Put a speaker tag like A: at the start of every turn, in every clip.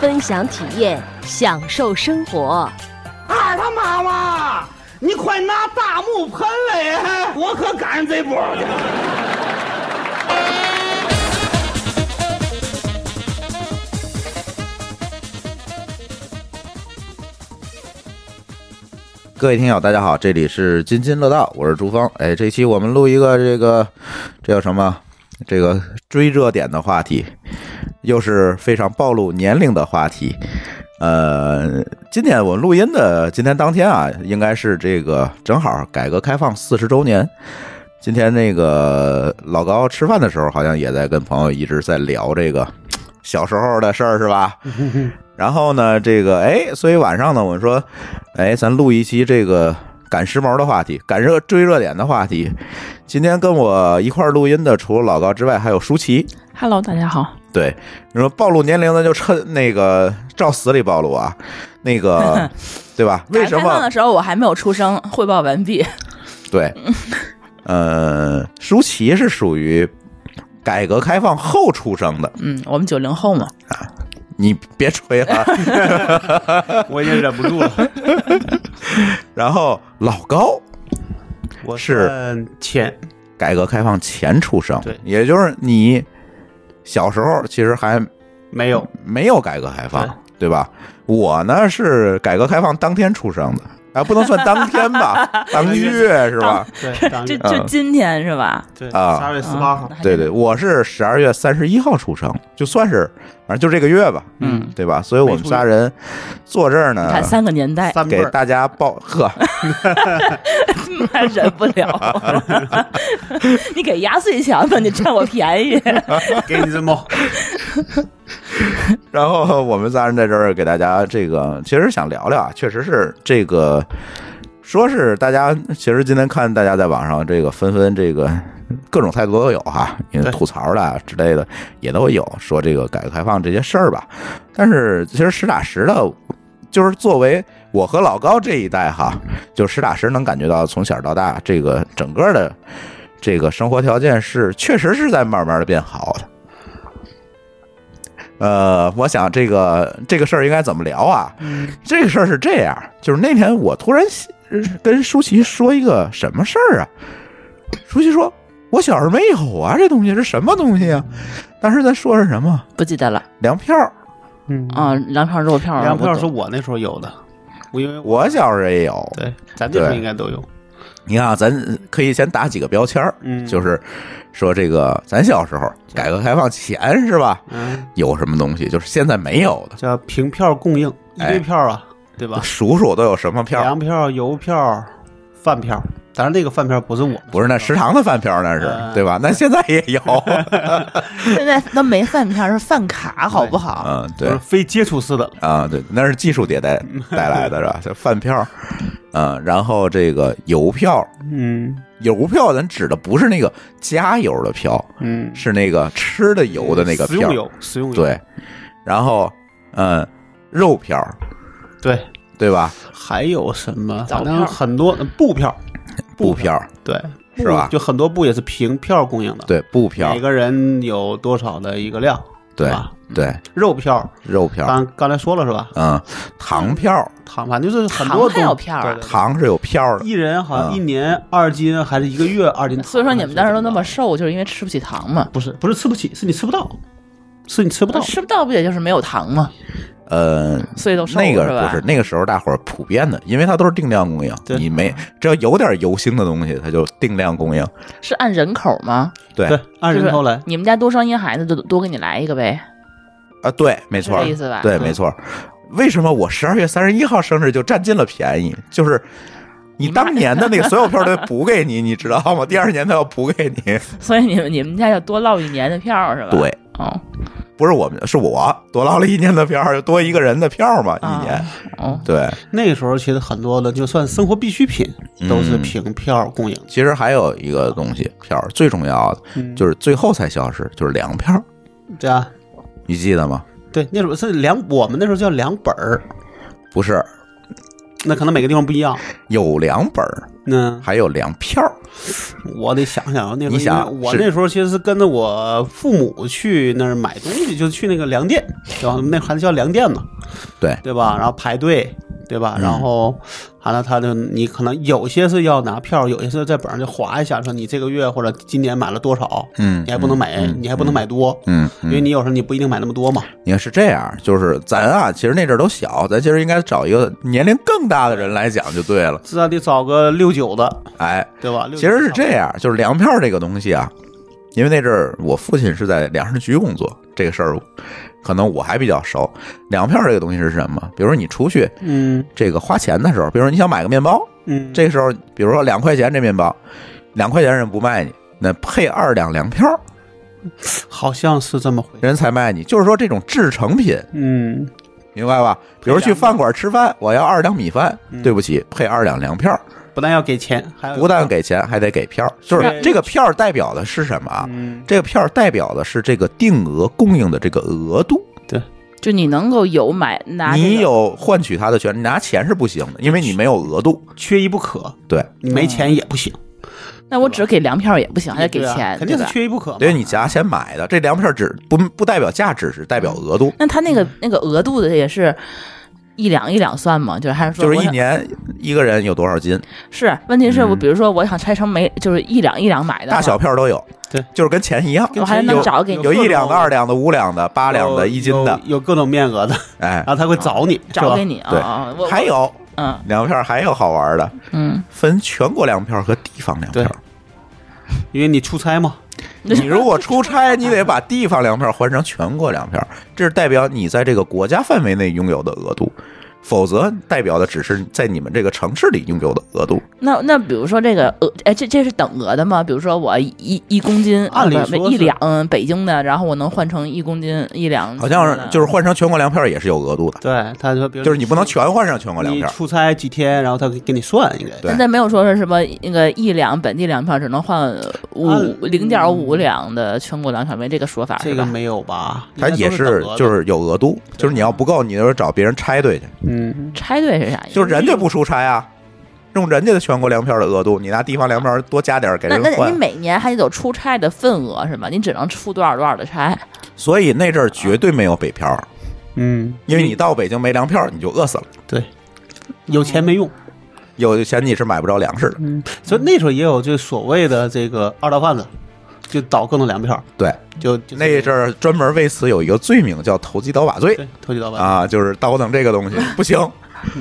A: 分享体验，享受生活。
B: 二他妈妈，你快拿大木盆来，我可赶上这波去。
C: 各位听友，大家好，这里是津津乐道，我是朱峰。哎，这期我们录一个这个这叫什么？这个追热点的话题，又是非常暴露年龄的话题。呃，今天我们录音的今天当天啊，应该是这个正好改革开放四十周年。今天那个老高吃饭的时候，好像也在跟朋友一直在聊这个小时候的事儿，是吧？然后呢，这个哎，所以晚上呢，我们说，哎，咱录一期这个赶时髦的话题，赶热追热点的话题。今天跟我一块儿录音的，除了老高之外，还有舒淇。
D: Hello，大家好。
C: 对，你说暴露年龄的就趁那个照死里暴露啊，那个对吧？为什
D: 改革开放
C: 么
D: 的？时候我还没有出生， 汇报完毕。
C: 对，呃，舒淇是属于改革开放后出生的，
D: 嗯，我们九零后嘛，
C: 你别吹啊了。
E: 我已经忍不住了。
C: 然后老高
E: 我
C: 是
E: 算前
C: 改革开放前出生，
E: 对
C: 也就是你小时候其实还
E: 没有，
C: 没有改革开放，
E: 对
C: 对吧？我呢是改革开放当天出生的，啊，不能算当天 吧，当月是吧？
E: 对，当
D: 这
E: 然
D: 就今天是吧？
E: 对
C: 啊
E: 十二月十嗯八号
D: 啊，
C: 对对，我是十二月三十一号出生，就算是反正就这个月吧，
E: 嗯，
C: 对吧？所以我们仨人坐这儿呢
D: 看，三个年 代，
E: 三辈
C: 给
E: 儿
C: 大家报呵，
D: 妈忍不了。 你给压岁钱吧，你占我便宜。
E: 给你这猫，
C: 然后我们仨人在这儿给大家这个，其实想聊聊啊，确实是这个，说是大家，其实今天看大家在网上这个纷纷这个各种态度都有哈，因为
E: 对
C: 吐槽的啊之类的也都有，说这个改革开放这些事儿吧。但是其实实打实的，就是作为我和老高这一代哈，就实打实能感觉到从小到大这个整个的这个生活条件是确实是在慢慢的变好的。呃，我想这个这个事儿应该怎么聊啊？
E: 嗯
C: 这个事儿是这样，就是那天我突然呃跟舒淇说一个什么事儿啊？舒淇说：“我小时候没有啊，这东西是什么东西啊？”当时咱说是什么
D: 不记得了
C: 粮票？
E: 嗯
D: 啊，粮票肉票，
E: 粮票是我那时候有的，我因为我
C: 我小时候也有。
E: 对，咱这时候
C: 对
E: 应该都有，
C: 你看，啊，咱可以先打几个标签儿，
E: 嗯
C: 就是说这个咱小时候改革开放前是吧？
E: 嗯，
C: 有什么东西就是现在没有的？
E: 叫凭票供应，一
C: 哎
E: 堆票啊，对吧？
C: 数数都有什么票？
E: 粮票、油票、饭票，当然那个饭票不是我，
C: 不是那食堂的饭票，那是
E: 嗯
C: 对吧？那现在也 有，
D: 现在都没饭票，是饭卡，好不好？
C: 嗯，
E: 就
C: 对
E: 是，非接触式的，
C: 啊，对，那是技术迭 代带来的是吧？就饭票，嗯，然后这个邮票，
E: 嗯
C: 邮票咱指的不是那个加油的票，
E: 嗯，
C: 是那个吃的油的那个
E: 食用
C: 票，
E: 油，食用油，
C: 对，然后嗯，肉票，
E: 对，
C: 对吧？
E: 还有什么？
D: 早
E: 反
D: 票
E: 正很多嗯布票，
C: 布
E: 布
C: 票，
E: 对，
C: 是吧
E: 就很多布也是凭票供应的，，
C: 对，布票
E: 每，个啊人有多少的一个量，
C: 对
E: 吧？
C: 对，
E: 肉票，
C: 肉票，
E: 刚刚才说了是吧？
C: 嗯，糖票，
E: 糖，反正就是很多
D: 糖还有
E: 东西
D: 票啊
E: 对对对
C: 糖是有票的，
E: 一人好像
C: 嗯
E: 一年二斤，还是一个月二斤糖。
D: 所以说你们当时都那么瘦，就是因为吃不起糖嘛。
E: 不是不是吃不起，是你吃不到，是你吃不到。
D: 吃不到不也就是没有糖嘛，
C: 呃，
D: 所以都瘦了
C: 那个
D: 吧？
C: 不是那个时候大伙儿普遍的，因为它都是定量供应，
E: 对
C: 你没只要有点油星的东西，它就定量供应。
D: 是按人口吗？
C: 对
E: 对，按人头
D: 就
E: 来
D: 是。你们家多生一孩子，就多给你来一个呗。
C: 啊，对，没错
D: 是
C: 儿，
D: 这意思吧
C: 对，
D: 嗯
C: 没错儿。为什么我十二月三十一号生日就占尽了便宜？就是你当年的那个所有票都补给 你，你知道吗？第二年他要补给你。
D: 所以你们你们家要多落一年的票是吧？
C: 对，
D: 哦
C: 不是我们，是我多捞了一年的票，就多一个人的票嘛，
D: 啊
C: 一年。
D: 哦，
C: 对，
E: 那时候其实很多的，就算生活必需品
C: 嗯
E: 都是凭票供应的。
C: 其实还有一个东西，票最重要的、
D: 嗯
C: 就是最后才消失，就是粮票，
E: 对啊，
C: 你记得吗？
E: 对，那时候是两，我们那时候叫两本儿，
C: 不是，
E: 那可能每个地方不一样。
C: 有粮本儿，
E: 嗯，
C: 还有粮票。
E: 我得想想啊，那时候
C: 你想
E: 因为我
C: 是
E: 那时候其实是跟着我父母去那儿买东西，就去那个粮店，然后那还叫粮店呢，
C: 对，嗯
E: 对吧？然后排队，对吧？然后完了，他就你可能有些是要拿票，有些是在本上就划一下，说你这个月或者今年买了多少，
C: 嗯
E: 你还不能买，
C: 嗯
E: 你还不能买多，
C: 嗯，
E: 因为你有时候你不一定买那么多嘛。
C: 你看是这样，就是咱啊，其实那阵儿都小，咱其实应该找一个年龄更大的人来讲就对了。
E: 至少得找个六九的，
C: 哎，
E: 对吧？
C: 其实是这样，就是粮票这个东西啊，因为那阵儿我父亲是在粮食局工作，这个事儿可能我还比较熟。粮票这个东西是什么？比如说你出去
E: 嗯
C: 这个花钱的时候，比如说你想买个面包，
E: 嗯，
C: 这时候比如说两块钱这面包，两块钱人不卖你，那配二两粮票
E: 好像是这么回事。
C: 人才卖你。就是说这种制成品，
E: 嗯，
C: 明白吧？比如去饭馆吃饭，我要二两米饭，对不起，配二两粮票，
E: 不但要给钱，还要
C: 不但给钱还得给票。就是这个票代表的是什么啊？
E: 嗯，
C: 这个票代表的是这个定额供应的这个额度，
D: 就你能够有买拿这个，
C: 你有换取它的权利，拿钱是不行的，因为你没有额度。
E: 缺一不可，
C: 对，
E: 你没钱也不行，
D: 那我只给粮票也不行，还得给
E: 对啊
D: 钱，
E: 肯定是
D: 对吧
E: 缺一不可嘛。
C: 因为你加钱买的，这粮票只不不代表价值，只代表额度，
D: 那他那个
E: 嗯
D: 那个额度的也是一两一两算吗？就是还是说
C: 就是
D: 我
C: 一
D: 想
C: 年一个人有多少斤，
D: 是问题是我比如说我想拆成每就是一两一两买的话，
C: 大小票都有。
E: 对，
C: 就是跟钱一样，
D: 我还能找给你
C: 有一两的、
E: 有
C: 二两的、五两的、八两的、一斤的
E: 有，有各种面 额的，
C: 哎
E: 然，后他会找你，
D: 找给
E: 你。
D: 你啊
C: 对
D: 啊，我
C: 还有
D: 嗯
C: 粮票还有好玩的，
D: 嗯，
C: 分全国粮票和地方粮票。
E: 因为你出差嘛，
C: 你如果出差，你得把地方粮票换成全国粮票，这是代表你在这个国家范围内拥有的额度，否则代表的只是在你们这个城市里拥有的额度。
D: 那那比如说这个额，哎，这这是等额的吗？比如说我一一公斤，
E: 按理
D: 呃不是
E: 说
D: 一
E: 是
D: 两嗯北京的，然后我能换成一公斤一两，
C: 好像是就是换成全国粮票也是有额度的，
E: 对，他说，比如
C: 就是你不能全换上全国粮
E: 你
C: 票。
E: 出差几天，然后他给给你算，应该
C: 对
D: 现在没有说是什么那个一两本地粮票只能换五
E: 按
D: 零点五两的全国粮票，没这个说法
E: 啊这
D: 是
E: 个
D: 吧？
E: 没有吧？
C: 它
E: 应该
C: 也
E: 都是
C: 是
E: 等额的
C: 就是有额度，就是你要不够，你就找别人拆对去。
E: 嗯，
D: 拆对是啥意思？
C: 就是人家不出差啊，用人家的全国粮票的额度，你拿地方粮票多加点儿给
D: 那
C: 人
D: 那你
C: 换。
D: 每年还得有出差的份额是吧？你只能出多少多少的差，
C: 所以那阵儿绝对没有北漂，
E: 嗯，
C: 因为你到北京没粮票，你就饿死了。
E: 对，有钱没用。
C: 有钱你是买不着粮食的。
E: 所以那时候也有这所谓的这个二道贩子，就倒各种粮票，
C: 对，
E: 就就
C: 那阵儿专门为此有一个罪名叫投机倒把罪
E: 对嗯投机倒把，
C: 啊，就是倒腾这个 东西不行。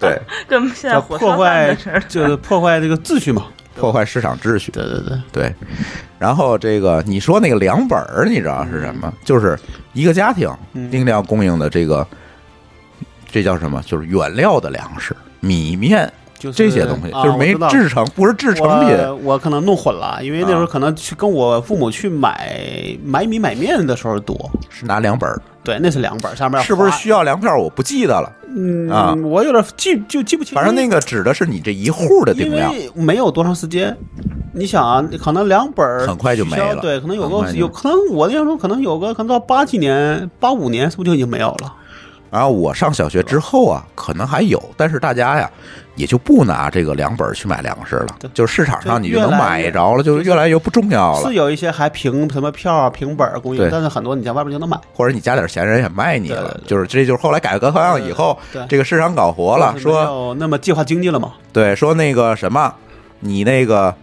C: 对，
D: 跟现
E: 叫破坏，就是破坏这个秩序嘛。
C: 破坏市场秩序。
E: 对对对，
C: 对，然后这个你说那个粮本儿，你知道是什么？
E: 嗯
C: 就是一个家庭定量供应的这个，这叫什么？就是原料的粮食，米面
E: 就是
C: 这些东西，
E: 啊
C: 就是没
E: 我知道
C: 制成，不是制成品。
E: 我我可能弄混了，因为那时候可能去跟我父母去买买米买面的时候多，
C: 是拿粮本儿，
E: 对，那是两本儿，上面
C: 是不是
E: 划
C: 需要粮票？我不记得了，
E: 嗯
C: 啊
E: 我有点记就记不清，
C: 反正那个指的是你这一户的
E: 因
C: 定量。
E: 为没有多长时间。你想啊，可能两本儿
C: 很快就没
E: 取消
C: 了
E: 对，可能有
C: 很
E: 个
C: 快就
E: 有可能我那时候可能有个可能到八几年、八五年是不是就已经没有了？
C: 然后啊我上小学之后啊，可能还有，但是大家呀，也就不拿这个粮本儿去买粮食了
E: 对，
C: 就是市场上
E: 就
C: 你就能
E: 越来越
C: 买着了，就越来越不重要了
E: 是。有一些还凭什么票啊、凭本儿供
C: 对
E: 应，但是很多你在外边就能买。
C: 或者你加点钱，人也卖你
E: 对
C: 了
E: 对。对
C: 就是这就是后来改革开放以后
E: 对，对
C: 这个市场搞活了，
E: 就是没
C: 说
E: 有那么计划经济了嘛？
C: 对，说那个什么，你那个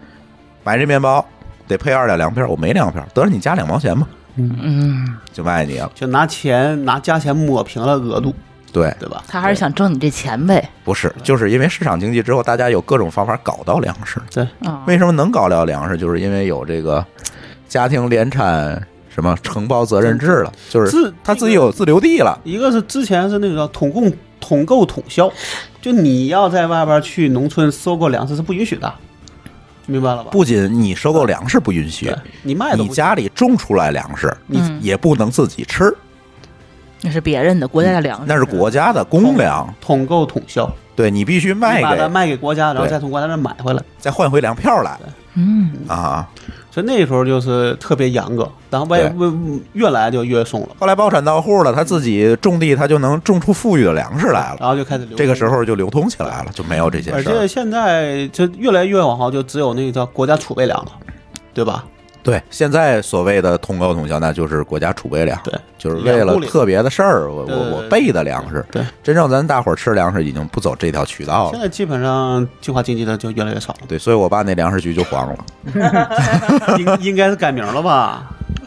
C: 买这面包得配二两粮票，我没粮票，得了你加两毛钱吧，
D: 嗯，
C: 就卖你了。
E: 就拿钱拿加钱抹平了额度，
C: 对，
E: 对吧？
D: 他还是想挣你这钱呗。
C: 不是，
E: 嗯
C: 就是因为市场经济之后，大家有各种方法搞到粮食。
E: 对，
D: 啊，
C: 为什么能搞到粮食？就是因为有这个家庭联产什么承包责任制了，就是
E: 嗯自嗯
C: 他自己有自留地了。
E: 一个是之前是那个叫统共统购统销，就你要在外边去农村收购粮食是不允许的，明白了吧？，
C: 不仅你收购粮食不允许
E: 对，你卖都
C: 你
E: 不
C: 家里种出来粮食，你
D: 嗯
C: 也不能自己吃，
D: 那是别人的国家的
E: 嗯
D: 粮食，
C: 那是国家的公粮，
E: 统购统销，
C: 对你必须卖
E: 嗯你把它
C: 给，
E: 卖给国家，然后
C: 对
E: 再从国家那儿买回来。
C: 再换回粮票来
D: 嗯，
C: 啊。
E: 所以那时候就是特别严格，然后外
C: 对
E: 外越来就越松了，
C: 后来包产到户了，他自己种地，他就能种出富裕的粮食来了。
E: 然后就开始流
C: 这个时，候就流通起来了，就没有这件
E: 而
C: 事
E: 且
C: 儿。
E: 现在就越来越往后就只有那个叫国家储备粮了，对吧？
C: 对，现在所谓的统购统销，那就是国家储备粮，
E: 对，
C: 就是为了特别的事儿，我
E: 对
C: 我
E: 对对
C: 我备的粮食。
E: 对，
C: 真正咱大伙儿吃粮食已经不走这条渠道
E: 现
C: 了。
E: 在基本上计划经济的就越来越少
C: 对，所以我爸那粮食局就黄了。
E: 了，应应该是改名了吧？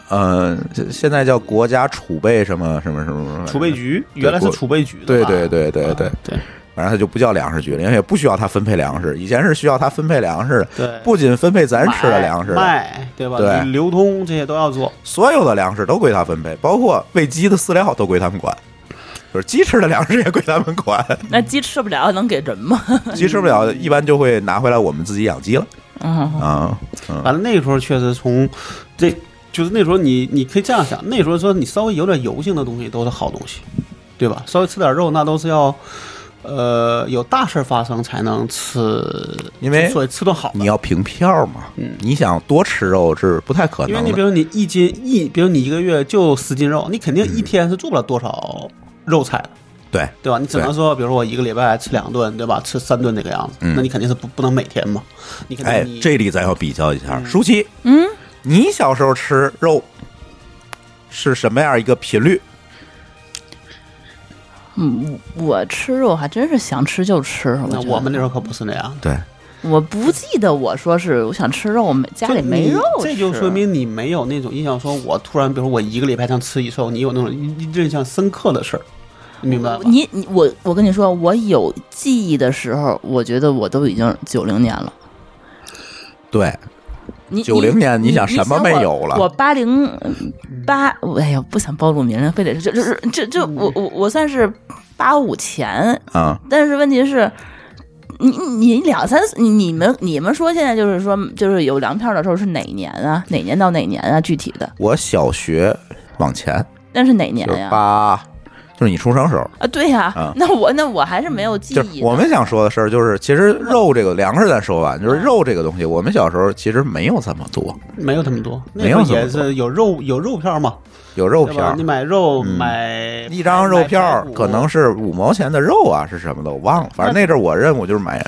C: 呃，现现在叫国家储备什么什么什么什么
E: 储备。局
C: 对
E: 原来是
C: 国
E: 储备局的
C: 对
E: 吧，嗯
C: 对对对对，
E: 对
C: 反正它就不叫粮食局了，因为也不需要它分配粮食。以前是需要它分配粮食的，
E: 对，
C: 不仅分配咱吃的粮食，
E: 卖对吧？
C: 对嗯
E: 你流通这些都要做，
C: 所有的粮食都归他分配，包括喂鸡的饲料都归他们管，就是鸡吃的粮食也归他们管。
D: 那鸡吃不了能给人吗？
C: 鸡吃不了，一般就会拿回来我们自己养鸡了
D: 嗯，
C: 啊。
E: 反正那时候确实从这。就是那时候你，你可以这样想，那时候说你稍微有点油性的东西都是好东西，对吧？稍微吃点肉，那都是要，呃，有大事儿发生才能吃，
C: 因为
E: 所以吃顿好的
C: 你。要凭票嘛，
D: 嗯
C: 你想多吃肉是不太可
E: 因为
C: 能
E: 你比
C: 的。
E: 如你一斤一，比如你一个月就十斤肉，你肯定一天是做不了多少肉菜的，
C: 对，
E: 对吧？你只能
C: 对
E: 说，比如说我一个礼拜吃两顿，对吧？吃三顿这个样子，
C: 嗯
E: 那你肯定是不不能每天嘛，你肯定
C: 哎
E: 你，
C: 这里咱要比较一下，舒淇，嗯，你小时候吃肉是什么样一个频率？
D: 嗯，我吃肉还真是想吃就吃，
E: 那
D: 觉得
E: 我们那时候可不是那样的。
C: 对，
D: 我不记得我说是我想吃肉，没家里没肉吃，
E: 就
D: 啊
E: 你这就说明你没有那种印象，说我突然，比如说我一个礼拜想吃一次，你有那种印象深刻的事儿，你明白吧？
D: 你你我我跟你说，我有记忆的时候，我觉得我都已经九零年了。
C: 对，
D: 你
C: 90年你想什么没有了
D: 我我八零八，哎呀，不想暴露年龄，非得是就就是这这
C: 嗯
D: 我我我算是八五前，
C: 啊、
D: 但是问题是。你你两三你你们你们说现在就是说就是有粮票的时候是哪一年啊？哪年到哪年啊？具体的
C: 我小学往前
D: 那是哪年
C: 就是
D: 呀？
C: 八，就是你出生时候。
D: 啊，对呀、
C: 啊
D: 那我那我还是没有记
C: 就
D: 忆
C: 是
D: 的。
C: 我们想说的事儿，就是其实肉这个粮食咱说完，
D: 嗯
C: 就是肉这个东西，我们小时候其实没有这么多，
E: 没有这么多，那
C: 没有
E: 时
C: 这
E: 候
C: 么
E: 也
C: 多
E: 是有肉有肉票嘛，
C: 有肉
E: 对吧？
C: 票
E: 你，买肉
C: 嗯
E: 买
C: 一张肉
E: 买排
C: 票
E: 骨
C: 可能是五毛钱的肉啊，是什么的我忘了。反正那阵儿我任务就是买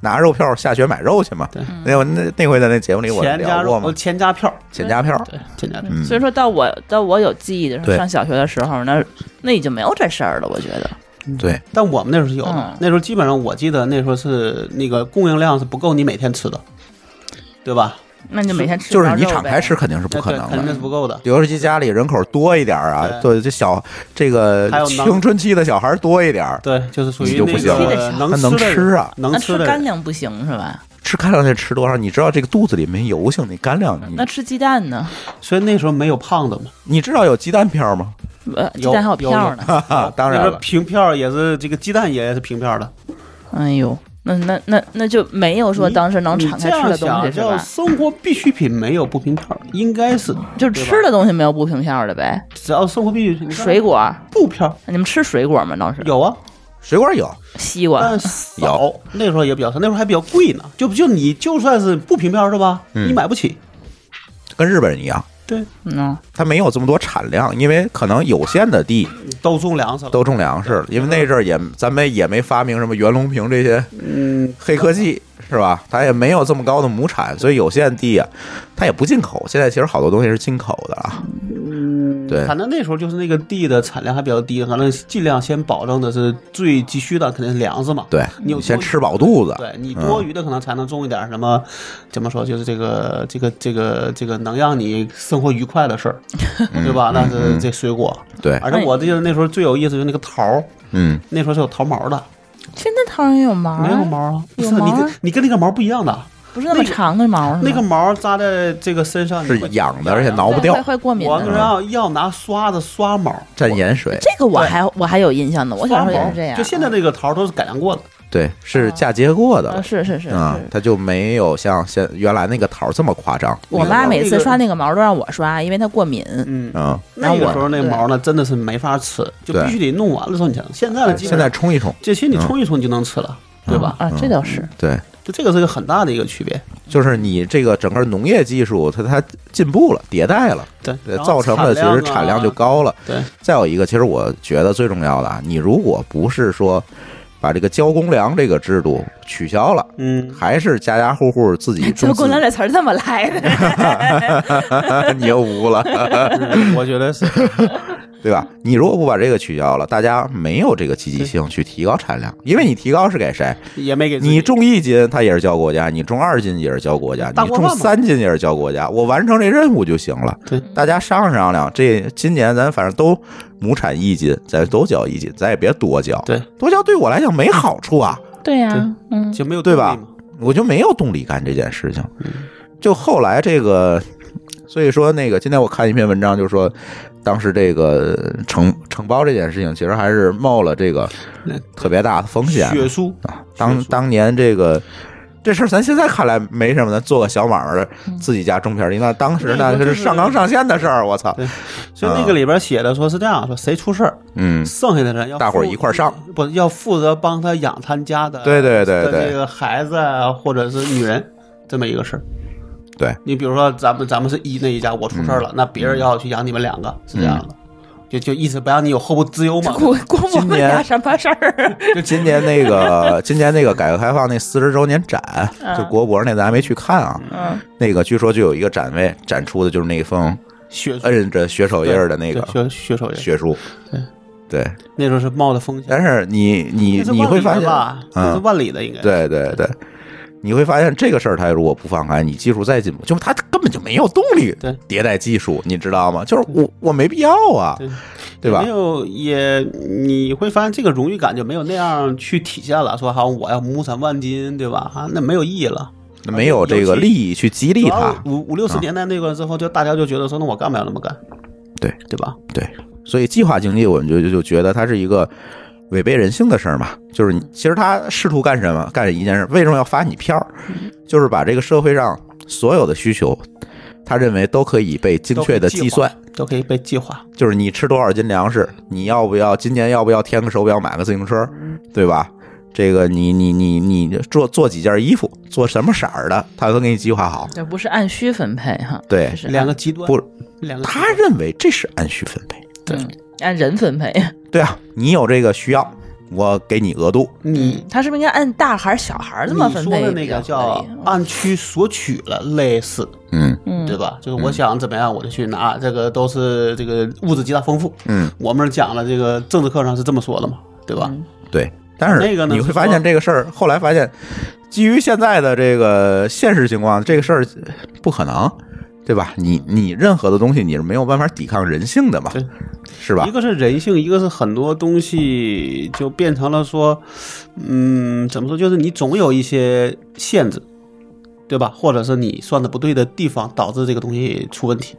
C: 拿肉票下学买肉去嘛
E: 对。
C: 那我那那回在那节目里我
E: 嗯钱加
C: 聊
E: 肉
C: 过
E: 呃
C: 嘛，
E: 钱加票，
C: 钱加票，
E: 对钱加票。
C: 嗯
D: 所以说到我到我有记忆的时候，
C: 对
D: 上小学的时候，那那已经没有这事儿了。我觉得，
C: 对，
E: 但我们那时候是有的
D: 嗯，
E: 那时候基本上我记得那时候是那个供应量是不够你每天吃的，对吧？
D: 那就每天吃不
C: 就
D: 着
C: 是你
D: 肉
C: 敞
D: 呗
C: 开吃肯定是不
E: 那
C: 可
E: 对
C: 能
E: 肯定
C: 的。
E: 是不够的。
C: 尤其家里人口多一点儿啊，对，这小这个
E: 还有能
C: 青春期的小孩儿多一点儿，
E: 对，就是属
C: 你
E: 于
C: 就
E: 那
C: 不行
E: 个
D: 了
E: 能
C: 他能
E: 的人
C: 吃啊
E: 能
D: 那
E: 吃
D: 吃
E: 的
D: 干
E: 人。
D: 粮不行是吧？
C: 吃干粮得吃多少？你知道这个肚子里面油性，那干粮你
D: 那吃鸡蛋呢？
E: 所以那时候没有胖子嘛，
C: 你知道有鸡蛋票吗？
D: 呃，鸡
E: 有
D: 蛋还有
E: 有
D: 票呢。
C: 啊，当然
E: 那时候
C: 了，
E: 平票也是这个鸡蛋也是平票的。
D: 哎呦，那那那那就没有说当时能
E: 你
D: 敞开吃的
E: 这样
D: 东西
E: 想
D: 是
E: 叫
D: 吧？
E: 生活必需品没有不平票的，应该是
D: 就是
E: 对吧
D: 吃的东西没有不平票的呗。
E: 只要生活必需品，
D: 水果，
E: 不票
D: 你们吃水果吗？当时
E: 有啊，
C: 水果有，
D: 西瓜，
E: 但少。那时候也比较少，那时候还比较贵呢。就就你就算是不平票是吧？
C: 嗯
E: 你买不起。
C: 跟日本人一样，
E: 对，
D: 嗯，
C: 它没有这么多产量，因为可能有限的地
E: 都种粮食了，
C: 都种粮食了，因为那阵儿也咱们也没发明什么袁隆平这些
E: 嗯，
C: 黑科技，是吧？它也没有这么高的亩产，所以有限地啊，它也不进口。现在其实好多东西是进口的啊，对
E: 反正那时候就是那个地的产量还比较低，反正尽量先保证的是最急需的肯定是粮食嘛。
C: 对，
E: 你有
C: 先
E: 多余
C: 吃饱肚子，
E: 对你多余的可能才能种一点什么，
C: 嗯
E: 怎么说，就是这个这个这个这个能让你生活愉快的事儿，
C: 嗯
E: 对吧？那是这水果，
C: 对
E: 而且我记得那时候最有意思就是那个桃儿，
C: 嗯，
E: 那时候是有桃毛的，
D: 现在桃也有毛，
E: 没有，毛啊，不是
D: 有毛
E: 你
D: 啊
E: 跟你跟那个毛不一样的，
D: 不是那么
E: 那个
D: 长的毛是吗，
E: 那个毛扎在这个身上你
C: 嗯是
E: 会
C: 养的，而且挠
D: 对
C: 不掉
D: 会，会过敏
E: 我
D: 的
E: 们。要要拿刷子刷毛，
C: 蘸盐水。
D: 这个我还我还有印象呢，我小时
E: 刷
D: 候也
E: 毛
D: 是这样。啊
E: 就现在这个桃儿都是改良过的，
C: 对，是嫁接过的
D: 啊，
C: 了
D: 是是是
C: 啊
D: 是，。
C: 它就没有像现原来那个桃儿这么夸张。
D: 我妈每
E: 那
D: 次
E: 个
D: 刷那个毛都让我刷，因为她过敏。
E: 嗯，
C: 嗯，
E: 那
D: 然后
E: 个
D: 我
E: 时候那
D: 对
E: 毛呢，真的是没法吃，就
C: 对
E: 必须得弄完了之后你才能。现在呢，基本
C: 现在嗯冲一冲，
E: 这些你冲一冲你就能吃了，对吧？
D: 啊，这倒是。
C: 对，
E: 就这个是个很大的一个区别，
C: 就是你这个整个农业技术它它进步了，迭代了，
E: 对
C: 对，造成了其实产量就。高了。
E: 啊对，
C: 再有一个，其实我觉得最重要的啊，你如果不是说把这个交公粮这个制度取消了，
E: 嗯，
C: 还是家家户户自己种
D: 就“
C: 自
D: 公
C: 己
D: 粮”这词儿这么来的，
C: 你又污了，
E: 我觉得是，
C: 对吧？你如果不把这个取消了，大家没有这个积极性去提高产量，因为你提高是给谁？
E: 也没给自己
C: 你种一斤，它也是交国家；你种二斤也是交国家；
E: 大
C: 你
E: 锅
C: 种
E: 饭嘛
C: 三斤也是交国家。我完成这任务就行了。
E: 对，
C: 大家商量商量，这今年咱反正都亩产一斤，咱都交一斤，咱也别多交。
E: 对，
C: 多交对我来讲没好处啊，
D: 对呀
E: 对，
D: 嗯，
E: 就没有
C: 对
E: 动
C: 吧
E: 力嘛？
C: 我就没有动力干这件事情。
E: 嗯
C: 就后来这个，所以说那个，今天我看一篇文章，就说当时这个承承包这件事情，其实还是冒了这个
E: 那
C: 特别大的风险。
E: 血书
C: 啊，当
E: 确实
C: 当年这个这事儿，咱现在看来没什么，咱做个小买卖儿，
D: 嗯
C: 自己家种片儿地，那当时那
E: 那个
C: 可
E: 就是是
C: 上纲上线的事儿，我操！
E: 对所以那个里边写的说是这样说，谁出事儿，
C: 啊嗯，
E: 剩下的人要
C: 大伙儿
E: 负
C: 一块儿上，
E: 不要负责帮他养他们家的，
C: 对对对
E: 的
C: 对
E: 这个孩子啊，或者是女人，这么一个事儿。
C: 对，嗯
E: 你比如说咱们咱们是一那一家，我出事儿了，那别人要去养你们两个，是这样的，就就意思不让你有后顾之忧嘛。
D: 关关我
C: 今
D: 们
C: 年
D: 俩什么事儿啊？
C: 就今年那 个今年那个改革开放那四十周年展，就国博那咱还没去看啊，
D: 嗯，
C: 那个据说就有一个展位展出的就是那封
E: 血书
C: 摁着血手印儿的那个
E: 对血血手印，
C: 血书，对，
E: 那时候是冒的风险。
C: 但是你你
E: 那是
C: 你
E: 万
C: 会
E: 里的
C: 发现
E: 吧，那是
C: 嗯，
E: 万里的应该。
C: 对对对。你会发现这个事儿，它如果不放开，你技术再进步，就它根本就没有动力
E: 对
C: 迭代技术，你知道吗？就是我我没必要啊，
E: 对
C: 对吧
E: 没？有也，你会发现这个荣誉感就没有那样去体现了。说好像我要亩产万斤，对吧？啊，那没有意义了。
C: 没有这个利啊益去激励
E: 主要
C: 它，
E: 五五六十年代那个之后，就大家就觉得说，那我干不了那么干，
C: 对
E: 对吧？
C: 对，所以计划经济我们就就就觉得它是一个违背人性的事儿嘛，就是你其实他试图干什么，干一件事，为什么要发你票儿？就是把这个社会上所有的需求，他认为都可以被精确的计算，
E: 都可以被计划，
C: 就是你吃多少斤粮食，你要不要今年要不要添个手表，买个自行车，对吧？这个你你你你做做几件衣服，做什么色儿的，他都给你计划好。
D: 这不是按需分配哈，
C: 对
D: 就是按
E: 两个极端，
C: 不，
E: 两个极
C: 他
E: 端
C: 认为这是按需分配。
D: 嗯按人分配。
C: 对啊，你有这个需要，我给你额度。
E: 你
D: 他是不是应该按大孩儿小孩儿嗯这么
E: 你
D: 分
E: 说
D: 配
E: 的
D: 比
E: 那
D: 较
E: 个
D: 合
E: 叫啊
D: 理？啊
E: 按区索取了，类似，
C: 嗯
D: 嗯，
E: 对吧？就是我想怎么样，我就去拿，这个都是这个物质极大丰富。
C: 嗯，
E: 我们讲了这个政治课上是这么说的嘛，对吧？
D: 嗯
C: 对。但是
E: 那个呢
C: 你会
E: 是
C: 发
E: 说
C: 现这个事儿，后来发现，基于现在的这个现实情况，这个事儿不可能，对吧？你你任何的东西你是没有办法抵抗人性的嘛
E: 对，
C: 是吧
E: 一？个是人性，一个是很多东西就变成了说，嗯，怎么说？就是你总有一些限制，对吧？或者是你算的不对的地方，导致这个东西出问题，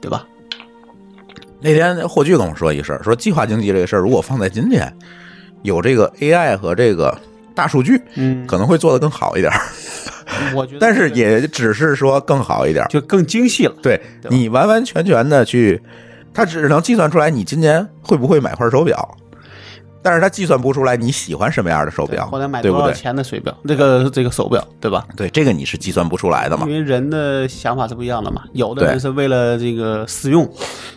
E: 对吧？
C: 那天霍炬跟我说一事儿，说计划经济这个事儿，如果放在今天，有这个 AI 和这个大数据，
E: 嗯
C: 可能会做得更好一点儿，
E: 我觉得，
C: 但是也只是说更好一点儿。
E: 就更精细了。
C: 对
E: 对吧
C: 你完完全全的去，它只能计算出来你今年会不会买块手表，但是它计算不出来你喜欢什么样的手表
E: 或者买，
C: 对
E: 多
C: 不
E: 少
C: 对？
E: 钱的水表，这个这个手表，对吧？
C: 对，这个你是计算不出来的嘛
E: 因？为人的想法是不一样的嘛，有的
C: 对
E: 人是为了这个私用，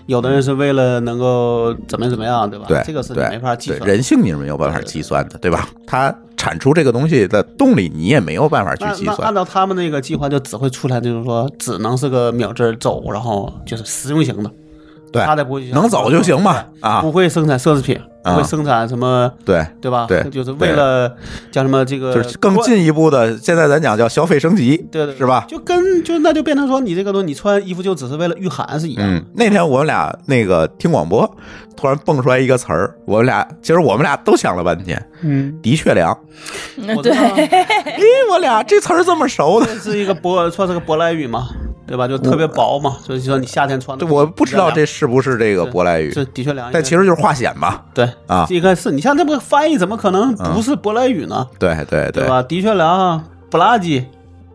E: 有的人是为了能够怎么怎么样，对吧？
C: 对，
E: 这个是你
C: 对
E: 没法计
C: 对
E: 算的。
C: 人性你是没有办法计算的，对吧？它产出这个东西的动力，你也没有办法去
E: 那
C: 计
E: 那按
C: 算。
E: 照他们那个计划，就只会出来就是说，只能是个秒针走，然后就是实用型的，
C: 对，
E: 他才不会去
C: 能走就行嘛啊
E: 不！会生产奢侈品，
C: 啊
E: 不会生产什么，
C: 对，
E: 对吧？
C: 对
E: 就是为了叫什么这个，
C: 就是更。进一步的，现在咱讲叫消费升级，
E: 对对，对
C: 是吧？
E: 就跟就那就变成说，你这个东西，你穿衣服就只是为了御寒是一样的。
C: 嗯，那天我们俩那个听广播，突然蹦出来一个词儿，我们俩其实我们俩都想了半天，
E: 嗯，
C: 的确凉。
D: 嗯
E: 我知道
D: 对，
C: 咦，我俩这词儿这么熟呢？
E: 这是一个舶算是个舶来语嘛，对吧？就特别薄嘛，所以说你夏天穿的。
C: 我不知道这是不是这个舶来语，
E: 这的确凉一些，
C: 但其实就是化险嘛。
E: 对
C: 啊
E: 这个是你像这不翻译怎么可能不是舶来语呢？
C: 对对
E: 对吧？的确凉啊，不拉几，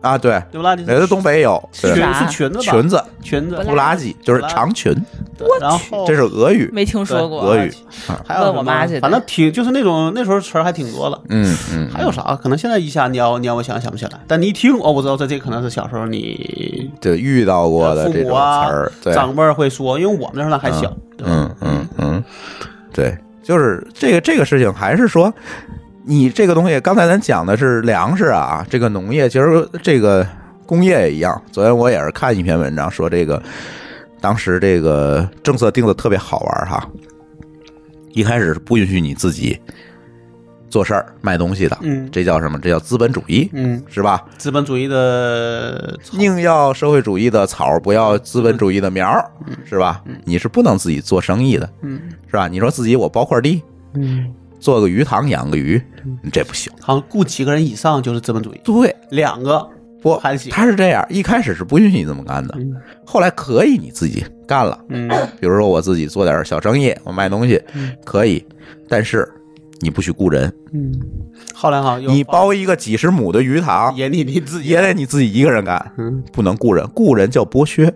C: 啊，对，
E: 对不拉几？
C: 有的东北有
E: 裙
C: 对
D: 是吧
E: 是裙子吧？哦
C: 裙子
E: 裙子
C: 布拉吉，就是长裙，
E: 对然后
C: 这是俄语。
D: 没听说过。
C: 俄语
E: 还有什么
D: 问我妈去的
E: 反正挺就是那种那时候词儿还挺多的。
C: 嗯嗯，
E: 还有啥？可能现在一下你要你要我想想不起来，但你一听哦，我知道这这可能是小时候你
C: 就遇到过的
E: 父
C: 这
E: 母
C: 种词
E: 啊
C: 儿，对，
E: 长辈儿会说，因为我们那时候还小，对吧
C: 嗯嗯嗯，对，就是这个这个事情，还是说你这个东西，刚才咱讲的是粮食啊，这个农业，其实这个工业也一样。昨天我也是看一篇文章，说这个当时这个政策定的特别好玩儿哈，一开始是不允许你自己做事儿卖东西的，
E: 嗯
C: 这叫什么？这叫资本主义，
E: 嗯，
C: 是吧？
E: 资本主义的
C: 宁要社会主义的草，不要资本主义的苗儿，
E: 嗯
C: 是吧？你是不能自己做生意的，是吧？你说自己我包块地，
E: 嗯
C: 做个鱼塘养个鱼，这不行。
E: 好像雇几个人以上就是资本主义，
C: 对，
E: 两个
C: 不，
E: 还行
C: 他是这样，一开始是不允许你这么干的，后来可以你自己干了。
E: 嗯，
C: 比如说我自己做点小生意，我卖东西可以，但是你不许雇人，
E: 后来哈，又
C: 你包一个几十亩的鱼塘，
E: 也你你自己
C: 也得你自己一个人干，
E: 嗯
C: 不能雇人，雇人叫剥 削。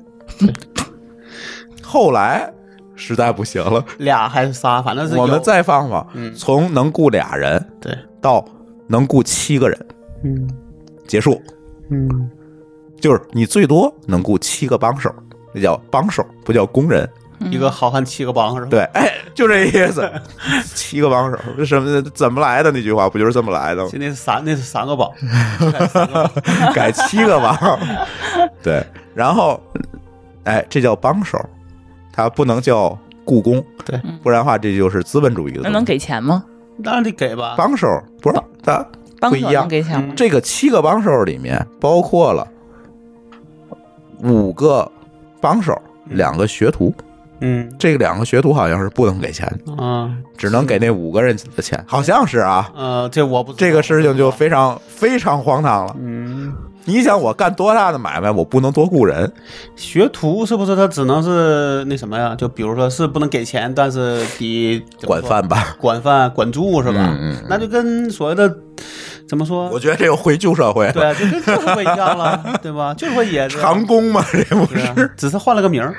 C: 后来实在不行了，
E: 俩还是仨，反正是有
C: 我们再放放，
E: 嗯
C: 从能雇俩人
E: 对，
C: 到能雇七个人，
E: 嗯
C: 结束，
E: 嗯
C: 就是你最多能雇七个帮手，那叫帮手，不叫工人。
E: 一个好汉七个帮是吧？
C: 对，哎，就这意思， 七个帮手，什么怎么来的那句话不就是这么来的吗？
E: 现在是三那是三个帮，
C: 改七个 王，对，然后，哎，这叫帮手，他不能叫雇工，
E: 对，
C: 不然的话这就是资本主义的
D: 嗯
C: 东
D: 那
C: 西。
D: 能给钱吗？
E: 当然得给吧，
C: 帮手不是他
D: 帮
C: 不一
D: 手
C: 样
D: 能，给钱吗？
C: 这个七个帮手里面包括了五个帮手，两个学徒，
E: 嗯
C: 这两个学徒好像是不能给钱，
E: 啊
C: 只能给那五个人的钱， 好像是啊。
E: 呃，这我不知道
C: 这个事情就非常非常荒唐了。
E: 嗯。
C: 你想我干多大的买卖，我不能多雇人，
E: 学徒是不是他只能是那什么呀？就比如说是不能给钱，但是得怎么
C: 管
E: 说
C: 饭吧。
E: 管饭、管住是吧？
C: 嗯嗯嗯
E: 那就跟所谓的怎么说？
C: 我觉得这又回旧社会了，
E: 对，啊就跟旧社会一样了，对 吧？旧社会也是
C: 长工嘛，这不
E: 对啊
C: 是？
E: 只是换了个名儿。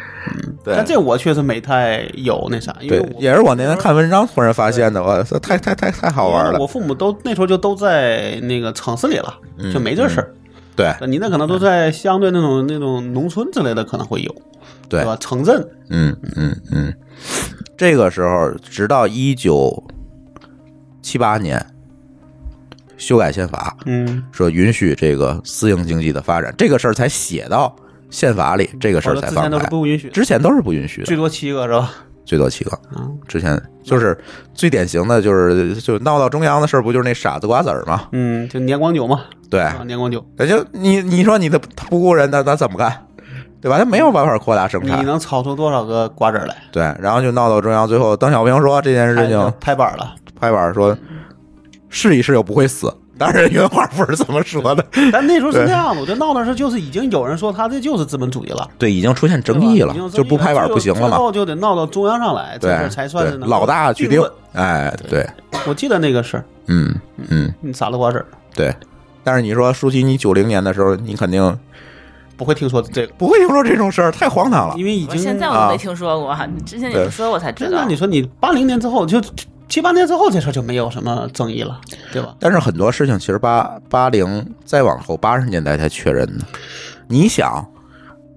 C: 对
E: 但这我确实没太有那啥，因为
C: 对，
E: 啊我
C: 也是我那天看文章突然发现的，我操，太太太太好玩
E: 因为我
C: 了。
E: 父母都那时候就都在那个城市里了，
C: 嗯
E: 就没这事儿。
C: 对
E: 你那可能都在相对那种那种农村之类的可能会有，
C: 对
E: 对，吧？城镇，
C: 嗯嗯嗯，这个时候直到一九七八年修改宪法，
E: 嗯，
C: 说允许这个私营经济的发展，这个事儿才写到宪法里，这个事
E: 我
C: 儿
E: 说
C: 才
E: 之
C: 放
E: 前都是
C: 开。
E: 不允许的，
C: 之前都是不允许的
E: 最，多七个是吧？
C: 最多七个。
E: 啊，
C: 之前就是最典型的就是就闹到中央的事儿，不就是那傻子瓜子儿吗？
E: 嗯，就年光酒嘛，
C: 对，
E: 啊，年光酒，
C: 那就你你说你的他不雇人，那咱怎么干？对吧？他没有办法扩大生
E: 你
C: 产，
E: 能炒出多少个瓜子儿来？
C: 对，然后就闹到中央。最后，邓小平说这件事情，
E: 拍板 了，
C: 拍板说试一试又不会死。当然，原话不是这么说的，
E: 但那时候是
C: 对
E: 那样的，我觉得闹的时候就是已经有人说他这就是资本主义了，
C: 对，已经出现
E: 对吧
C: 争议了
E: 已经有，
C: 就不拍板不行了
E: 最
C: 嘛。
E: 后就得闹到中央上来，这
C: 对
E: 事儿，才算是
C: 对
E: 能
C: 老大去
E: 定
C: 定
E: 论。
C: 哎，对，
E: 我记得那个事儿，
C: 嗯嗯，
E: 你傻了瓜子儿
C: 对。但是你说舒淇，你九零年的时候，你肯定
E: 不会听说这个，
C: 不会听说这种事儿，太荒唐了。啊
E: 因为已
D: 我
E: 经
D: 现在我都没听说过，你之前你
C: 对
D: 不说我才知
E: 真
D: 道
E: 的，。你说你八零年之后就七八年之后这事儿就没有什么争议了，对吧？
C: 但是很多事情其实八八零再往后八十年代才确认的。你想，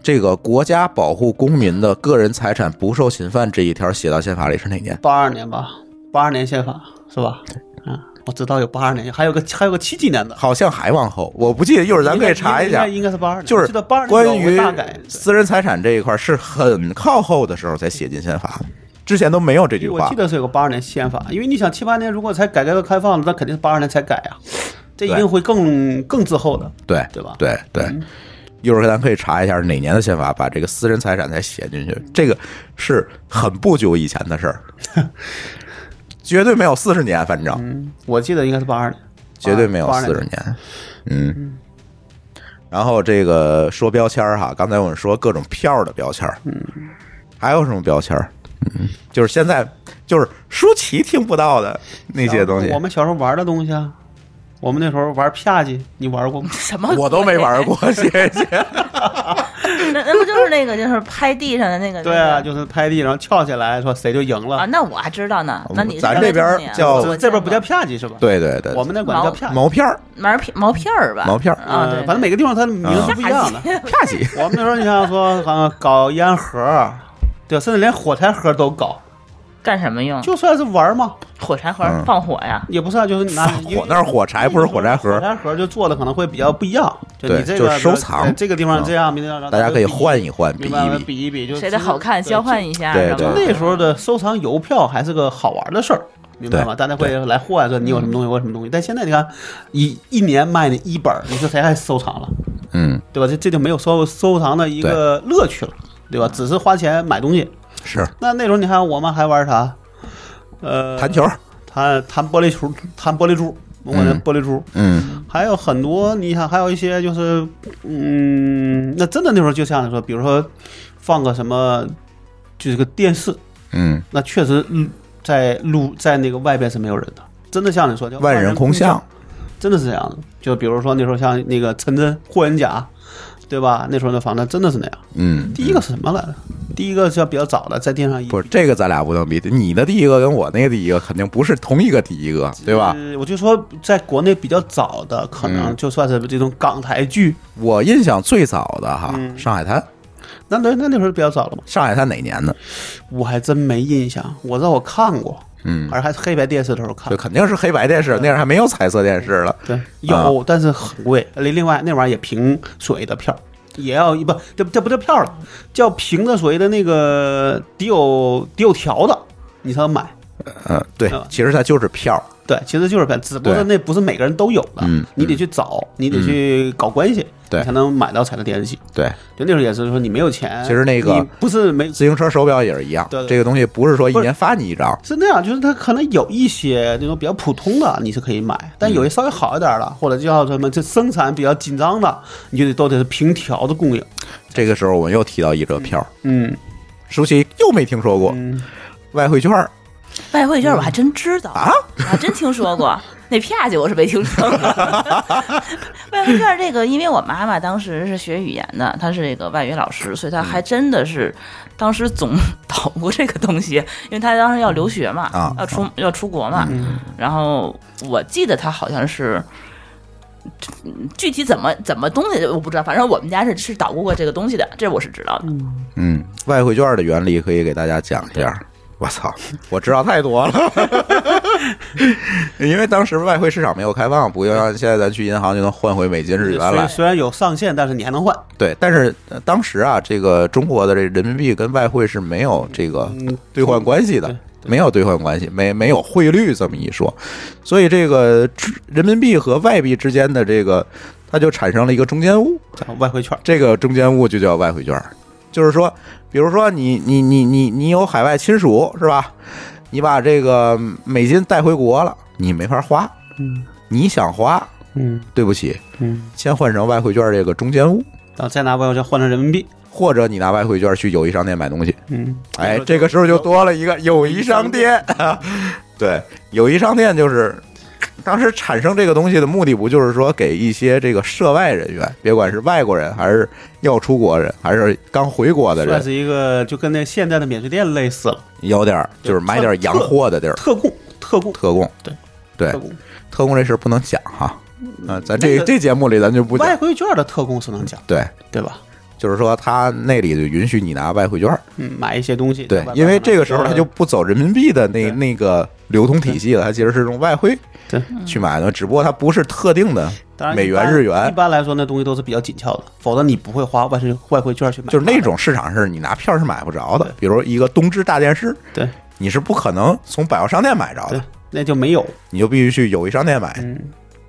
C: 这个国家保护公民的个人财产不受侵犯这一条写到宪法里是哪年？
E: 八二年吧，八二年宪法是吧？嗯，我知道有八二年，还有个还有个七几年的，
C: 好像还往后，我不记得，一会儿咱可以查一
E: 应该
C: 下
E: 应该。应该是八二年，
C: 就
E: 我
C: 是
E: 记得八二年
C: 关于
E: 有大改。
C: 私人财产这一块是很靠后的时候才写进宪法的，之前都没有这句
E: 我
C: 话
E: 记。得是有个八二年宪法，因为你想七八年如果才改革开放了，那肯定是八二年才改啊，这一定会更更滞后的。
C: 对
E: 对吧嗯
C: 对对，一会儿咱可以查一下哪年的宪法把这个私人财产才写进去，这个是很不久以前的事儿，绝对没有四十年，反正。
E: 嗯我记得应该是八二年，
C: 绝对没有
E: 82
C: 四十
E: 年。
C: 年。嗯，然后这个说标签儿哈，刚才我们说各种票的标签儿，嗯，还有什么标签儿？嗯，就是现在就是舒淇听不到的那些东西
E: 我，们小时候玩的东西啊，我们那时候玩啪叽，你玩过吗？
D: 什么？
C: 我都没玩。过，谢谢。
D: 那那不就是那个，就是拍地上的那个？
E: 对
D: 那
E: 啊，
D: 个
E: 就是拍地，然后翘起来说谁就赢
D: 啊，
E: 了。
D: 那我还知道呢。那你
C: 咱这边儿
D: 啊
C: 叫
E: 这这边不叫啪叽是吧？，
C: 对对对，
E: 我们那管叫
D: 毛
E: 啪叽。
C: 毛片儿，
D: 毛片毛片儿吧？
C: 毛片儿
D: 啊，
E: 呃
D: 对，
E: 反正每个地方它的名字
C: 啊
E: 不一 样的。
C: 啪 叽，
E: 我们那时候你想想说，好像搞烟盒儿，对，甚至连火柴盒都搞，
D: 干什么用？
E: 就算是玩儿嘛，
D: 火柴盒
C: 嗯
D: 放火呀？
E: 也不算就是你拿
C: 火那是火柴，不是火柴
E: 火
C: 盒，
E: 柴盒就做的可能会比较不一样，就
C: 对
E: 你这
C: 就
E: 个
C: 是收藏嗯
E: 对这个地方这样，别的地 方
C: 大家可以换一换，比
E: 明白了
C: 一比。
E: 比一比，就
D: 谁的好看
E: 对
D: 交换一下？
C: 对
D: 是吧
C: 对
E: 那时候的收藏邮票还是个好玩的事儿，明白吗？
C: 对
E: 大家会来换，说你有什么东西，我有什么东西。但现在你看，一一年卖你一本儿，你说谁还收藏了，
C: 嗯，
E: 对吧？这这就没有收收藏的一个乐趣了，对吧？只是花钱买东西。
C: 是
E: 那那时候你看我们还玩啥？呃，
C: 弹球儿，
E: 弹弹玻璃球，弹玻璃珠，我管
C: 嗯
E: 人玻璃珠。
C: 嗯
E: 还有很多，你想还有一些就是，嗯，那真的那时候就像你说，比如说放个什么，就是个电视，
C: 嗯，
E: 那确实，嗯，在路在那个外边是没有人的，真的像你说叫
C: 万人空巷，，
E: 真的是这样的。就比如说那时候像那个陈真霍元甲，对吧？那时候的房子真的是那样。
C: 嗯，
E: 第一个是什么来着？第一个是要比较早的，在电上一
C: 不是这个咱俩不能比，你的第一个跟我那个第一个肯定不是同一个第一个，对吧？
E: 呃我就说，在国内比较早的，可能
C: 嗯
E: 就算是这种港台剧，
C: 我印象最早的哈，
E: 嗯
C: 上海滩》，
E: 那那那那时候比较早了嘛。
C: 上海滩》哪年的？
E: 我还真没印象，我知道我看过，
C: 嗯
E: 而，还是黑白电视的时候看
C: 就。肯定是黑白电
E: 嗯
C: 视，那时候还没有彩色电视了。
E: 对，有，但是很贵。另另外那玩意儿也凭所谓的票，也要一不，这这不叫票了，叫凭着所谓的那个得有得有条子，你才能买。
C: 嗯，对
E: 啊，
C: 其实它就是票。
E: 对，其实就是票，只不过
C: 对
E: 那不是每个人都有的，
C: 嗯
E: 你得去找，你得去搞关系，
C: 对
E: 你才能买到彩色电视机。
C: 对，
E: 就那时候也是说你没有钱，
C: 其实那个
E: 你不是没
C: 自行车手表也是一样
E: 对，对
C: 这个东西不是说一
E: 不是
C: 年发你一张，
E: 是那样，就是它可能有一些那种比较普通的你是可以买，但
C: 嗯
E: 有些稍微好一点的，或者就像什么这生产比较紧张的，你就得都得是凭条的供应。
C: 这个时候我们又提到一折票，
E: 嗯，
C: 舒淇又没听说过
E: 嗯
C: 外汇券儿
D: 外汇券我还真知道
C: 啊，
D: 我还真听说 过。那啪叽我是没听说过。外汇券这个，因为我妈妈当时是学语言的，她是这个外语老师，所以她
C: 嗯
D: 还真的是当时总 捣鼓这个东西，因为她当时要留学嘛，
C: 啊嗯
D: 要出要出国嘛。
E: 嗯
D: 然后我记得她好像是。具体怎么怎么东西我不知道，反正我们家是是捣鼓过这个东西的，这我是知道的。
C: 嗯，外汇券的原理可以给大家讲一下。我操，我知道太多了，因为当时外汇市场没有开放，不像现在咱去银行就能换回美金、日
E: 虽
C: 元来
E: 嗯然。虽然有上限，但是你还能换。
C: 对，但是呃当时啊，这个中国的这人民币跟外汇是没有这个
E: 嗯
C: 兑换关系的，没有兑换关系，没没有汇率这么一说，所以这个之人民币和外币之间的这个，它就产生了一个中间物，
E: 叫外汇券，
C: 这个中间物就叫外汇券儿，就是说，比如说你你你你你有海外亲属是吧？你把这个美金带回国了，你没法花，
E: 嗯
C: 你想花，
E: 嗯
C: 对不起，
E: 嗯，
C: 先换成外汇券儿这个中间物，
E: 然后再拿外汇券换成人民币，
C: 或者你拿外汇券儿去友谊商店买东西。
E: 嗯，
C: 哎，这个时候就多了一个友谊商店。对，友谊商店就是当时产生这个东西的目的，不就是说给一些这个涉外人员，别管是外国人还是要出国人，还是刚回国的
E: 算
C: 人，
E: 是一个就跟那现在的免税店类似了，
C: 有点儿就是买点儿洋货的地儿，
E: 特供特供
C: 特供。
E: 对
C: 对
E: 特，供，嗯
C: 特供这事儿不能讲哈。啊，咱这
E: 那个
C: 这节目里咱就不
E: 外
C: 讲。
E: 汇券的特供是能讲，
C: 对，
E: 对吧？
C: 就是说他那里就允许你拿外汇券儿。
E: 嗯，买一些东西，
C: 对
E: 在外，边
C: 因为这个时候
E: 买
C: 他就不走人民币的那
E: 对
C: 那个流通体系了，他其实是用外汇
E: 对
C: 去买的，只不过它不是特定的
E: 当然
C: 美
E: 一般
C: 元、日
E: 一
C: 元，
E: 般来说那东西都是比较紧俏的，否则你不会花外汇外汇券去买它的，
C: 就是那种市场是你拿票是买不着的
E: 对。
C: 比如一个东芝大电视，
E: 对
C: 你是不可能从百货商店买着
E: 对
C: 的，，
E: 那就没有。
C: 你就必须去友谊商店买。
E: 嗯，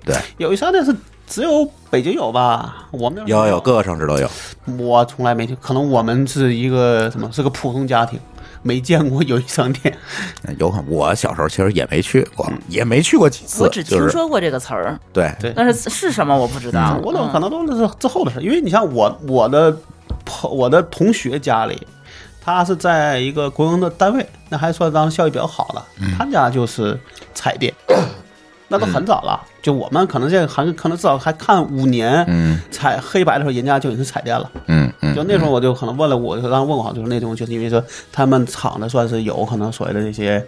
C: 对，
E: 有一商店是只有北京有吧？我们那
C: 有有，各个城市都有。
E: 我从来没去，可能我们是一个什么，是个普通家庭，没见过有一商店。
C: 有可能我小时候其实也没去过，
E: 嗯
C: 也没去过几次，
D: 我只听
C: 就是
D: 说过这个词儿，
C: 对
E: 对
D: 但是是什么我不知
C: 啊
D: 道。
E: 我懂，
D: 嗯
E: 可能都是之后的事，因为你像我我的朋我的同学家里，他是在一个国营的单位，那还算当时效益比较好的，
C: 嗯
E: 他们家就是彩 电。那都很早了，就我们可能这个还可能至少还看五年，
C: 嗯
E: 彩黑白的时候，人家就已经是彩电了。
C: 嗯嗯，
E: 就那时候我就可能问了我，就当时问过好，就是那种就是因为说他们厂子算是有可能所谓的这些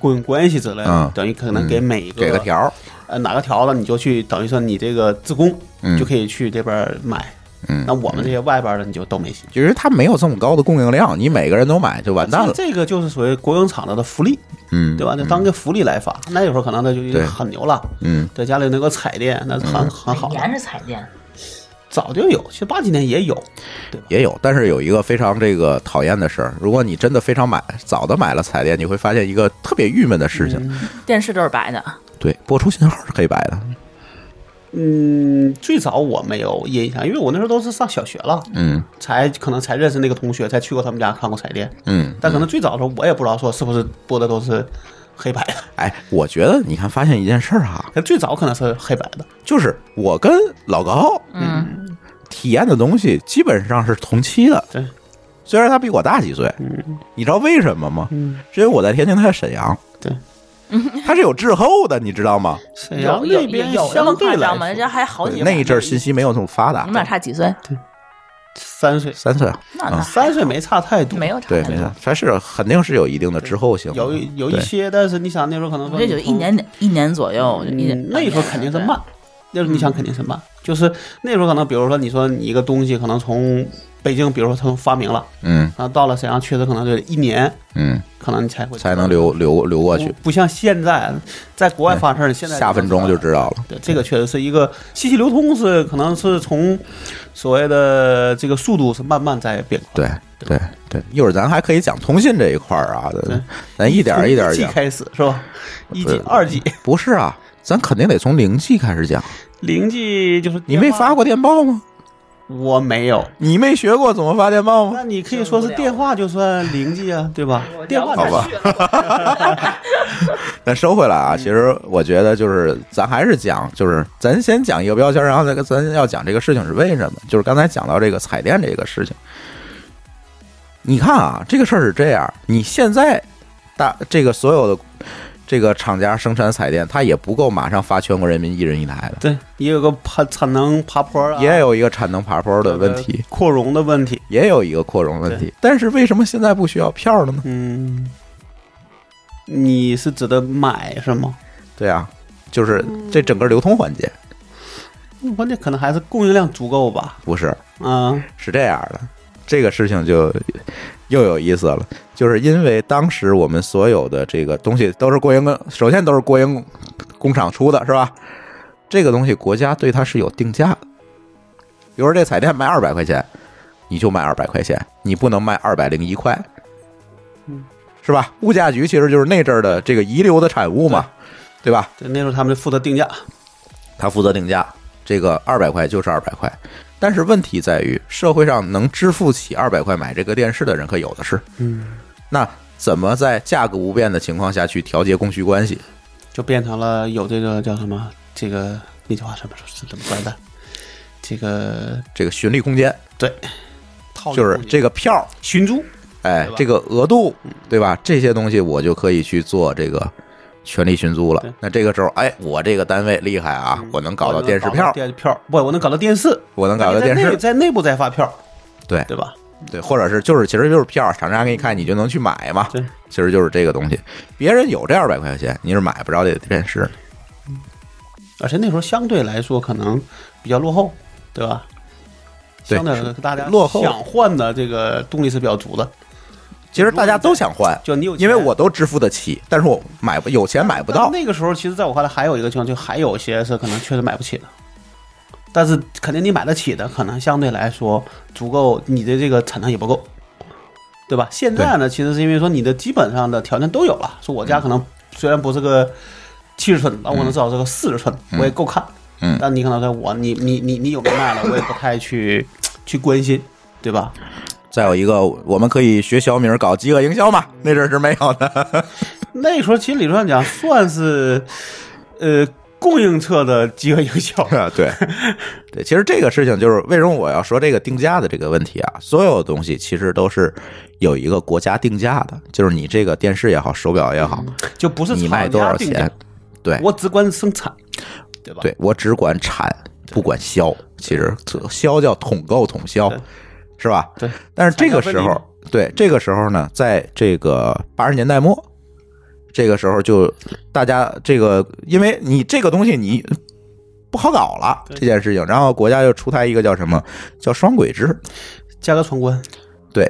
E: 雇佣关系之类的，
C: 嗯
E: 等于可能给每一个
C: 给个条儿，
E: 呃哪个条了，你就去等于说你这个自工、
C: 嗯
E: 就可以去这边儿买。
C: 嗯
E: 那我们这些外边儿的你就都没戏。
C: 其实它没有这么高的供应量，你每个人都买就完蛋了。
E: 这个就是属于国营厂子的福利，
C: 嗯，
E: 对吧？就当个福利来发。那有时候可能他就已经
C: 对
E: 很牛了，
C: 嗯，
E: 在家里能个彩电，那很、很好
D: 每。年是彩电，
E: 早就有，其实八几年也有，
C: 也有，但是有一个非常这个讨厌的事儿，如果你真的非常买早的买了彩电，你会发现一个特别郁闷的事情，
D: 嗯电视都是白的，
C: 对，播出信号是黑白的，
E: 嗯，最早我没有印象，因为我那时候都是上小学了，
C: 嗯
E: 才可能才认识那个同学，才去过他们家看过彩电。
C: 嗯，
E: 但可能最早的时候，我也不知道说是不是播的都是黑白的，
C: 哎，我觉得你看发现一件事儿、哈，
E: 可能最早可能是黑白的。
C: 就是我跟老高
D: 嗯，
C: 体验的东西基本上是同期的，
E: 对，
C: 虽然他比我大几岁，
E: 嗯
C: 你知道为什么吗？是因为我在天津，他在沈阳，
E: 对，
C: 他是有滞后的，你知道吗？
E: 沈阳
D: 有有
E: 那
D: 有
E: 边
D: 有那么
E: 相
D: 夸
E: 对来
D: 张吗？人
E: 说
D: 家还好几
C: 那
D: 百
C: 一阵儿信息没有这么发达
D: 你，们俩差几岁？
E: 三岁，
C: 三岁啊，
D: 那那
E: 三岁没差太多，
D: 没有差
C: 对，
D: 太
C: 没
D: 多
C: 错，，它是肯定是有一定的滞后性的，
E: 有有一
C: 对
E: 些，但是你想那时候可能
D: 我这就一年一年左右，就一
E: 嗯
D: 年，嗯
E: 那时候肯定是慢，，那时候你想肯定是慢，就是那时候可能比如说你说你一个东西可能从北京，比如说它从发明了，
C: 嗯
E: 然后到了沈阳，确实可能就得一年，
C: 嗯，
E: 可能你才会
C: 才能流流流过去，
E: 不不像现在，在国外发生，你现在
C: 下分钟就知道了。
E: 对，这个确实是一个信息流通是可能是从所谓的这个速度是慢慢在变化，
C: 对对对，一会儿咱还可以讲通信这一块儿啊，对
E: 对
C: 咱 一点儿一点儿
E: 从 G
C: 讲，
E: 开始是吧？一 G
C: 对、
E: 二 G、
C: 不是啊，咱肯定得从零 G 开始讲。
E: 零 G 就是
C: 你没发
E: 过，
C: 过电报吗？
E: 我没有。
C: 你没学过怎么发电报吗？
E: 那你可以说是电话就算零 G 啊，对吧？电话
C: 好吧， 咱收回来啊，其实我觉得就是咱还是讲，就是咱先讲一个标签，然后再跟咱要讲这个事情是为什么。就是刚才讲到这个彩电这个事情，你看啊，这个事儿是这样，你现在大这个所有的这个厂家生产彩电，它也不够马上发全国人民一人一台的，
E: 对，也有个爬产能爬坡啊，
C: 也有一个产能爬坡的
E: 这个
C: 问题，
E: 扩容的问题。
C: 也有一个扩容问题。但是为什么现在不需要票了呢？
E: 嗯，你是指的买是吗？
C: 对啊，就是这整个流通环节
E: 关键可能还是供应量足够吧。
C: 不是。
E: 嗯，
C: 是这样的，这个事情就又有意思了，就是因为当时我们所有的这个东西都是国营工，首先都是国营工厂出的，是吧？这个东西国家对它是有定价的，比如说这彩电卖二百块钱，你就卖二百块钱，你不能卖二百零一块，是吧？物价局其实就是那阵儿的这个遗留的产物嘛，对吧？
E: 对，那时候他们就负责定价，
C: 他负责定价，这个二百块就是二百块。但是问题在于，社会上能支付起二百块买这个电视的人可有的是。嗯，那怎么在价格不变的情况下去调节供需关系？
E: 就变成了有这个叫什么这个那句话什么是怎么说来着？这个
C: 这个循利空间
E: 对，套
C: 就是这
E: 个
C: 个票，
E: 寻租，
C: 哎
E: 对，吧
C: 这个额度，对吧？这些东西我就可以去做这个权利寻租了
E: 对。
C: 那这个时候，哎，我这个单位厉害啊，我能搞到
E: 嗯我
C: 电视票，
E: 电视票不，我能搞到电视，
C: 我能搞到
E: 在
C: 电
E: 内
C: 视，
E: 在内部再发票，
C: 对
E: 对吧？
C: 对，或者是就是其实就是票，厂家给你看，你就能去买嘛。
E: 对，
C: 其实就是这个东西。别人有这二百块钱，你是买不着这电视。
E: 而且那时候相对来说可能比较落后，对吧？
C: 对
E: 相对来说，大家
C: 落后
E: 想换的这个动力是比较足的。
C: 其实大家都想换，
E: 就你有钱，
C: 因为我都支付得起，但是我买不有钱买不到。
E: 那个时候，其实在我看来还有一个情况，就还有些是可能确实买不起的，但是肯定你买得起的，可能相对来说足够，你的这个产能也不够，对吧？现在呢，其实是因为说你的基本上的条件都有了，说我家可能虽然不是个七十寸，但我可能至少是个四十寸，我也够看。
C: 嗯
E: 但你可能说我你你你你有没有卖了，我也不太去去关心，对吧？
C: 再有一个，我们可以学小米儿搞饥饿营销嘛，那阵儿是没有 的。
E: 那时候其实理论上讲算是，呃，供应侧的饥饿营销。
C: 啊， 对，对，其实这个事情就是为什么我要说这个定价的这个问题啊？所有东西其实都是有一个国家定价的，就是你这个电视也好，手表也好，
E: 就不嗯是
C: 你
E: 厂
C: 卖多
E: 家
C: 少
E: 定价
C: 钱，对
E: 我只管生产，对吧？
C: 对我只管产不管销，其实销叫统购统销
E: 对，
C: 是吧？
E: 对，
C: 但是这个时
E: 产
C: 候
E: 销，
C: 对这个时候呢，在这个八十年代末，这个时候就大家这个，因为你这个东西你不好搞了
E: 对
C: 这件事情，然后国家又出台一个叫什么叫双轨制，
E: 价格闯关，
C: 对，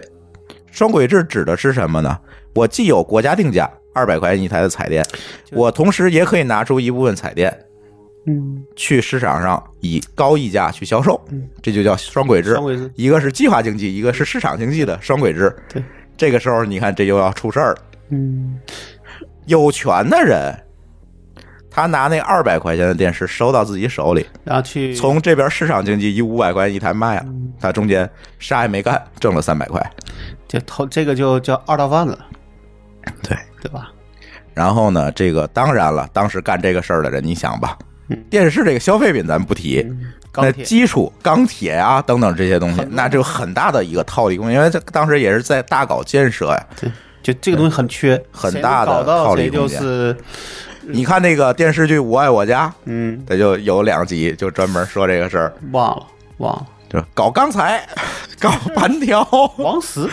C: 双轨制指的是什么呢？我既有国家定价二百块钱一台的彩电，
E: 就
C: 我同时也可以拿出一部分彩电
E: 嗯，
C: 去市场上以高溢价去销售
E: 嗯，
C: 这就叫双轨制
E: 双。轨制，
C: 一个是计划经济，一个是市场经济的双轨制。
E: 对，
C: 这个时候你看这又要出事儿了。
E: 嗯，
C: 有权的人，他拿那二百块钱的电视收到自己手里，
E: 然后去
C: 从这边市场经济以五百块钱一台卖了，
E: 嗯
C: 他中间啥也没干，挣了三百块。
E: 这头这个就叫二道贩子，
C: 对，
E: 对吧？
C: 然后呢，这个当然了，当时干这个事儿的人，你想吧
E: 嗯，
C: 电视这个消费品咱不提，
E: 钢
C: 嗯那
E: 铁
C: 基础钢铁啊等等这些东西，那就很大的一个套利工业，因为这当时也是在大搞建设呀。
E: 就这个东西很缺，
C: 很
E: 谁
C: 大的
E: 搞到
C: 套利
E: 谁就
C: 空间
E: 是
C: 你看那个电视剧《我爱我家》，
E: 嗯，
C: 他就有两集就专门说这个事儿，
E: 忘了忘了，
C: 就搞钢 材，搞盘条，
E: 王石，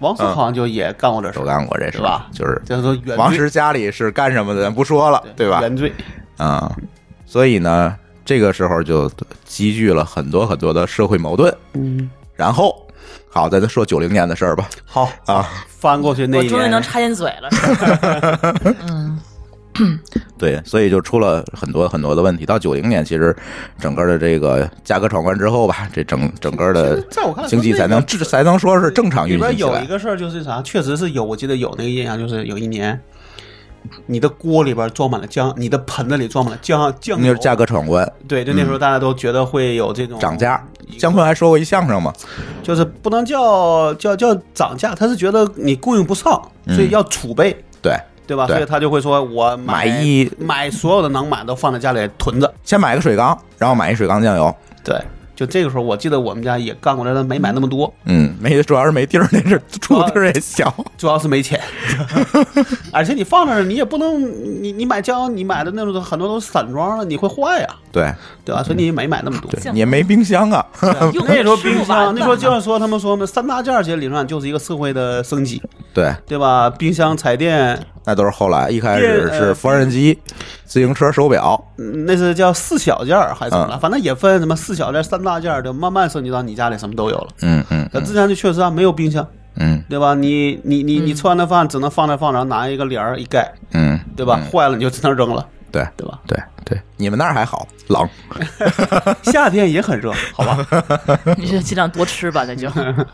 E: 王石
C: 嗯
E: 好像就也干过这事
C: 都
E: 儿，
C: 干过这事
E: 对吧
C: 儿，就是
E: 叫做原
C: 王
E: 罪
C: 石家里是干什么的，咱不说了，对吧？
E: 原罪，
C: 啊、所以呢，这个时候就积聚了很多很多的社会矛盾。
E: 嗯，
C: 然后，好，咱就说九零年的事儿吧。
E: 好
C: 啊，
E: 翻过去那
D: 我
E: 一
D: 终于
E: 年
D: 能插进嘴了。 是吧嗯，
C: 对，所以就出了很多很多的问题。到九零年，其实整个的这个价格闯关之后吧，这整整个的
E: 在我看来
C: 呃经济才
E: 那
C: 能
E: 个
C: 至才能说是正常
E: 里
C: 运
E: 边
C: 行起
E: 有一
C: 来。
E: 个事儿就是啥，确实是有，我记得有那个印象，就是有一年，你的锅里边装满了酱，你的盆子里装满了酱酱
C: 那
E: 油，
C: 就是价格闯关，
E: 对，就那时候大家都觉得会有这种
C: 涨价。姜昆还说过一相声嘛，
E: 就是不能叫叫叫涨价，他是觉得你供应不上，
C: 嗯
E: 所以要储备，
C: 对，
E: 对吧？
C: 对
E: 所以他就会说我
C: 买
E: 买
C: 一
E: 买所有的能买都放在家里囤着，
C: 先买个水缸，然后买一水缸酱油。
E: 对。就这个时候，我记得我们家也干过来了，没买那么多，
C: 嗯，没，主要是没地儿，那是
E: 哦
C: 住地儿也小。
E: 主要是没钱， 而且你放那儿，你也不能，你你买酱，你买的那种很多都是散装的，你会坏呀、
C: 对，
E: 对吧？所以你也没买那么多。
C: 对，也没冰箱啊。
D: 用
E: 嗯那时候冰
D: 吃不完
E: 箱，
D: 的
E: 那时候就是说他们说嘛，三大件儿其实理论上就是一个社会的升级，
C: 对，
E: 对吧？冰箱、彩电，
C: 那都是后来，一开始
E: 呃
C: 是缝纫机、自行车、手表。
E: 嗯那是叫四小件儿还是怎么了？反正也分什么四小件儿、三大件儿，就慢慢升级到你家里什么都有了。
C: 嗯嗯
E: 那之前就确实啊，没有冰箱，
C: 嗯
E: 对吧？你你你你吃完了饭只能放那放着，然后拿一个帘儿一盖，
C: 嗯，
E: 对吧？坏了你就只能扔了，
C: 对
E: 对吧？
C: 对对，你们那儿还好，冷。
E: 夏天也很热，好吧？
D: 你就尽量多吃吧，那 就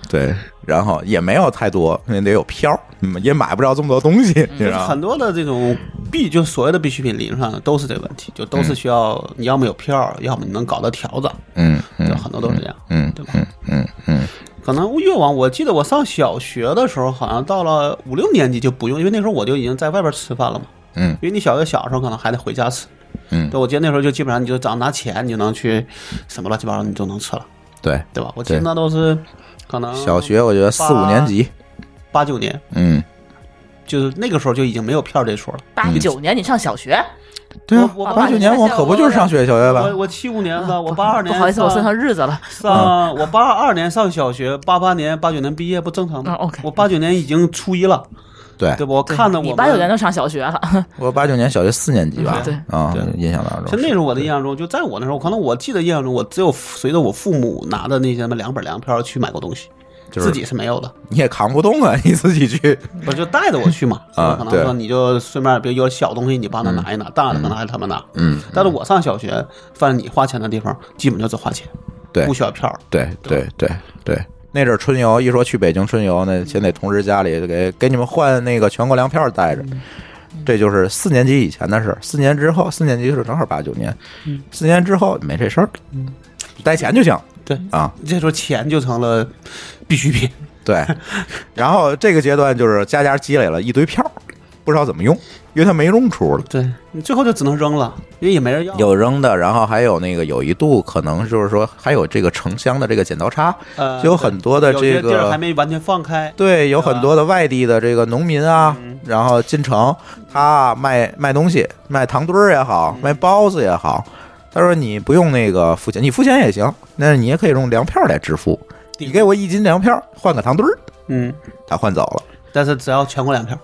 C: 对，然后也没有太多，那得有票儿，嗯也买不着这么多东西，你知
E: 就是
C: 道
E: 嗯很
C: 吗？
E: 多的这种必，就是所谓的必需品，理论上都是这个问题，就都是需要你要么有票儿，要么你能搞到条子，
C: 嗯
E: 就
C: 嗯
E: 很多都是这样。
C: 嗯
E: 对吧
C: 嗯嗯嗯，
E: 可能越往我记得我上小学的时候，好像到了五六年级就不用，因为那时候我就已经在外边吃饭了嘛。
C: 嗯
E: 因为你小学小时候可能还得回家吃。
C: 嗯
E: 对，我记得那时候就基本上你就只要拿钱，你就能去什么乱七八糟你就能吃了，
C: 对，
E: 对吧？我记得
C: 对
E: 那都是可能
C: 小学我觉得四五
E: 啊八
C: 年级，
E: 八九年，
C: 嗯，
E: 就是那个时候就已经没有票这说了。
D: 八九年你上小学，
C: 对啊
E: 我，我
C: 八九年我可不就是上学小学
E: 我
C: 吧？
E: 我七五年的， 我八二年
D: 哦不好意思，我算上
E: 上
D: 日子了。
C: 啊
E: 上我八二年上小学，八八年八九年毕业不正常吗
D: 啊，OK
E: 我八九年已经初一了，
C: 对，
E: 对吧？我看到我
D: 你
E: 们
D: 八九年都上小学了，
C: 我八九年小学四年级吧
E: 嗯对，
C: 啊
E: 对，
C: 印象当中
E: 就那时候我的印象中，就在我那时候，可能我记得印象中，我只有随着我父母拿的那些什么两本粮票去买过东西，
C: 就是
E: 自己是没有的，
C: 你也扛不动啊，你自己去，
E: 不是就带着我去嘛？所以可能
C: 啊对
E: 说你就顺便，比如有小东西你帮他拿一拿，大的可能还是他们拿。
C: 嗯，
E: 但是我上小学，反正你花钱的地方，基本就只花钱，
C: 对
E: 不需要票。
C: 对对对对。那阵儿春游，一说去北京春游，那先得同事家里给给你们换那个全国粮票带着，这就是四年级以前的事儿。四年之后，四年级是正好八九年，四年之后没这事儿，带钱就行
E: 对，
C: 啊。
E: 这时候钱就成了必需品。
C: 对，然后这个阶段就是佳佳积累了一堆票，不知道怎么用，因为他没用处了。
E: 对你最后就只能扔了，因为也没人要。
C: 有扔的，然后还有那个有一度可能就是说还有这个城乡的这个剪刀差，
E: 呃，
C: 就有很多的
E: 对
C: 这
E: 有些地
C: 个
E: 儿还没完全放开。
C: 对，有很多的外地的这个农民啊，然后进城，他卖卖东西，卖糖墩儿也好，卖包子也好。他说你不用那个付钱，你付钱也行，但是你也可以用粮票来支付。你给我一斤粮票换个糖墩儿，
E: 嗯，
C: 他换走了。
E: 但是只要全国粮票，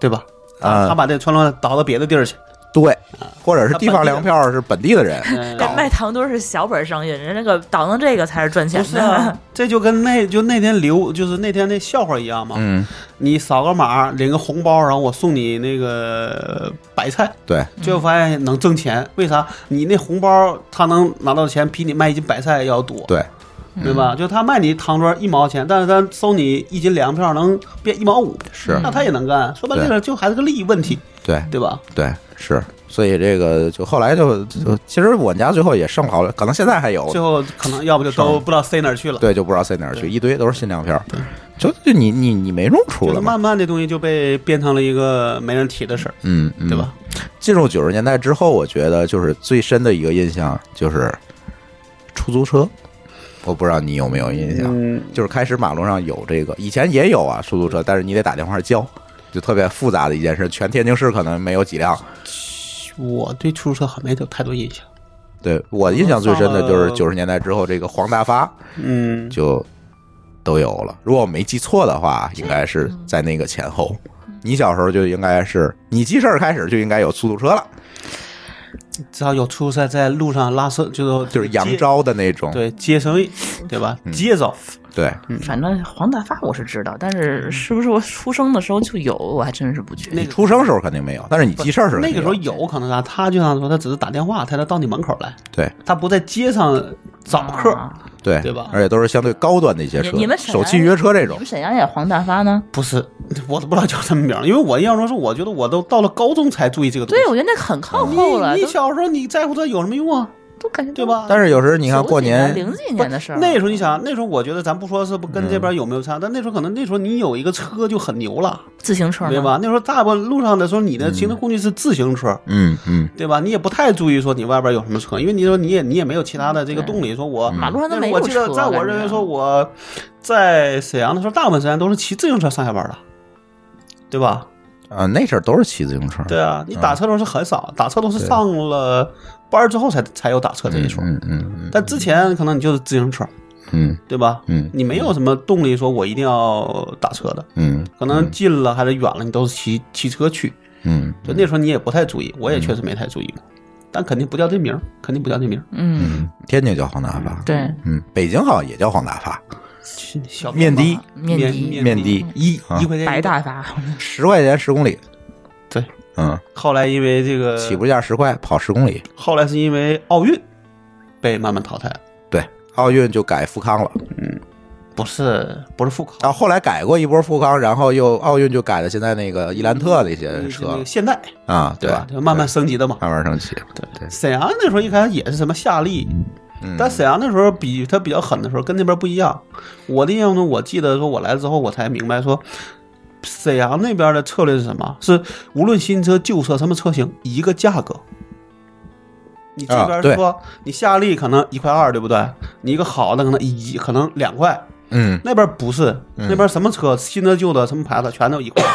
E: 对吧？
C: 啊
E: 他把这川乱倒到别的地 儿去，
C: 对，或者是地方粮票是本地的人
E: 嗯
C: 搞
D: 但 卖糖墩儿是小本生意，人家那个倒腾这个才是赚钱
E: 不是
D: 的
E: 啊。，这就跟那就那天留就是那天那笑话一样嘛。
C: 嗯，
E: 你扫个码领个红包，然后我送你那个白菜，
C: 对，
E: 最后发现能挣钱，为啥？你那红包他能拿到钱比你卖一斤白菜要多，
C: 对，
E: 对吧？就他卖你糖墩儿一毛钱，但是他收你一斤粮票能变一毛五，
C: 是
E: 那他也能干。说白了，
C: 对
E: 这个就还是个利益问题，
C: 对，
E: 对吧？
C: 对，是。所以这个就后来就就，其实我们家最后也剩好了，可能现在还有，
E: 最后可能要不就都
C: 是
E: 不知道塞哪儿去了。
C: 对，就不知道塞哪儿去，一堆都是新粮票，就就你你你没用处
E: 就是
C: 了嘛，
E: 慢慢这东西就被变成了一个没人提的事儿，
C: 嗯，嗯
E: 对吧？？
C: 进入九十年代之后，我觉得就是最深的一个印象就是出租车，我不知道你有没有印象，
E: 嗯，
C: 就是开始马路上有这个，以前也有啊出租车，但是你得打电话叫，就特别复杂的一件事，全天津市可能没有几辆。
E: 我对出租车还没有太多印象。
C: 对我印象最深的就是
E: 到
C: 九十年代之后，这个黄大发
E: 嗯，
C: 就都有了。如果我没记错的话，应该是
D: 嗯
C: 在那个前后。你小时候就应该是你记事儿开始就应该有出租车了，
E: 只要有出租车在路上拉生，就是
C: 就是扬
E: 接，
C: 招嗯的那种。
E: 对，接生意，对吧？接走，
C: 对，
D: 反正黄大发我是知道，但是
E: 嗯
D: 是不是我出生的时候就有，我还真是不觉得。
E: 那
C: 你
E: 个
C: 出生时候肯定没有，但是你记事儿时候
E: 那个时候
C: 肯定
E: 有可能啥，他就像说他只是打电话，他能到你门口来，
C: 对
E: 他不在街上找客。
C: 对
E: 对吧
C: 而且都是相对高端的一些车，
D: 你你们沈
C: 手
D: 阳
C: 气约车这
D: 你
C: 种
D: 们，沈阳也有黄大发呢？
E: 不是，我都不知道叫什么名儿，因为我印象中是，我觉得我都到了高中才注意这个东西
D: 对，。我觉得那很靠后了，
E: 你
D: 都
E: 你小时候你在乎这有什么用啊？
D: 都感觉
E: 对？吧？
C: 但是有时候你看
D: 九几
C: 过年，
D: 零几年的事儿，
E: 那时候你想，那时候我觉得咱不说是不跟这边有没有差，但那时候可能那时候你有一个车就很牛了，
D: 自行车呢
E: 对？吧？那时候大部分路上的时候，你的行车工具是自行车，
C: 嗯嗯，
E: 对吧？你也不太注意说你外边有什么车，因为你说你也你也没有其他的这个动力。说我
D: 马路上都
E: 但是
D: 没
E: 我
D: 有
E: 记得
D: 车
E: 在我
D: 感
E: 认为
D: 觉啊
E: 说我在沈阳的时候，大部分时间都是骑自行车上下班的，对吧？
C: 啊，那阵儿都是骑自行车，
E: 对啊，你打车都是很少，打车都是上了班儿之后才才有打车这一说。
C: 嗯嗯
E: 但之前可能你就是自行车，
C: 嗯
E: 对吧？
C: 嗯
E: 你没有什么动力说我一定要打车的，
C: 嗯
E: 可能近了还是远了，你都是骑骑车去。
C: 嗯
E: 就那时候你也不太注意，我也确实没太注意过，但肯定不叫这名儿，肯定不叫这名儿。
D: 嗯，
C: 嗯，天津叫黄大发，，
D: 对，
C: 嗯，北京好像也叫黄大发，
E: 小
C: 面的
D: 面
E: 面
D: 的
E: 面
C: 面的一啊
E: 一块钱
D: 白大发，
C: 十块钱十公里，
E: 对，
C: 嗯，
E: 后来因为这个
C: 起步价十块，跑十公里，
E: 后来是因为奥运被慢慢淘汰，
C: 对，奥运就改富康了，
E: 不是不是富康，
C: 然后后来改过一波富康，然后又奥运就改了现在那个伊兰特的一些
E: 是嗯那
C: 呃车
E: 个现代
C: 啊，
E: 对吧
C: 吧？？
E: 就慢慢升级的嘛。
C: 慢慢升起，对对，
E: 沈阳那时候一开始也是什么夏利，
C: 嗯
E: 但沈阳那时候比它比较狠的时候跟那边不一样。我的印象中，我记得说我来之后我才明白说，沈阳那边的策略是什么？是无论新车旧车什么车型，一个价格。你这
C: 啊
E: 边
C: 对
E: 说、你夏利可能一块二，对不对？你一个好的可能一可能两块，
C: 嗯
E: 那边不是，
C: 嗯
E: 那边什么车，新的旧的，什么牌子，全都一 块儿。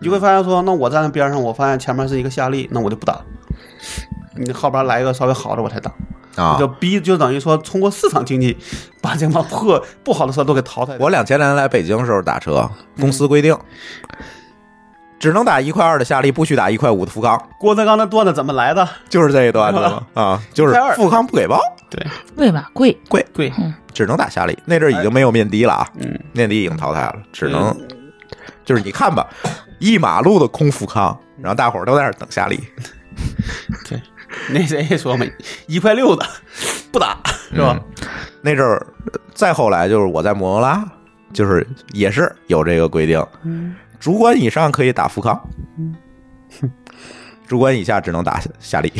E: 你就会发现说，那我站在边上，我发现前面是一个夏利，那我就不打。你后边来一个稍微好的，我才打。
C: 啊
E: 我就，逼，就等于说通过市场经济，把这帮破不好的车都给淘汰掉。
C: 我两千年来北京时候打车，公司规定只能打一块二的夏利，不许打一块五的富康，
E: 郭德纲的段子怎么来的？
C: 就是这一段子 嘛啊，就是
E: 1.2
C: 富康不给报，
E: 对，
D: 为嘛贵？
E: 贵，
D: 嗯
C: 只能打夏利。那阵儿已经没有面的了啊，
E: 嗯，
C: 面的已经淘汰了，只能就是你看吧，一马路的空富康，然后大伙儿都在那儿等夏利，
E: 对，那谁也说没一块六的不打是吧？
C: 嗯那阵儿，呃再后来就是我在摩托罗拉，就是也是有这个规定，主管以上可以打富康， 主管以下只能打夏利。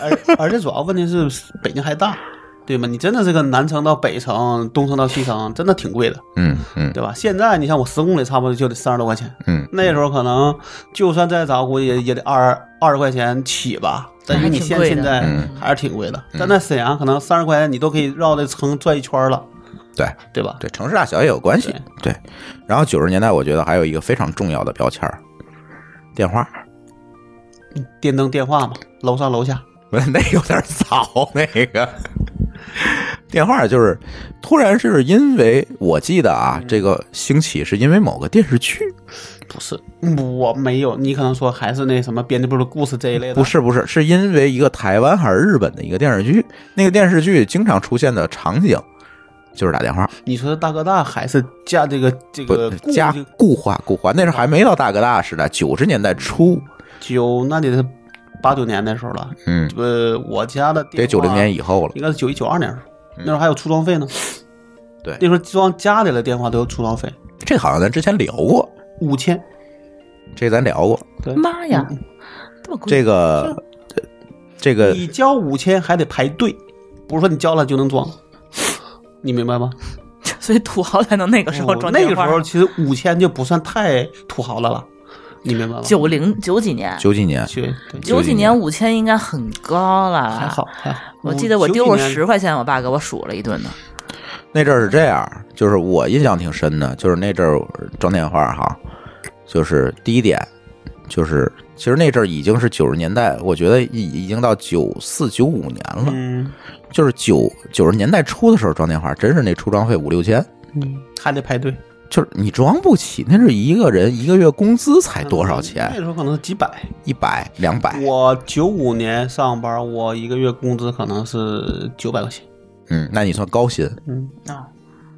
E: 而而且主要问题是北京还大，对吧？你真的这个南城到北城，东城到西城，真的挺贵的，
C: 嗯嗯
E: 对吧？现在你像我十公里差不多就得三十多块钱，
C: 嗯，
E: 那时候可能就算再早，估计也也得二二十块钱起吧。但是你现
D: 还挺贵的
E: 现在
C: 嗯
E: 还是挺贵的，但在沈阳可能三十块钱你都可以绕这城转一圈了，
C: 对
E: 对吧？
C: 对，城市大小也有关系。对，然后九十年代我觉得还有一个非常重要的标签儿，电话。
E: 电灯电话嘛，楼上楼下，
C: 不 是，那有点早，那个电话就是突然是因为我记得啊，这个兴起是因为某个电视剧，
E: 不是，我没有，你可能说还是那什么编辑部的故事这一类的，
C: 不是不是，是因为一个台湾还是日本的一个电视剧，那个电视剧经常出现的场景就是打电话，
E: 你说的大哥大还是加这个这
C: 不
E: 个顾
C: 加固话固话，那时候还没到大哥大时代，九十年代初，
E: 九，那得是八九年那时候了。
C: 嗯，
E: 呃，我家的
C: 得
E: 电
C: 九零
E: 话
C: 年以后了，
E: 应该是九一九二年时候，那时候还有出装费呢。
C: 对
E: 那时候装家里的电话都有出装费，
C: 这好像咱之前聊过，
E: 五千。
C: 这咱聊过，
E: 对，嗯
D: 妈呀，这么贵！
C: 这个这个
E: 你交五千还得排队，不是说你交了就能装，你明白吗？
D: 所以土豪才能那个时候装
E: 哦那
D: 电
E: 个时
D: 话。
E: 候其实五千就不算太土豪的了，你明白吗？
D: 九零九几年，
C: 九几年，
E: 九对
D: 九
C: 九几
D: 几
C: 年
D: 年五千应该很高了，
E: 还好。还好。
D: 我记得我
E: 五
D: 丢过。
E: 九几
D: 十
E: 年
D: 块钱，我爸给我数了一顿呢。
C: 那阵儿是这样，就是我印象挺深的，就是那阵儿装电话哈，就是第一点，就是其实那阵儿已经是九十年代，我觉得已已经到九四九五年了，
E: 嗯，
C: 就是九九十年代初的时候装电话，真是那出装费五六千，
E: 还得排队，
C: 就是你装不起，那是一个人一个月工资才多少
E: 那
C: 钱？
E: 时候可能是几百。
C: 一百两百，
E: 嗯我九五年上班，我一个月工资可能是九百块钱。
C: 嗯，那你算高薪。
E: 嗯，
D: 啊，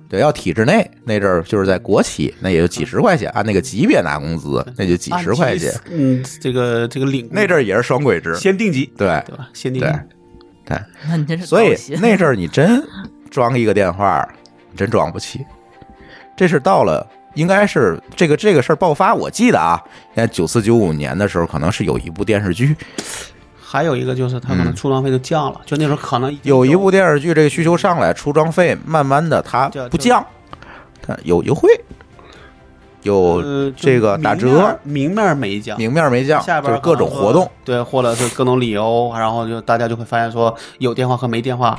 C: 对，要体制内那阵儿就是在国企，那也就
E: 嗯
C: 几十块钱，按那个级别拿工资，那就几十块钱。。
E: 嗯，这个这个领
C: 那阵儿也是双轨制，
E: 先定级，
C: 对
E: 对吧？先定级
C: 对。对，
D: 那你真是
C: 所以
D: 高兴
C: 那阵儿你真装一个电话，你真装不起。这是到了，应该是这个这个事儿爆发，我记得啊，应该九四九五年的时候，可能是有一部电视剧，
E: 还有一个就是他可能出装费就降了，就那时候可能已经
C: 嗯有一部电视剧，这个需求上来，出装费慢慢的它
E: 对
C: 不
E: 对
C: 降，它有优惠，有
E: 呃
C: 这个
E: 就
C: 打
E: 明面
C: 折，
E: 明面没降，
C: 明面没降，
E: 下
C: 就
E: 边
C: 是
E: 可能
C: 各种活动
E: 说，对，或者是各种理由，然后就大家就会发现说有电话和没电话。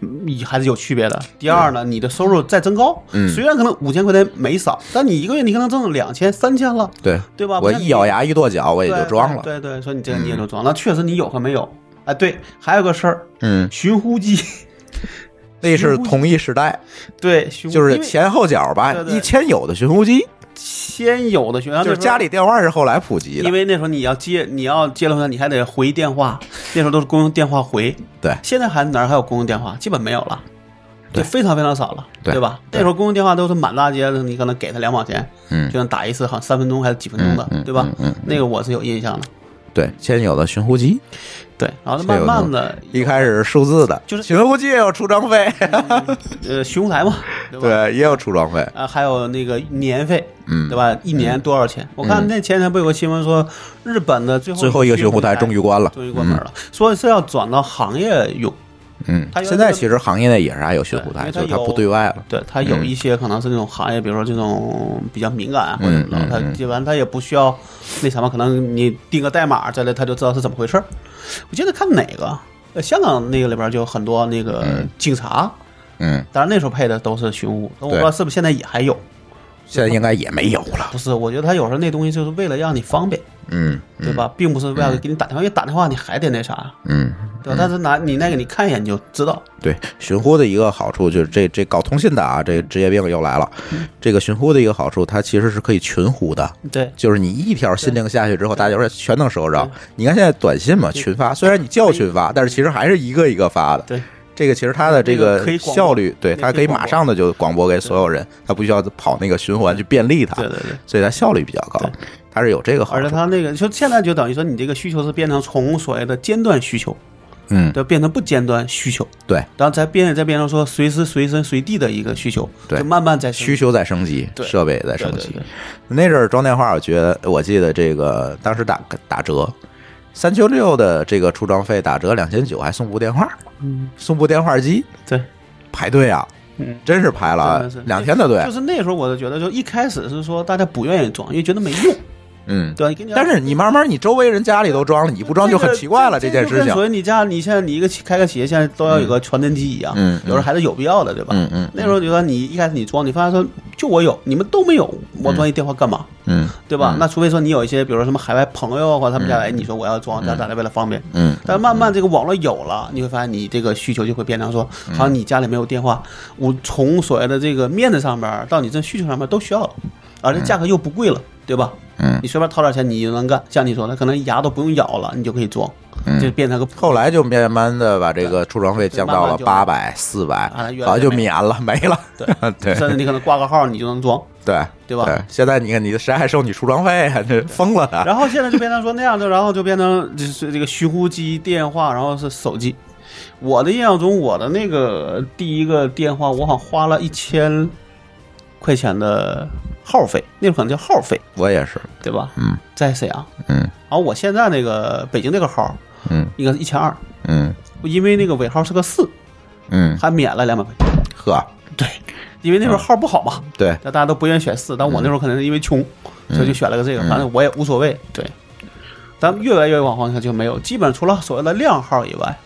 E: 嗯还是有区别的。第二呢，你的收入再增高，
C: 嗯
E: 虽然可能五千块钱没少，但你一个月你可能挣两千、三千了，
C: 对
E: 对吧？
C: 我
E: 不像
C: 一咬牙一跺脚，我也
E: 对
C: 就装了，嗯
E: 对对对，说你这个你也就装，那确实你有和没有。哎，对，还有个事儿，
C: 嗯，
E: 寻呼机，
C: 那是
E: 寻呼机
C: 同一时代，
E: 对，寻呼
C: 就是
E: 因为
C: 前后脚吧，
E: 对对
C: 一千有的寻呼机，
E: 先有的学校
C: 就是家里。电话是后来普及
E: 因
C: 的，
E: 为那时候你要接，你要接了话，你还得回 电话。那时候都是公用电话回，
C: 对
E: 现在还哪儿还有公用电话？基本没有了，
C: 对
E: 就非常非常少了，
C: 对
E: 吧？
C: 对
E: 那时候公用电话都是满大街的，你可能给他两毛钱，
C: 嗯
E: 就能打一次，好像三分钟还是几分钟的，
C: 嗯嗯
E: 对吧？
C: 嗯嗯
E: 那个我是有印象的，
C: 对，先有的寻呼机，
E: 对。然后
C: 这有
E: 慢慢的，
C: 一开始是数字的，
E: 就是
C: 寻呼机也有出装费，
E: 呃，巡台嘛，对吧？
C: 对，也有出装费，
E: 啊，还有那个年费，
C: 嗯
E: 对吧？一年多少钱？我看那前天不有个新闻说，日本的最后
C: 最后一个巡
E: 巡
C: 湖台终于关了，
E: 终于关门了，说是要转到行业用。
C: 嗯，
E: 它
C: 嗯，
E: 有
C: 现在其实行业内也是还有巡湖台，
E: 对因为它
C: 就是它
E: 有
C: 不对外了，
E: 对，它有一些可能是那种行业，比如说这种比较敏感啊，或者什么的，
C: 嗯嗯嗯
E: 它基本上它也不需要那什么，可能你定个代码之类，它就知道是怎么回事儿。我记得看哪个，呃，香港那个里边就有很多那个警察，
C: 嗯，
E: 当然那时候配的都是寻呼，我不
C: 对
E: 知道是不是现在也还有。
C: 现在应该也没有了，
E: 不是，我觉得他有时候那东西就是为了让你方便，
C: 嗯，嗯
E: 对？吧？并不是为了给你打电话，因为打电话你还得那啥，
C: 嗯，
E: 对吧？但是拿你那个你看一眼你就知道，
C: 对，寻呼的一个好处就是这这搞通信的啊，这职业病又来了，
E: 嗯
C: 这个寻呼的一个好处，它其实是可以群呼的，
E: 对
C: 就是你一条新令下去之后，大家说全能收着。你看现在短信嘛，群发，虽然你叫群发，但是其实还是一个一个发的。
E: 对，
C: 这个其实它的这
E: 那个可
C: 个
E: 以广播
C: 效率，对，
E: 那个
C: 它可以马上的就广播给所有人，它不需要跑那个循环去便利它，
E: 对对对。
C: 所以它效率比较高，它是有这个好
E: 而且
C: 处。
E: 他那个，就现在就等于说，你这个需求是变成从所谓的间断需求，
C: 嗯，
E: 对，变成不间断需求，
C: 对，
E: 然后再变再变成说随时随身随地的一个需求，
C: 对
E: 就慢慢在
C: 需求在升级，
E: 对
C: 设备也在
E: 对
C: 升
E: 对
C: 级
E: 对。
C: 那阵儿装电话，我觉得我记得这个当时打打折，三九六的这个出装费打折两千九，还送部电话，
E: 嗯，
C: 送部电话机，
E: 对，
C: 排队啊，
E: 嗯。
C: 真是排了
E: 真的是
C: 两天的队
E: 就，是那时候，我就觉得，就一开始是说大家不愿意装，因为觉得没用，
C: 嗯。
E: 对吧？跟你
C: 但是你慢慢，你周围人家里都装了，你不装就很奇怪了。
E: 这
C: 件事情，
E: 所以你家你现在你一个企开个企业，现在都要有个传真机一样，
C: 嗯嗯
E: 有时候还是有必要的，对吧？
C: 嗯嗯，
E: 那时候觉得你一开始你装，你发现说就我有，你们都没有，我装一电话干嘛？
C: 嗯，
E: 对吧？
C: 嗯
E: 那除非说你有一些，比如说什么海外朋友啊或者他们家哎来，你说我要装，咱咱来为了方便。
C: 嗯，
E: 但慢慢这个网络有了，你会发现你这个需求就会变成说，
C: 嗯
E: 好像你家里没有电话，我从所谓的这个面子上边儿到你这需求上面都需要了，而且价格又不贵了，对吧？
C: 嗯
E: 你随便掏点钱你就能干，像你说的，可能牙都不用咬了，你就可以装，
C: 嗯
E: 就变成个
C: 后来就慢慢的把这个出装费降到了
E: 对
C: 八
E: 慢
C: 百、四百
E: 啊越，来
C: 好像
E: 越
C: 就
E: 没
C: 免了，没了。
E: 对
C: 对
E: 甚至你可能挂个号你就能装。
C: 对
E: 对吧
C: 现在你看，你谁还收你出装费啊？这疯了 的。
E: 然后现在就变成说那样的，然后就变成就是这个寻呼机、电话，然后是手机。我的印象中，我的那个第一个电话，我好像花了一千块钱的号费，那会儿可能叫号费，
C: 我也是，
E: 对吧？
C: 嗯，
E: 在沈阳。
C: 嗯
E: 然后我现在那个北京那个号
C: 嗯
E: 应该是一千二，
C: 嗯
E: 因为那个尾号是个四，
C: 嗯，
E: 还免了两百块钱。
C: 呵，
E: 对，因为那时候号不好嘛，
C: 对，
E: 那大家都不愿意选四，但我那时候可能是因为穷，所以
C: 嗯
E: 就选了个这个，反正我也无所谓。对，咱们越来越往后看就没有，基本上除了所谓的靓号以外，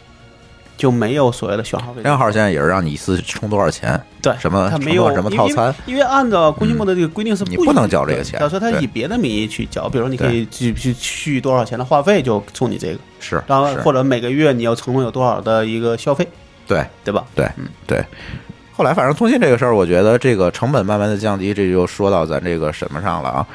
E: 就没有所谓的选号费。
C: 靓号现在也是让你一次充多少钱，
E: 对，
C: 什么
E: 它没有
C: 什么套餐嗯
E: 因为因为按照工信部的这个规定是
C: 你
E: 不
C: 不能
E: 允许
C: 交这
E: 的
C: 个钱
E: 假设他
C: 对
E: 以别的名义去交，比如说你可以去去去多少钱的话费就送你这个，
C: 是，
E: 然后
C: 是
E: 或者每个月你要承诺有多少的一个消费，
C: 对
E: 对吧？
C: 对对。后来，反正通信这个事儿，我觉得这个成本慢慢的降低，这就说到咱这个什么上了啊。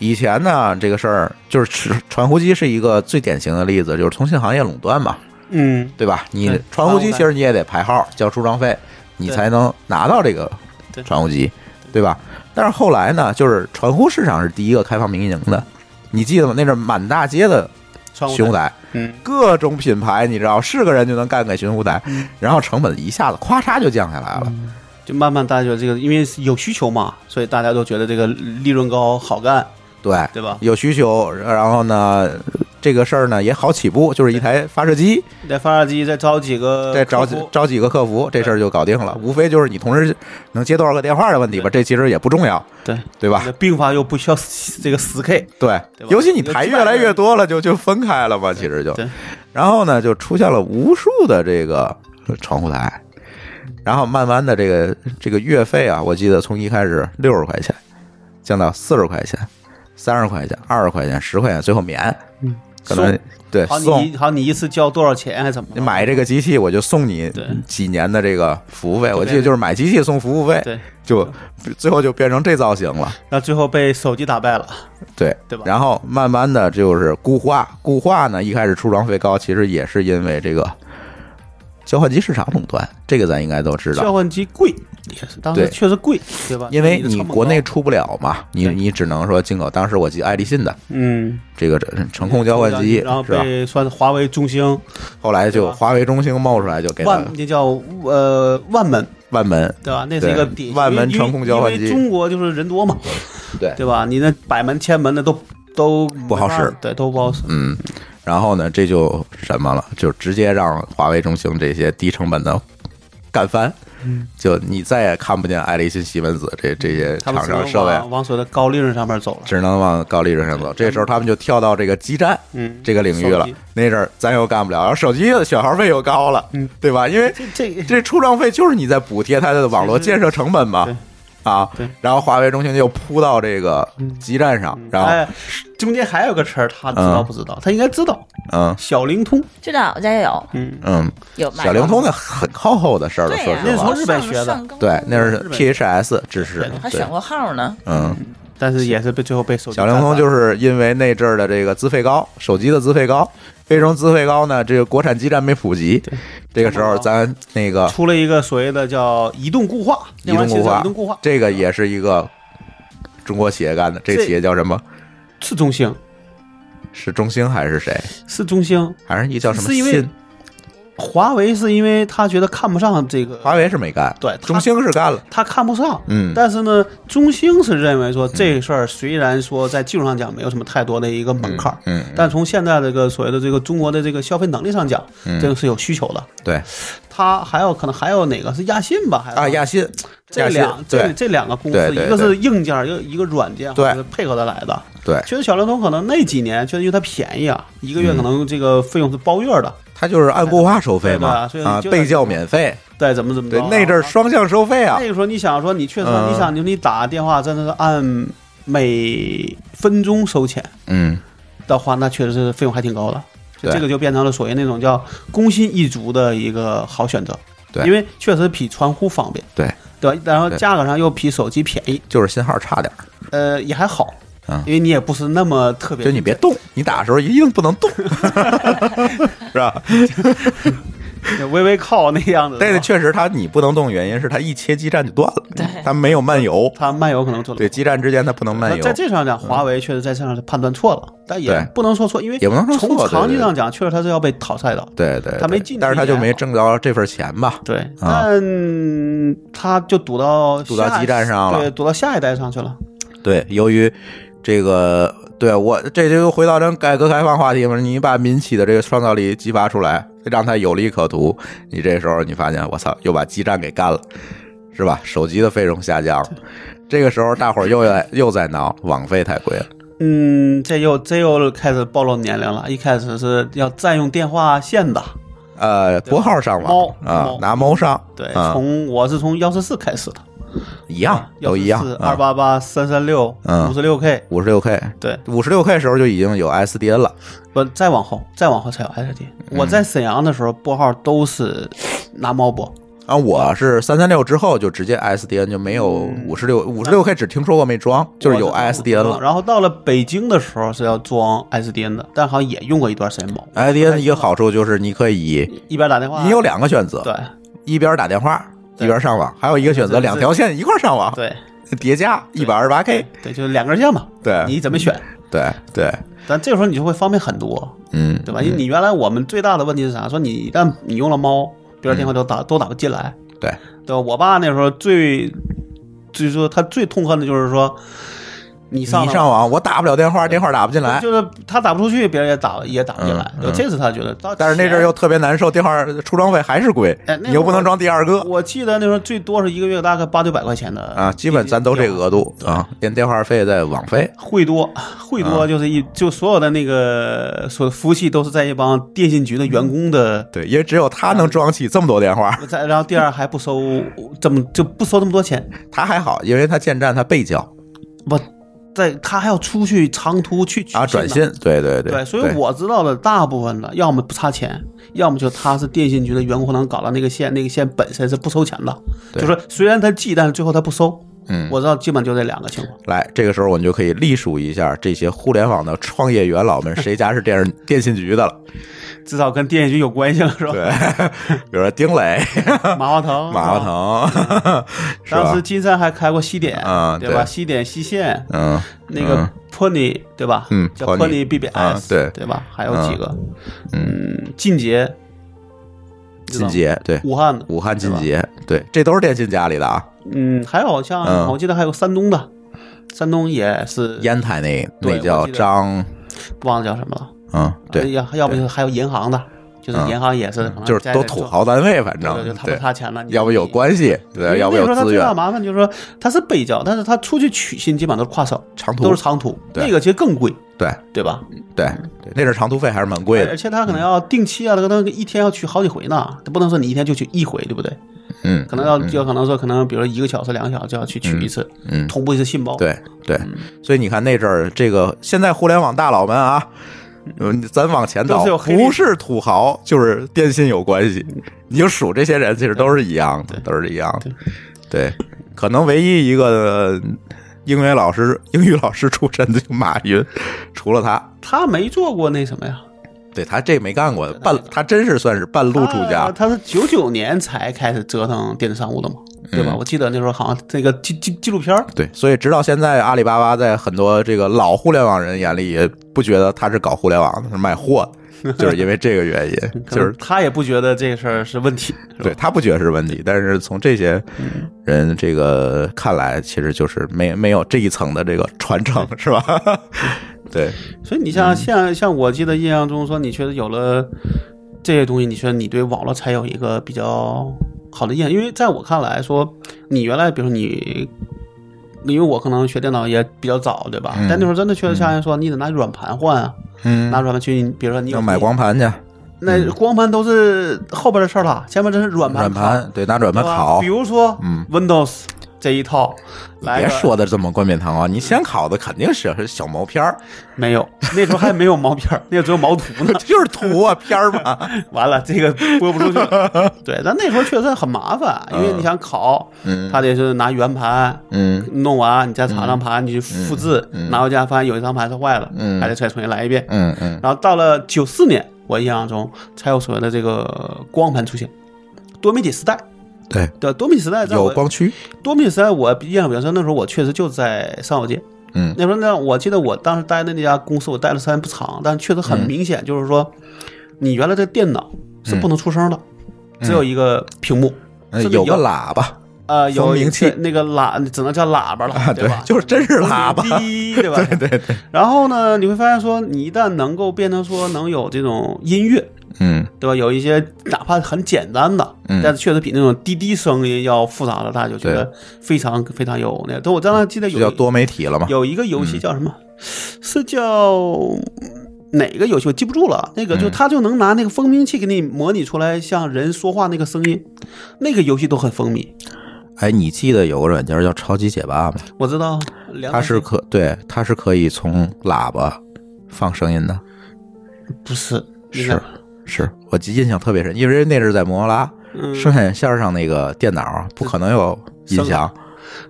C: 以前呢，这个事儿就是传传呼机是一个最典型的例子，就是通信行业垄断嘛，
E: 嗯，
C: 对吧？你
E: 对
C: 传呼机
E: 传呼费
C: 其实你也得排号交出装费，你
E: 对
C: 才能拿到这个
E: 对
C: 传呼机，对吧？但是后来呢，就是传呼市场是第一个开放民营的，你记得吗？那阵满大街的
E: 商务
C: 寻呼
E: 台
C: 台，
E: 嗯，
C: 各种品牌，你知道，是个人就能干个寻呼台，
E: 嗯
C: 然后成本一下子咵嚓就降下来了。
E: 就慢慢大家觉得这个，因为有需求嘛，所以大家都觉得这个利润高好干，
C: 对，
E: 对吧？
C: 有需求，然后呢，这个事儿呢也好起步，就是一台发射机，
E: 你再发射机，再招几个
C: 再
E: 呃客
C: 找
E: 服
C: 几招几个客服，这事儿就搞定了。无非就是你同时能接多少个电话的问题吧，这其实也不重要，
E: 对
C: 对吧
E: 你？的并发又不需要10这个十 K，
C: 对
E: 对吧
C: 尤其你台越来越多了，就就分开了嘛，其实就，
E: 对，
C: 然后呢，就出现了无数的这个窗户台，然后慢慢的这个这个月费啊，我记得从一开始六十块钱降到四十块钱、三十块钱、二十块钱、十块钱，最后免，
E: 嗯，
C: 可能
E: 送
C: 对
E: 好
C: 送
E: 你一好你一次交多少钱还怎么着？
C: 你买这个机器，我就送你
E: 对
C: 几年的这个服务费，我
E: 对
C: 记得就是买机器送服务费，
E: 对，
C: 就最后就变成这造型了。
E: 那最后被手机打败了，
C: 对
E: 对吧
C: 然后慢慢的就是固化，固化呢，一开始出装费高，其实也是因为这个交换机市场垄断，这个咱应该都知
E: 交
C: 道，
E: 换机贵也是，当时
C: 对
E: 确实贵，对吧？
C: 因为
E: 的成
C: 你
E: 本
C: 国内
E: 高
C: 出不了嘛，你
E: 对
C: 你只能说进口。当时我记得爱立信的
E: 嗯
C: 这个这程控交换机
E: 然后
C: 是吧？
E: 被算华为、中兴、
C: 后来就
E: 对吧
C: 华为、中兴冒出来就给它
E: 万那叫呃万门，
C: 万门，
E: 对吧？那是一个
C: 对
E: 底
C: 万门
E: 因为
C: 程控交换机
E: 因为中国就是人多嘛，
C: 对
E: 对吧？你那百门、千门的都都不
C: 好使，
E: 对，都不好使。
C: 嗯，然后呢，这就什么了，就直接让华为、中兴这些低成本的干翻，
E: 嗯
C: 就你再也看不见爱立信、西门子这这些
E: 他们
C: 厂
E: 只能
C: 商设备
E: 往，往所谓的高利润上面走了。
C: 只能往高利润上走。这时候他们就跳到这个基站
E: 嗯，
C: 这个领域
E: 手
C: 了
E: 机。
C: 那阵儿咱又干不了，然后手机的选号费又高了，对吧？因为
E: 嗯这
C: 这出账费就是你在补贴它的网络建设成本嘛
E: 对。
C: 啊
E: 对，嗯
C: 然后华为、中兴又扑到这个基站上，然后
E: 哎，中间还有个词儿，他知道不知道？他应该知道，
C: 嗯
E: 小灵通。
D: 知道我家也有
E: 嗯，
C: 嗯，
D: 有买
C: 小灵
D: 过
C: 通那很靠后的事儿了，
D: 对
C: 说
D: 呀，
C: 实
E: 那
C: 话
E: 从，日本学的
D: 上高
C: 对，那是
E: 日本
C: PHS 支持，
D: 还
C: 对
D: 选，过号呢。
C: 嗯，
E: 但是也是被最后被手机
C: 小灵通就是因为那阵儿的这个资费高，手机的资费高，为什么资费高呢？这个国产基站没普及，这个时候咱那个
E: 出了一个所谓的叫移动固化，
C: 移动固化，
E: 移动固化
C: 这个也是一个中国企业干的，这
E: 这
C: 企业叫什么？
E: 是中兴，
C: 是中兴还是谁？
E: 是中兴，
C: 还是一叫什么
E: 是因为
C: 信？
E: 华为是因为他觉得看不上这个
C: 华为是没干，
E: 对他
C: 中兴是干了，
E: 他看不上，
C: 嗯
E: 但是呢，中兴是认为说这事儿虽然说在技术上讲没有什么太多的一个门槛儿，
C: 嗯嗯嗯
E: 但从现在这个所谓的这个中国的这个消费能力上讲，
C: 嗯
E: 这个是有需求的。
C: 对
E: 他还有可能还有哪个是亚信吧？还有
C: 啊，亚信，
E: 这
C: 亚信
E: 两这
C: 对
E: 这两个公
C: 对
E: 司，
C: 对
E: 一个是硬件，一个一个软件，
C: 对
E: 好像是配合的来的。
C: 对，
E: 确实，小灵通可能那几年确实因为它便宜啊，一个
C: 嗯
E: 月可能这个费用是包月的，
C: 他就是按固话收费嘛
E: 对，对
C: 啊，
E: 所以就
C: 被叫免费，
E: 对，怎么怎么着
C: 对
E: 啊、，
C: 那阵儿双向收费啊
E: 那，个时候你想说你确实，
C: 嗯
E: 你想你你打电话真的是按每分钟收钱
C: 嗯，
E: 的话，那确实是费用还挺高的。
C: 对
E: 这个就变成了所谓那种叫工薪一族的一个好选择，
C: 对
E: 因为确实比传呼方便，
C: 对，
E: 对吧？然后
C: 对
E: 价格上又比手机便宜，
C: 就是信号差点儿，
E: 呃，也还好
C: 嗯，
E: 因为你也不是那么特别，
C: 就你别动，你打的时候一定不能动，是吧？
E: 微微靠那样子。
C: 但是
E: 吧
C: 确实他你不能动，原因是他一切基站就断了，
D: 对
C: 他没有漫游，
E: 它漫游可能做得
C: 对，基站之间他不能漫
E: 那
C: 游
E: 在，这上讲，华为确实在这上是判断错了，但也
C: 嗯对
E: 不能说错，因为
C: 也不能说错
E: 从长
C: 对对
E: 期上讲，确实它是要被淘汰的。
C: 对对，
E: 他没
C: 对
E: 进去啊
C: 但是他就
E: 也
C: 没
E: 好
C: 挣着这份钱吧？
E: 对，
C: 啊
E: 但它就赌到
C: 赌到
E: 下
C: 基站上了
E: 对，赌到下一代上去了。
C: 对，由于这个，对我这就回到咱改革开放话题嘛，你把民企的这个创造力激发出来，让它有利可图，你这时候你发现，我操，又把基站给干了，是吧？手机的费用下降了，这个时候大伙儿又在又在闹网费太贵了，
E: 嗯，这又这又开始暴露年龄了。一开始是要占用电话线的，
C: 呃，拨号上网
E: 猫
C: 啊
E: 猫，
C: 拿猫上，
E: 对，
C: 啊
E: 从啊我是从幺四四开始的，
C: 一样都一样，啊
E: 二八八三三六
C: 嗯
E: 五十六 K，
C: 五十六 K，
E: 对，
C: 五十六 K 时候就已经有 SDN 了，
E: 不，再往后，再往后才有 SD。我
C: 嗯
E: 在沈阳的时候拨号都是拿猫拨，
C: 啊，我是三三六之后就直接 SDN 就没有五十六五十六 K，只听说过没装，就是有
E: 嗯我
C: SDN
E: 嗯
C: 了。
E: 然后到了北京的时候是要装 SDN 的，但好像也用过一段时间猫，
C: SDN 一个好处就是你可以，
E: 一边打电话，
C: 你有两个选
E: 对
C: 择，一边打电话一边上网，还有一个选择
E: 对对
C: 两条线一块儿上网，
E: 对
C: 叠加一百二十八 K，
E: 对，就是两根线嘛，
C: 对
E: 你怎么选？
C: 对对，
E: 但这个时候你就会方便很多，
C: 嗯，
E: 对吧？因为你原来我们最大的问题是啥？说你一旦你用了猫，别人电话都打、都打不进来，
C: 嗯对，
E: 对吧？我爸那时候最，就是说他最痛恨的就是说，你上
C: 你
E: 了
C: 上网我打不了电话，电话打不进来，
E: 就是他打不出去，别人也打也打不进来
C: 嗯。
E: 对吧这次他觉得，到
C: 但是那阵儿又特别难受，电话出装费还是贵
E: 哎，那
C: 你又不能装第二个
E: 我记得那时候最多是一个月大概八九百块钱的
C: 啊，基本咱都这额度啊，连电话费带网费，
E: 会多会
C: 啊
E: 多就是一就所有的那个所服务器都是在一帮电信局的员工的。
C: 对，因为只有他能装起这么多电话。
E: 再然后第二还不收这么就不收这么多钱，
C: 他还好，因为他建站他被叫
E: 不，在他还要出去长途去取
C: 啊，转
E: 呢
C: 信，对对对
E: 对，所以我知道的大部分的，要么不差钱，要么就他是电信局的员工，可能搞到那个线，那个线本身是不收钱的，
C: 对
E: 就是虽然他记，但是最后他不收。
C: 嗯
E: 我知道基本就这两个情况。
C: 来这个时候我们就可以隶属一下这些互联网的创业元老 们，谁家是电视电信局的了？
E: 至少跟电信局有关系了，是吧？
C: 对， 比如说丁磊、
E: 马化腾，
C: 马
E: 是吧。
C: 化腾，是
E: 嗯当
C: 吧
E: 时？金山还开过西点，
C: 啊
E: 对吧？
C: 对
E: 西点西线
C: 嗯，
E: 那个
C: 嗯
E: Pony，对吧？
C: 嗯
E: 叫
C: Pony
E: Pony
C: 啊
E: BBS，
C: 对
E: 对吧？还有几个，
C: 嗯
E: 嗯，进捷，知
C: 金
E: 道
C: 捷，对，
E: 武汉的，
C: 武汉金捷，对，这都是电信家里的啊，
E: 嗯，还有
C: 嗯
E: 像我记得还有山东的，山东也是
C: 烟台那那
E: 对
C: 叫
E: 我记得
C: 张，
E: 忘了叫什么了。
C: 嗯，
E: 呃
C: 对，
E: 要要不就是还有银行的，就是
C: 嗯
E: 银行也是可能
C: 就是
E: 在
C: 都
E: 这
C: 土
E: 做，
C: 豪单位，反
E: 对对
C: 正
E: 对，他不差钱了，你
C: 要不有。关系，对，
E: 你
C: 要不
E: 那
C: 有
E: 时候他
C: 资
E: 最
C: 源
E: 大，麻烦就是说他是北交，但是他出去取信基本上都是跨省，
C: 长途
E: 都是长途，
C: 对
E: 那个其实更贵，
C: 对
E: 对吧？
C: 对，对那阵长途费还是蛮贵
E: 而
C: 的，
E: 且他可能要定期啊，他可能一天要取好几回呢，他不能说你一天就取一回，对不对？
C: 嗯，
E: 可能要就可能说可能比如说一个小时、两个小时就要去取一次，
C: 嗯
E: 同步一次信包。，嗯
C: 对对，所以你看那阵儿，这个现在互联网大佬们啊，嗯，咱往前
E: 都
C: 倒
E: 是有，黑历史嗯
C: 不是土豪就是电信有关系，你就数这些人，其实都是一样的，
E: 对
C: 都是一样的。对，可能唯一一个呃英语老师、英语老师出身的就马云，除了他，
E: 他没做过那什么呀，
C: 对他这没干过，
E: 他
C: 半他真是算是半路出
E: 他
C: 家。
E: 呃他是九九年才开始折腾电子商务的嘛，对吧？
C: 嗯
E: 我记得那时候好像这个纪纪纪录片儿
C: 对，所以直到现在，阿里巴巴在很多这个老互联网人眼里，也不觉得他是搞互联网的，是卖货的。 就是因为这个原因，
E: 可
C: 就
E: 能
C: 是
E: 他也不觉得这个事儿是 问题，是吧
C: 对他不觉得是问题，但是从这些人这个看来，其实就是没没有这一层的这个传承，是吧？ 对，
E: 所以你
C: 嗯
E: 像像像我记得印象中说，你觉得有了这些东西，你觉得你对网络才有一个比较好的印象，因为在我看来说，你原来比如说你。因为我可能学电脑也比较早，对吧？
C: 嗯
E: 但那会儿真的确实像人说，你得拿软盘换啊，
C: 嗯
E: 拿软盘去，比如说你有
C: 要买光盘去，
E: 那光盘都是后边的事儿了，前面这是软盘
C: 软
E: 拷
C: 盘对，拿软盘
E: 对吧
C: 拷
E: 比。如说，
C: 嗯
E: ，Windows 这一套，来
C: 别
E: 个
C: 说的这么冠冕堂皇，你先考的肯定是是小毛片儿，
E: 没有，那时候还没有毛片儿，那时候只有毛图呢。
C: 就是图啊片儿 嘛。
E: 完了，这个播不出去了。 对，但那时候确实很麻烦，因为你想考，
C: 嗯
E: 他得是拿圆盘。
C: 嗯
E: 弄完，你再插张盘，你去复制，拿回家发现有一张盘是坏了，
C: 嗯
E: 还得再重新来一遍。
C: 嗯嗯，
E: 然后到了九四年，我印象中才有所谓的这个光盘出现，多媒体时代。
C: 对，
E: 对，多媒体时代在
C: 有
E: 我
C: 光驱，
E: 多米时代我印象比较深，那时候我确实就在上药街。
C: 嗯
E: 那时候呢，我记得我当时待的那家公司，我待的时间不长，但确实很
C: 嗯
E: 明显，就是说，你原来这电脑是不能出声的，
C: 嗯
E: 只有一个屏幕，
C: 呃
E: 甚至
C: 有个喇叭
E: 呃有
C: 蜂鸣器
E: 对那个喇，只能叫喇叭了，
C: 啊，对
E: 吧？，
C: 就是真是喇叭，
E: 滴，对吧？
C: 对对对，
E: 然后呢，你会发现说，你一旦能够变成说能有这种音乐，
C: 嗯
E: 对吧？有一些哪怕很简单的，
C: 嗯
E: 但是确实比那种滴滴声音要复杂的，大家就觉得非常非常有那个。但我当时记得有
C: 就叫
E: 一
C: 多媒体了嘛。嗯
E: 有一个游戏叫什么，是叫哪个游戏我记不住了。那个就
C: 嗯
E: 他就能拿那个蜂鸣器给你模拟出来像人说话那个声音，那个游戏都很风靡。
C: 哎，你记得有个软件叫超级解霸吗？
E: 我知道，梁
C: 它是
E: 老师
C: 可对，它是可以从喇叭放声音的，
E: 不是应该
C: 是是我记印象特别深，因为那是在摩托拉
E: 嗯
C: 生产线上那个电脑不可能有音
E: 声卡
C: 响，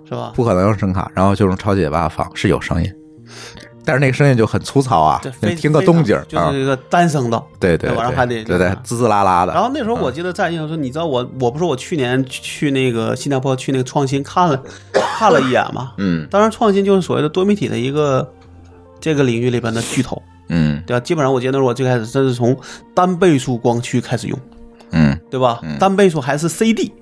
E: 是吧？
C: 不可能有声卡，然后就用超级解霸放是有声音，但是那个声音就很粗糙啊
E: 对，非
C: 你听个动静儿
E: 非常
C: 啊
E: 就，是一个单声道。
C: 对对
E: 那玩意儿还得
C: 对，对对，滋滋啦啦的。
E: 然后那时候我记得在印象中，你知道我我不是我去年去去那个新加坡去那个创新 看了看了一眼嘛，
C: 嗯
E: 当然创新就是所谓的多媒体的一个这个领域里边的巨头，
C: 嗯
E: 对吧？基本上我记得那时候我最开始真是从单倍数光驱开始用，
C: 嗯，
E: 对吧？
C: 嗯
E: 单倍数还是 CD，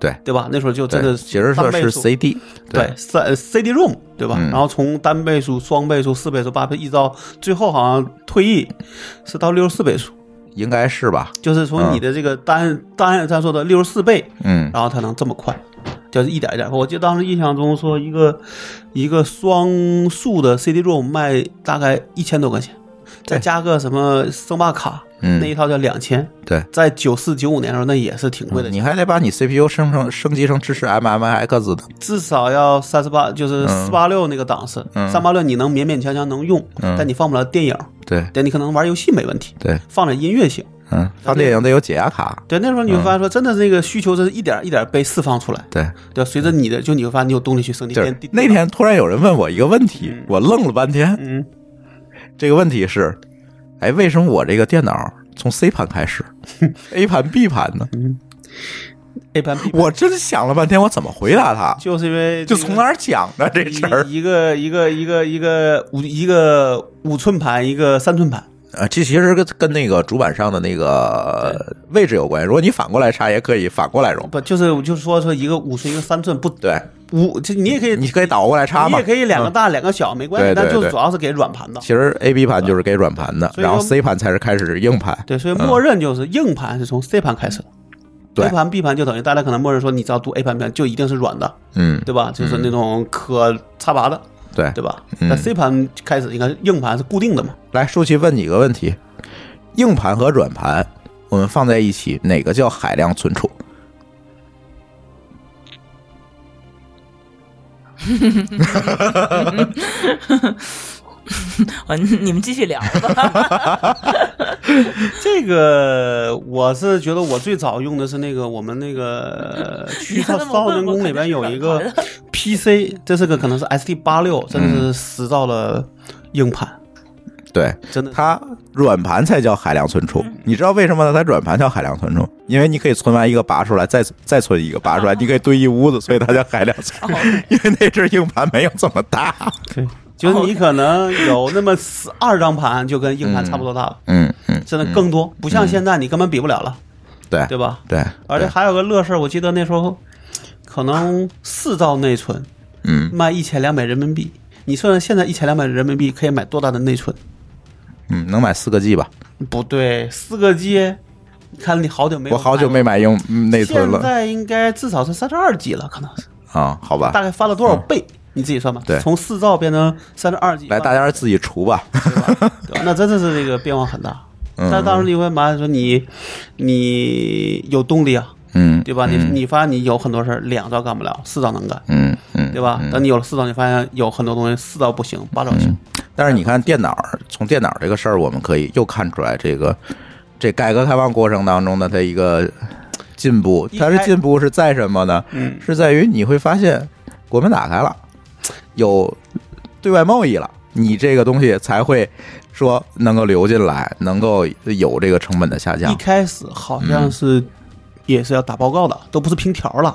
C: 对
E: 对吧？那时候就真
C: 对，
E: 的
C: 其实
E: 单
C: 说
E: 倍
C: 是
E: 数
C: CD，
E: 对，三 CD ROM 对吧？
C: 嗯
E: 然后从单倍数、双倍数、四倍数、八倍，一直到最后好像退役是到六十四倍数，
C: 应该是吧？
E: 就是从你的这个单、单咱说的六十四倍，
C: 嗯
E: 然后它能这么快，就是一点一点。我记得当时印象中说一个一个双数的 CD ROM 卖大概一千多块钱，再加个什么声霸卡，
C: 嗯
E: 那一套叫两千。
C: 对，嗯
E: 在九四九五年的时候，那也是挺贵的
C: 你，还得把你 CPU 升成升级成支持 MMX 的，
E: 至少要三十八，就是
C: 嗯
E: 四八六那个档次，
C: 嗯
E: 三八六你能勉勉强强能用，
C: 嗯
E: 但你放不了电影，
C: 对
E: 但你可能玩游戏没问题，
C: 对，
E: 放点音乐行。
C: 嗯，放电影得有解压卡，
E: 对，那时候你会发现说，真的是那个需求，真是一点一点被释放出来。
C: 对，
E: 对，随着你的，就你会发现你有动力去升级。
C: 就是嗯
E: 电
C: 那，天突然有人问我一个问题，我愣了半天，
E: 嗯，
C: 这个问题是，哎，为什么我这个电脑从 C 盘开始，A 盘 B 盘呢？
E: A 盘 B 盘
C: 我真想了半天，我怎么回答他？
E: 就是因为
C: 就从哪儿讲的这事儿？
E: 一个一个一个一个五一个五寸盘，一个三寸盘，
C: 啊，这其实跟跟那个主板上的那个位置有关系。如果你反过来插，也可以反过来容。
E: 不就是我就是说说一个五寸一个三寸不
C: 对，
E: 五，这你也可以
C: 你可以倒过来插
E: 你
C: 嘛。嗯
E: 也可以两个大两个小没关系
C: 对，对
E: 但就是
C: 对
E: 主要是给软盘的。
C: 其实 A B 盘就是给软盘的，
E: 所以说
C: 然后 C 盘才是开始是硬盘。
E: 对，所以默认就是硬盘是从 C 盘开始的。
C: 嗯对
E: A 盘 B 盘就等于大家可能默认说，你只要读 A 盘 B 盘就一定是软的，
C: 嗯，
E: 对吧？就是那种可插拔的，
C: 对
E: 对吧？
C: 嗯
E: 那 C 盘开始应该硬盘是固定的嘛？
C: 来，舒淇问你个问题：硬盘和软盘我们放在一起，哪个叫海量存储？
D: 我 你们继续聊吧。
E: 这个我是觉得我最早用的是那个我们那个去
D: 你
E: 到
D: 看他们
E: 少年宫里边有一个 PC，这是个可能是 SD 八六，真的是实到了硬盘，
C: 对，
E: 真的
C: 它软盘才叫海量存储。
E: 嗯
C: 你知道为什么它软盘叫海量存储？因为你可以存完一个拔出来，再再存一个拔
E: 哦
C: 出来，你可以堆一屋子，所以它叫海量存储。 因为那只硬盘没有这么大。
E: 对，就是你可能有那么十二张盘，就跟硬盘差不多大了。
C: 嗯嗯，嗯
E: 现在更多，不像现在你根本比不了了，
C: 对
E: 对吧？
C: 对，
E: 而且
C: 对
E: 还有个乐事儿，我记得那时候可能四兆内存
C: 嗯
E: 卖一千两百人民币，你算算现在一千两百人民币可以买多大的内存？
C: 嗯，能买四个 G 吧？
E: 不对，四个 G，你看你好久没有
C: 我好久没买用嗯内存
E: 现
C: 了
E: 在应该至少是三十二 G 了，可能是
C: 啊，好
E: 大
C: 吧。
E: 概翻了多少倍？你自己算吧，
C: 对
E: 从四兆变成三十二 G，
C: 来，大家自己除吧。
E: 对吧？对吧那真的是这个变化很大。
C: 嗯
E: 但当时你会马上说你，你有动力啊，
C: 嗯，
E: 对吧？你
C: 嗯
E: 你发现你有很多事儿两招干不了，四招能干，
C: 嗯嗯，嗯
E: 对吧？等你有了四招，你发现有很多东西四招不行，八招行。
C: 但是你看电脑，从电脑这个事儿，我们可以又看出来这个这改革开放过程当中的它一个进步，
E: 一
C: 它
E: 开
C: 是进步是在什么呢？
E: 嗯
C: 是在于你会发现国门打开了，有对外贸易了，你这个东西才会说能够流进来，能够有这个成本的下
E: 一
C: 降。
E: 开始好
C: 嗯
E: 像是也是要打报告的，都不是凭条了，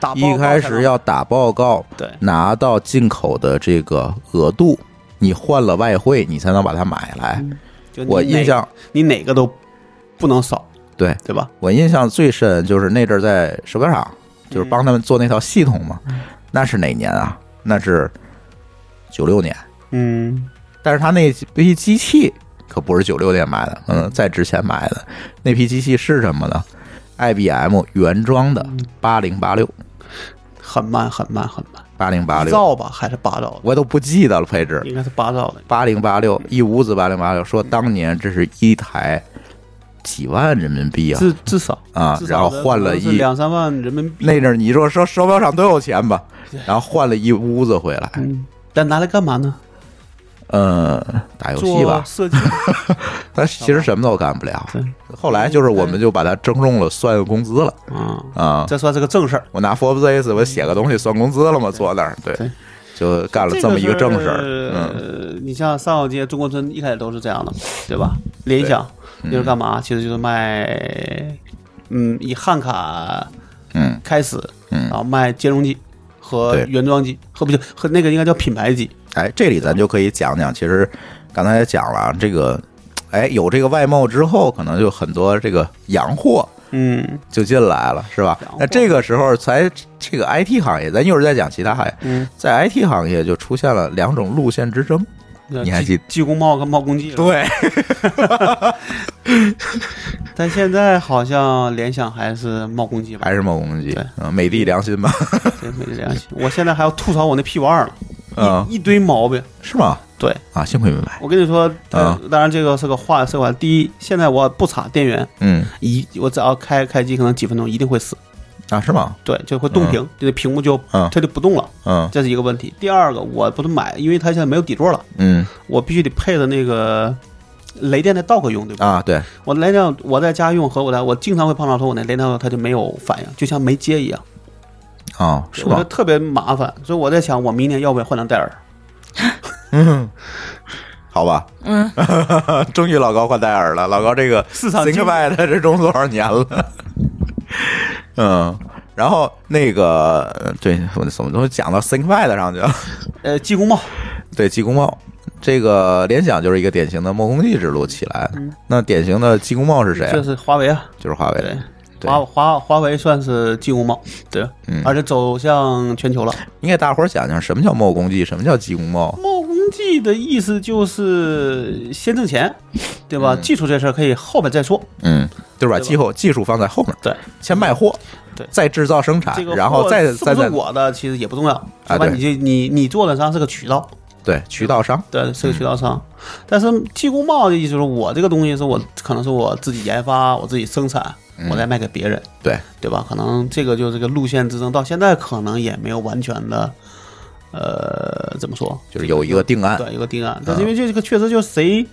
E: 打报告
C: 一开
E: 才能
C: 始要打报告，
E: 对
C: 拿到进口的这个额度，你换了外汇，你才能把它买来。
E: 就嗯你
C: 我
E: 哪
C: 印象
E: 你哪个都不能少，
C: 对，
E: 对吧？
C: 我印象最深就是那阵儿在手表厂，就是帮他们做那套系统
E: 嗯
C: 嘛。那是哪年啊？那是九六年。
E: 嗯，
C: 但是他那批机器可不是九六年买的，嗯，在之前买的那批机器是什么呢？IBM 原装的
E: 嗯
C: 八零八六
E: 很慢，很慢，很慢。
C: 八零八
E: 一
C: 六，
E: 兆吧，还是八兆
C: 我都不记得了配置
E: 的？。应该是八兆的。
C: 八零八六一屋子八零八六，说当年这是一台几万人民币啊
E: 至至少
C: 啊
E: 至
C: 然
E: 少
C: 后
E: 的
C: 换了
E: 可能是
C: 一
E: 两三万人民币，
C: 那阵儿你说说手表厂都有钱吧，然后换了一屋子回来，
E: 嗯，但拿来干嘛呢？
C: 呃，打游戏
E: 做
C: 吧，
E: 设计，
C: 他其实什么都干不了
E: 对。
C: 后来就是我们就把它征用了，算工资了
E: 嗯，
C: 啊。
E: 这算是个正事儿。
C: 我拿 Forbes A 我写个东西算工资了嘛，坐那儿对
E: 对，
C: 就干了这么一个正事儿。嗯，
E: 呃，你像上好街、中关村一开始都是这样的，对吧？联想那是干
C: 嗯
E: 嘛？其实就是卖，嗯，以汉卡
C: 嗯
E: 开始，
C: 嗯
E: 然后卖兼容机和
C: 对
E: 原装机，和不就和那个应该叫品牌机，
C: 哎，这里咱就可以讲讲，其实刚才也讲了啊，这个，哎，有这个外贸之后，可能就很多这个洋货
E: 嗯
C: 就进来了，是吧
E: 洋货？
C: 那这个时候才这个 IT 行业，咱一会儿再讲其他行业，
E: 嗯，
C: 在 IT 行业就出现了两种路线之争。你还记
E: 技技工帽跟帽工技？，
C: 对，
E: 但现在好像联想还是帽工技吧？
C: 还是梦工机
E: 对，
C: 嗯，美的良心吧，
E: 对，没良心。我现在还要吐槽我那 P 五二
C: 啊
E: 了，一一堆毛病。
C: 是吗？
E: 对
C: 啊，幸亏没买。
E: 我跟你说，呃
C: 啊
E: 当然这个是个话是个话。第一，现在我不插电源，
C: 嗯，
E: 一我只要开开机，可能几分钟一定会死。
C: 啊，是吗？
E: 对，就会冻屏，这个屏幕就
C: 嗯
E: 它就不动了，
C: 嗯
E: 这是一个问题。第二个，我不能买，因为它现在没有底座了，
C: 嗯
E: 我必须得配着那个雷电的 dock 用，对吧？
C: 啊，对，
E: 我雷电我在家用和我在我经常会碰到说我那雷电它就没有反应，就像没接一样，
C: 哦，是
E: 我觉得
C: 吗？
E: 特别麻烦。所以我在想，我明年要不要换辆戴尔？
C: 好吧，
D: 嗯，
C: 终于老高换戴尔了。老高这个
E: 市场经济
C: ThinkPad 这种多少年了？ 嗯，然后那个呃对，我怎么都讲到 ThinkPad 上去了？
E: 呃，技工帽，
C: 对，济公帽，这个联想就是一个典型的梦工技之路起来的。
E: 嗯
C: 那典型的济公帽是谁啊？
E: 这是华为啊，
C: 就是华为
E: 对
C: 的。对
E: 华华华为算是技工帽，对，
C: 嗯
E: 而且走向全球了。
C: 你给大伙儿讲讲什么叫梦工技，什么叫济公帽？
E: 冒工技的意思就是先挣钱，对吧？技术这事儿可以后边再说。
C: 嗯，就是把
E: 对吧
C: 技术技术放在后面，
E: 对，
C: 先卖货，
E: 对
C: 再制造生产
E: 这
C: 啊
E: 个，
C: 然后
E: 货
C: 再
E: 是
C: 再
E: 不是
C: 再
E: 我的其实也不重要，
C: 啊
E: 对吧？
C: 对
E: 你这你你做的商是个渠道，
C: 对渠道商。
E: 对，是个渠道商。
C: 嗯
E: 但是技工帽的意思就是我这个东西是我可能是我自己研发，我自己生产，
C: 嗯
E: 我再卖给别人，
C: 对，
E: 对吧？可能这个就是个路线之争，到现在可能也没有完全的，呃，怎么说？
C: 就是有一个定案。
E: 对，有个定案。
C: 嗯
E: 但是因为这个确实就谁，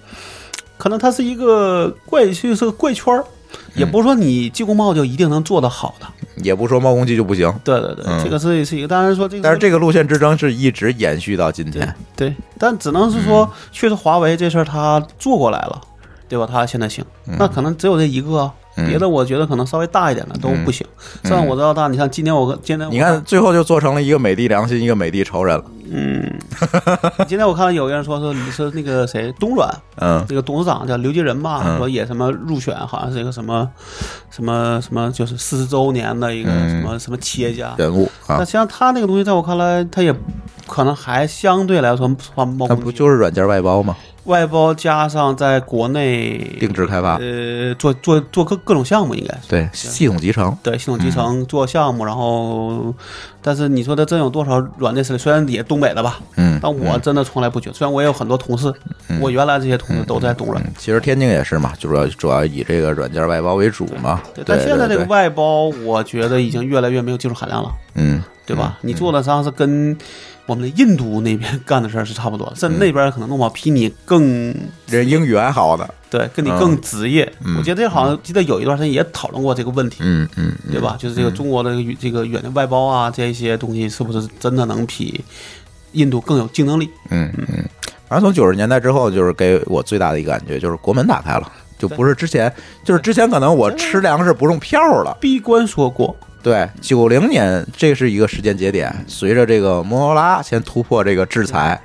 E: 可能它是一个怪，就是个怪圈儿，
C: 嗯
E: 也不是说你技工帽就一定能做得好的。
C: 也不说猫公鸡就不行。
E: 对对对，
C: 嗯
E: 这个是是一个，当然说这个，
C: 但是这个路线之争是一直延续到今
E: 嗯对
C: 天。
E: 哎对，但只能是
C: 嗯
E: 说，确实华为这事儿他做过来了，对吧？他现在行，那可能只有这一个啊，
C: 嗯
E: 别的我觉得可能稍微大一点的都不行。像我到大，你像今年我今年我
C: 你看，最后就做成了一个美帝良心，一个美帝仇人了。
E: 嗯， 今天我看到有个人说说你说那个谁东软
C: 嗯
E: 那个董事长叫刘继仁吧，
C: 嗯
E: 说也什么入选，啊好像是一个什么什么什么，就是四十周年的一个
C: 嗯
E: 什么、什么企业家。
C: 人物
E: 那
C: 啊，
E: 实际上他那个东西，在我看来，他也可能还相对来说算猫
C: 那
E: 公鸡
C: 不就是软件外包吗？
E: 外包加上在国内
C: 定制开发，
E: 呃做做做各各种项目应该是。
C: 对，系统集成，
E: 对系统集
C: 嗯
E: 成做项目，然后，但是你说他真有多少软件实力？虽然也东北的吧，
C: 嗯，
E: 但我真的从来不觉得。虽然我也有很多同事，我原来这些同事都在东软，
C: 嗯其实天津也是嘛，主要主要以这个软件外包为主嘛。对，
E: 但现在这
C: 对
E: 个
C: 对
E: 外包，我觉得已经越来越没有技术含量了，
C: 嗯，
E: 对吧？你做的实际上是跟我们的印度那边干的事儿是差不多，
C: 嗯
E: 甚至那边可能弄不好比你更
C: 人嗯英语还好的，
E: 对，跟你
C: 嗯
E: 更职业。
C: 嗯
E: 我觉得这好像记得有一段时间也讨论过这个问题，
C: 嗯嗯，
E: 对吧？就是这个中国的语这个远的外包啊，这一些东西是不是真的能比印度更有竞争力？
C: 嗯嗯，反正从九十年代之后，就是给我最大的一个感觉就是国门打开了，就不是之前，就是之前可能我吃粮食不用票了。
E: 闭关说过，
C: 对，九零年这是一个时间节点，随着这个摩托罗拉先突破这个制裁，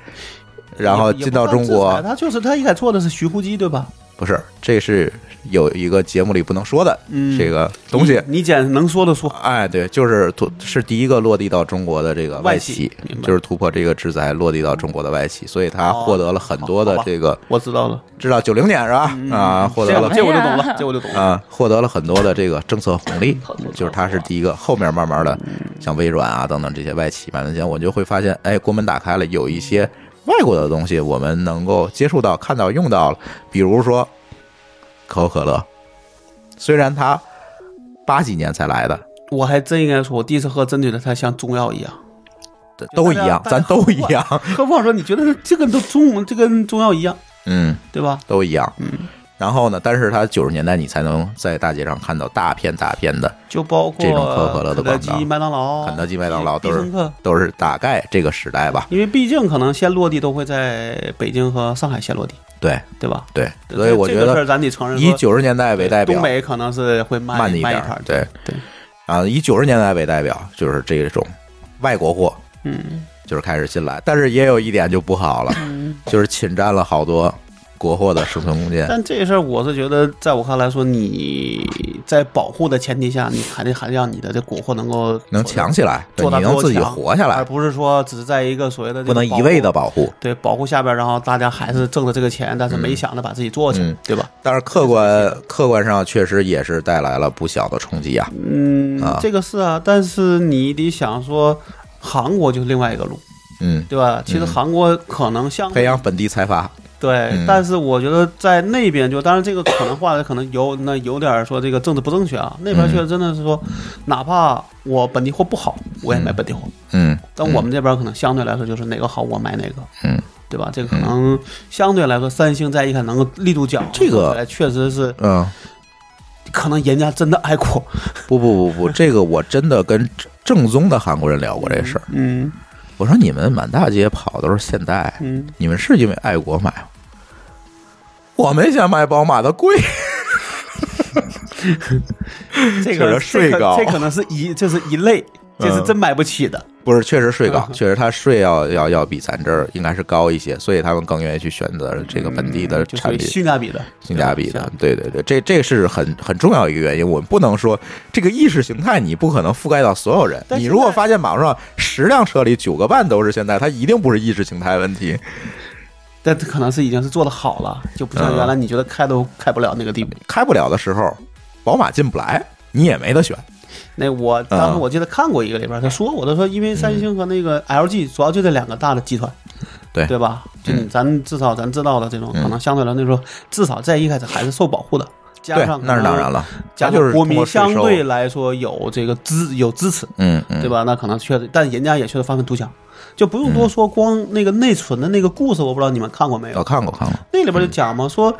C: 然后
E: 也也
C: 进
E: 不算
C: 到中
E: 制
C: 国
E: 裁，他就是他一开始做的是徐胡姬，对吧？
C: 不是，这是有一个节目里不能说的
E: 嗯
C: 这个东西。
E: 你你简能说的说，
C: 哎，对，就是突是第一个落地到中国的这个
E: 外企
C: 企
E: 明，白
C: 就是突破这个制裁落地到中国的外企，所以他
E: 哦
C: 获得了很多
E: 好
C: 的
E: 吧嗯
C: 这个，
E: 我知道了。
C: 知道九零年是吧？啊，获得了
E: 这我就懂了，这我就懂了。
C: 啊，获得了很多的这个政策红利
D: 头头头，
C: 就是它是第一个，后面慢慢的像微软啊等等这些外企慢慢间，我就会发现，哎，国门打开了，有一些外国的东西我们能够接触到、看到、用到了，比如说可口可乐，虽然它八几年才来的，
E: 我还真应该说，我第一次喝真觉得它像中药一样。
C: 都一样，
E: 大家
C: 咱都一样，
E: 喝不好说，你觉得这个都中，这跟中药一样，
C: 嗯，
E: 对吧？
C: 都一样，
E: 嗯
C: 然后呢，但是它九十年代你才能在大街上看到大片大片的
E: 就包括
C: 这种可口可乐的
E: 肯德
C: 广告
E: 基、麦当劳、
C: 肯德基、麦当劳，都
E: 必
C: 是
E: 胜客。
C: 都是大概这个时代吧，
E: 因为毕竟可能先落地都会在北京和上海先落地，
C: 对。
E: 对吧？
C: 对，所以我觉
E: 这个事儿
C: 得
E: 咱得承认
C: 以
E: 说，
C: 九十年代为代表
E: 东，北可能是会慢
C: 慢一
E: 慢
C: 点
E: 一
C: 儿
E: 儿，
C: 对
E: 对，
C: 啊，以九十年代为代表，就是这种外国货
E: 嗯，
C: 就是开始进来，但是也有一点就不好了，就是侵占了好多国货的生存空间。
E: 但这事儿我是觉得，在我看来说，你在保护的前提下，你还得还得让你的这国货能够
C: 能强起来，对
E: 做
C: 你
E: 到
C: 能
E: 多
C: 自己
E: 强
C: 活下
E: 而
C: 来，
E: 不是说只是在一个所谓的这
C: 不
E: 个
C: 能
E: 保
C: 一味的
E: 护
C: 保护。
E: 对保护下边，然后大家还是挣了这个钱，但是没想着把自己做起来，
C: 嗯
E: 对吧？
C: 但是客观客观上确实也是带来了不小的冲击啊。
E: 嗯，
C: 啊
E: 这个是啊，但是你得想说，韩国就是另外一个路，
C: 嗯，
E: 对吧？其实
C: 嗯
E: 韩国可能相
C: 培
E: 对、
C: 养本地财阀，
E: 对，
C: 嗯
E: 但是我觉得在那边就，当然这个可能话的可能有那有点说这个政治不正确啊，那边
C: 嗯
E: 确实真的是说，哪怕我本地货不好，我也买本地货，
C: 嗯，
E: 但我们这边可能相对来说就是哪个好我买哪个，
C: 嗯。
E: 对吧？这个可能相对来说，三星在一看能够立住脚，
C: 这个
E: 来确实是
C: 嗯，
E: 可能人家真的爱国，
C: 不不不不， 这个我真的跟正宗的韩国人聊过这事儿。
E: 嗯
C: 我说你们满大街跑都是现代，
E: 嗯，
C: 你们是因为爱国买吗？我们嫌买宝马的贵，
E: 这
C: 确
E: 个
C: 实税
E: 这可
C: 高嗯
E: 这可能是一这是一类，这是真买不起的，
C: 不是，确实税
E: 嗯
C: 高，确实他税要要要比咱这儿应该是高一些，所以他们更愿意去选择这个本地的
E: 嗯就
C: 产
E: 属于
C: 品，
E: 性价比的，
C: 性价比
E: 对吧
C: 的。对对对，这这是很很重要一个原因。我们不能说这个意识形态你不可能覆盖到所有人。
E: 但
C: 你
E: 现
C: 如果
E: 在
C: 发现马路上十辆车里九个半都是现代，它一定不是意识形态问题。
E: 但可能是已经是做的好了，就不
C: 嗯
E: 像原来你觉得开都开不了那个地步。
C: 开不了的时候，宝马进不来，你也没得选。
E: 那
C: 嗯
E: 我当时我记得看过一个里边，他说我都说，因为三星和那个 LG 主要就这两个大的集团，
C: 嗯对嗯
E: 对吧？就你咱至少咱知道的这种，可能相对来说，至少在一开始还是受保护的。加
C: 对
E: 上，
C: 那是当然，了，
E: 加
C: 它就是
E: 上国
C: 通
E: 民
C: 过税收
E: 相对来说有这个支有支持，
C: 嗯嗯，
E: 对吧？那可能确实，但人家也确实发愤图强，就不用多
C: 哦
E: 说。光那个内存的那个故事，我不知道你们看过没有
C: 我？看过看过，
E: 那里边就讲嘛，说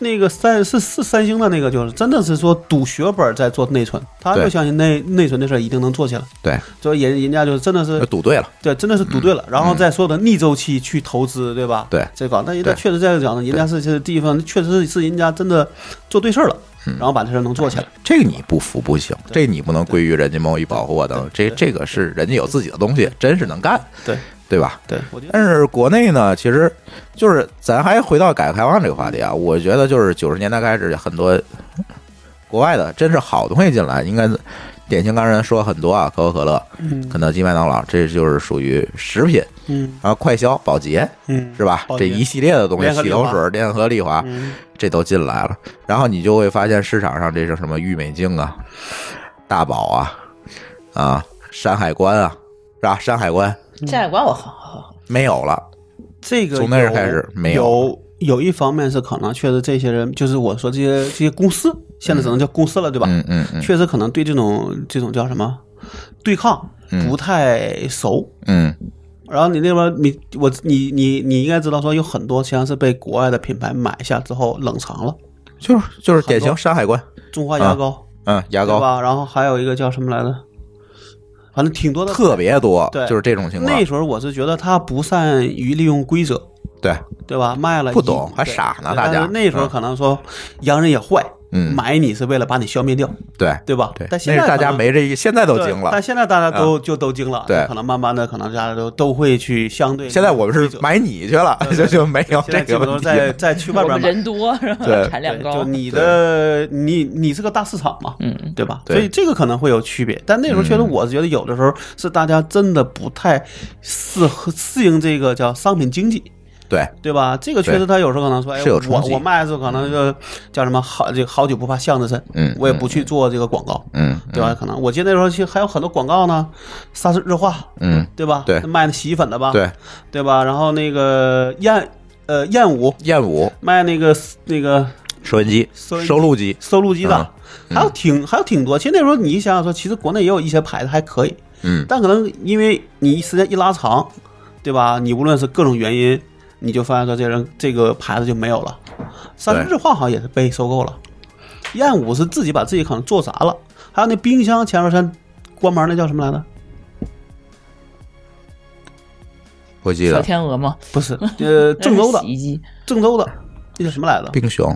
E: 那个三是是三星的那个，就是真的是说赌血本在做内存，他就
C: 对
E: 相信内内存这事儿一定能做起来，
C: 对，呃
E: 所以人人家就真的是
C: 赌对了，
E: 对，真的是赌对了，然后在所有的逆周期去投资，对吧？
C: 嗯对
E: 这搞，但人家
C: 对
E: 确实这样讲呢，人家是这个地方确实是是人家真的做对事儿了，
C: 嗯
E: 然后把这事儿能做起来。
C: 这个你不服不行，这个你不能归于人家某一保护啊等，这这个是人家有自己的东西，真是能干，
E: 对
C: 对吧？
E: 对，我觉得
C: 但是国内呢，其实就是咱还回到改革开放这个话题啊，我觉得就是九十年代开始，很多国外的真是好东西进来，应该典型刚才说很多啊，可口可乐、
E: 嗯
C: 肯德基、麦当劳，这就是属于食品，
E: 嗯
C: 然后快消、保洁
E: 嗯，
C: 是吧？
E: 保
C: 这
E: 洁
C: 一系列的东
E: 联
C: 西，
E: 合
C: 洗
E: 利
C: 头
E: 华
C: 水、联合利华，
E: 嗯
C: 啊这都进来了，然后你就会发现市场上这是什么郁美净啊、大宝啊、啊山海关啊，是吧？山海关
E: 嗯
D: 下海关我好好好，
C: 没有了。
E: 这个
C: 从那儿
E: 有
C: 开始没有
E: 有有一方面是可能确实这些人，就是我说这些这些公司，现在只能叫公司了，对吧？
C: 嗯嗯嗯
E: 确实可能对这种这种叫什么对抗不太熟。
C: 嗯，
E: 然后你那边你我你你你应该知道说有很多实际上是被国外的品牌买下之后冷藏了，
C: 就是就是典型
E: 很多
C: 山海关，
E: 中华牙膏、
C: 嗯，牙
E: 对
C: 膏
E: 吧？然后还有一个叫什么来着？反正挺多的。
C: 特别多，
E: 对
C: 就是这种情况
E: 那，时候我是觉得他不善于利用规则，
C: 对，
E: 对吧？卖了
C: 不懂
E: 一
C: 还傻呢
E: 对
C: 大家
E: 但是呃那时候
C: 嗯
E: 可能说洋人也坏，
C: 嗯
E: 买你是为了把你消灭掉，
C: 对
E: 对吧？
C: 对，那
E: 但现
C: 是
E: 在
C: 大
E: 可
C: 家
E: 能
C: 没这一，现在都
E: 对
C: 惊了嗯
E: 但。现在大家都就都惊了，
C: 对
E: 可能慢慢的，可能大家都都会去相对。
C: 现在我们是，买你去了， 就就没有
E: 现
C: 这
E: 在基
C: 个
E: 本都
C: 问
E: 是
C: 题。
E: 在在去外
D: 我
E: 边
D: 们
E: 买。
D: 人多是吧？
C: 对
D: 产量
E: 对，
D: 高
E: 就，你的你你是个大市场嘛，
D: 嗯，
E: 对吧？
C: 对
E: 所以这个可能会有区别，但那时候确实
C: 嗯
E: 我是觉得有的时候是大家真的不太适合适应这个叫商品经济，
C: 对
E: 对吧？这个确实，他有时候可能说，哎，
C: 是有
E: 我
C: 冲击
E: 我卖的时候可能就叫什么好，这个好久不怕巷子深，
C: 嗯
E: 我也不去做这个广告，
C: 嗯，
E: 对吧？可能我记得那时候其实还有很多广告呢，沙士热化，
C: 嗯，
E: 对吧？
C: 对
E: 卖那洗衣粉的吧，
C: 对，
E: 对吧？然后那个燕呃燕舞
C: 燕舞
E: 卖那个那个
C: 收音机、
E: 收音机
C: 收录机，
E: 收录机的，
C: 嗯
E: 还有挺还有挺多。其实那时候你一想想说，其实国内也有一些牌子还可以，
C: 嗯，
E: 但可能因为你时间一拉长，对吧？你无论是各种原因，你就发现说这人这个牌子就没有了。三十
C: 对
E: 日化好像也是被收购了，燕舞是自己把自己可能做砸了，还有那冰箱前段时间关门那叫什么来着？
C: 我记
D: 小
C: 得
D: 天鹅吗？
E: 不是，呃，郑州
D: 那
E: 的
D: 是洗，衣机，
E: 郑州的那叫什么来着？
C: 冰熊、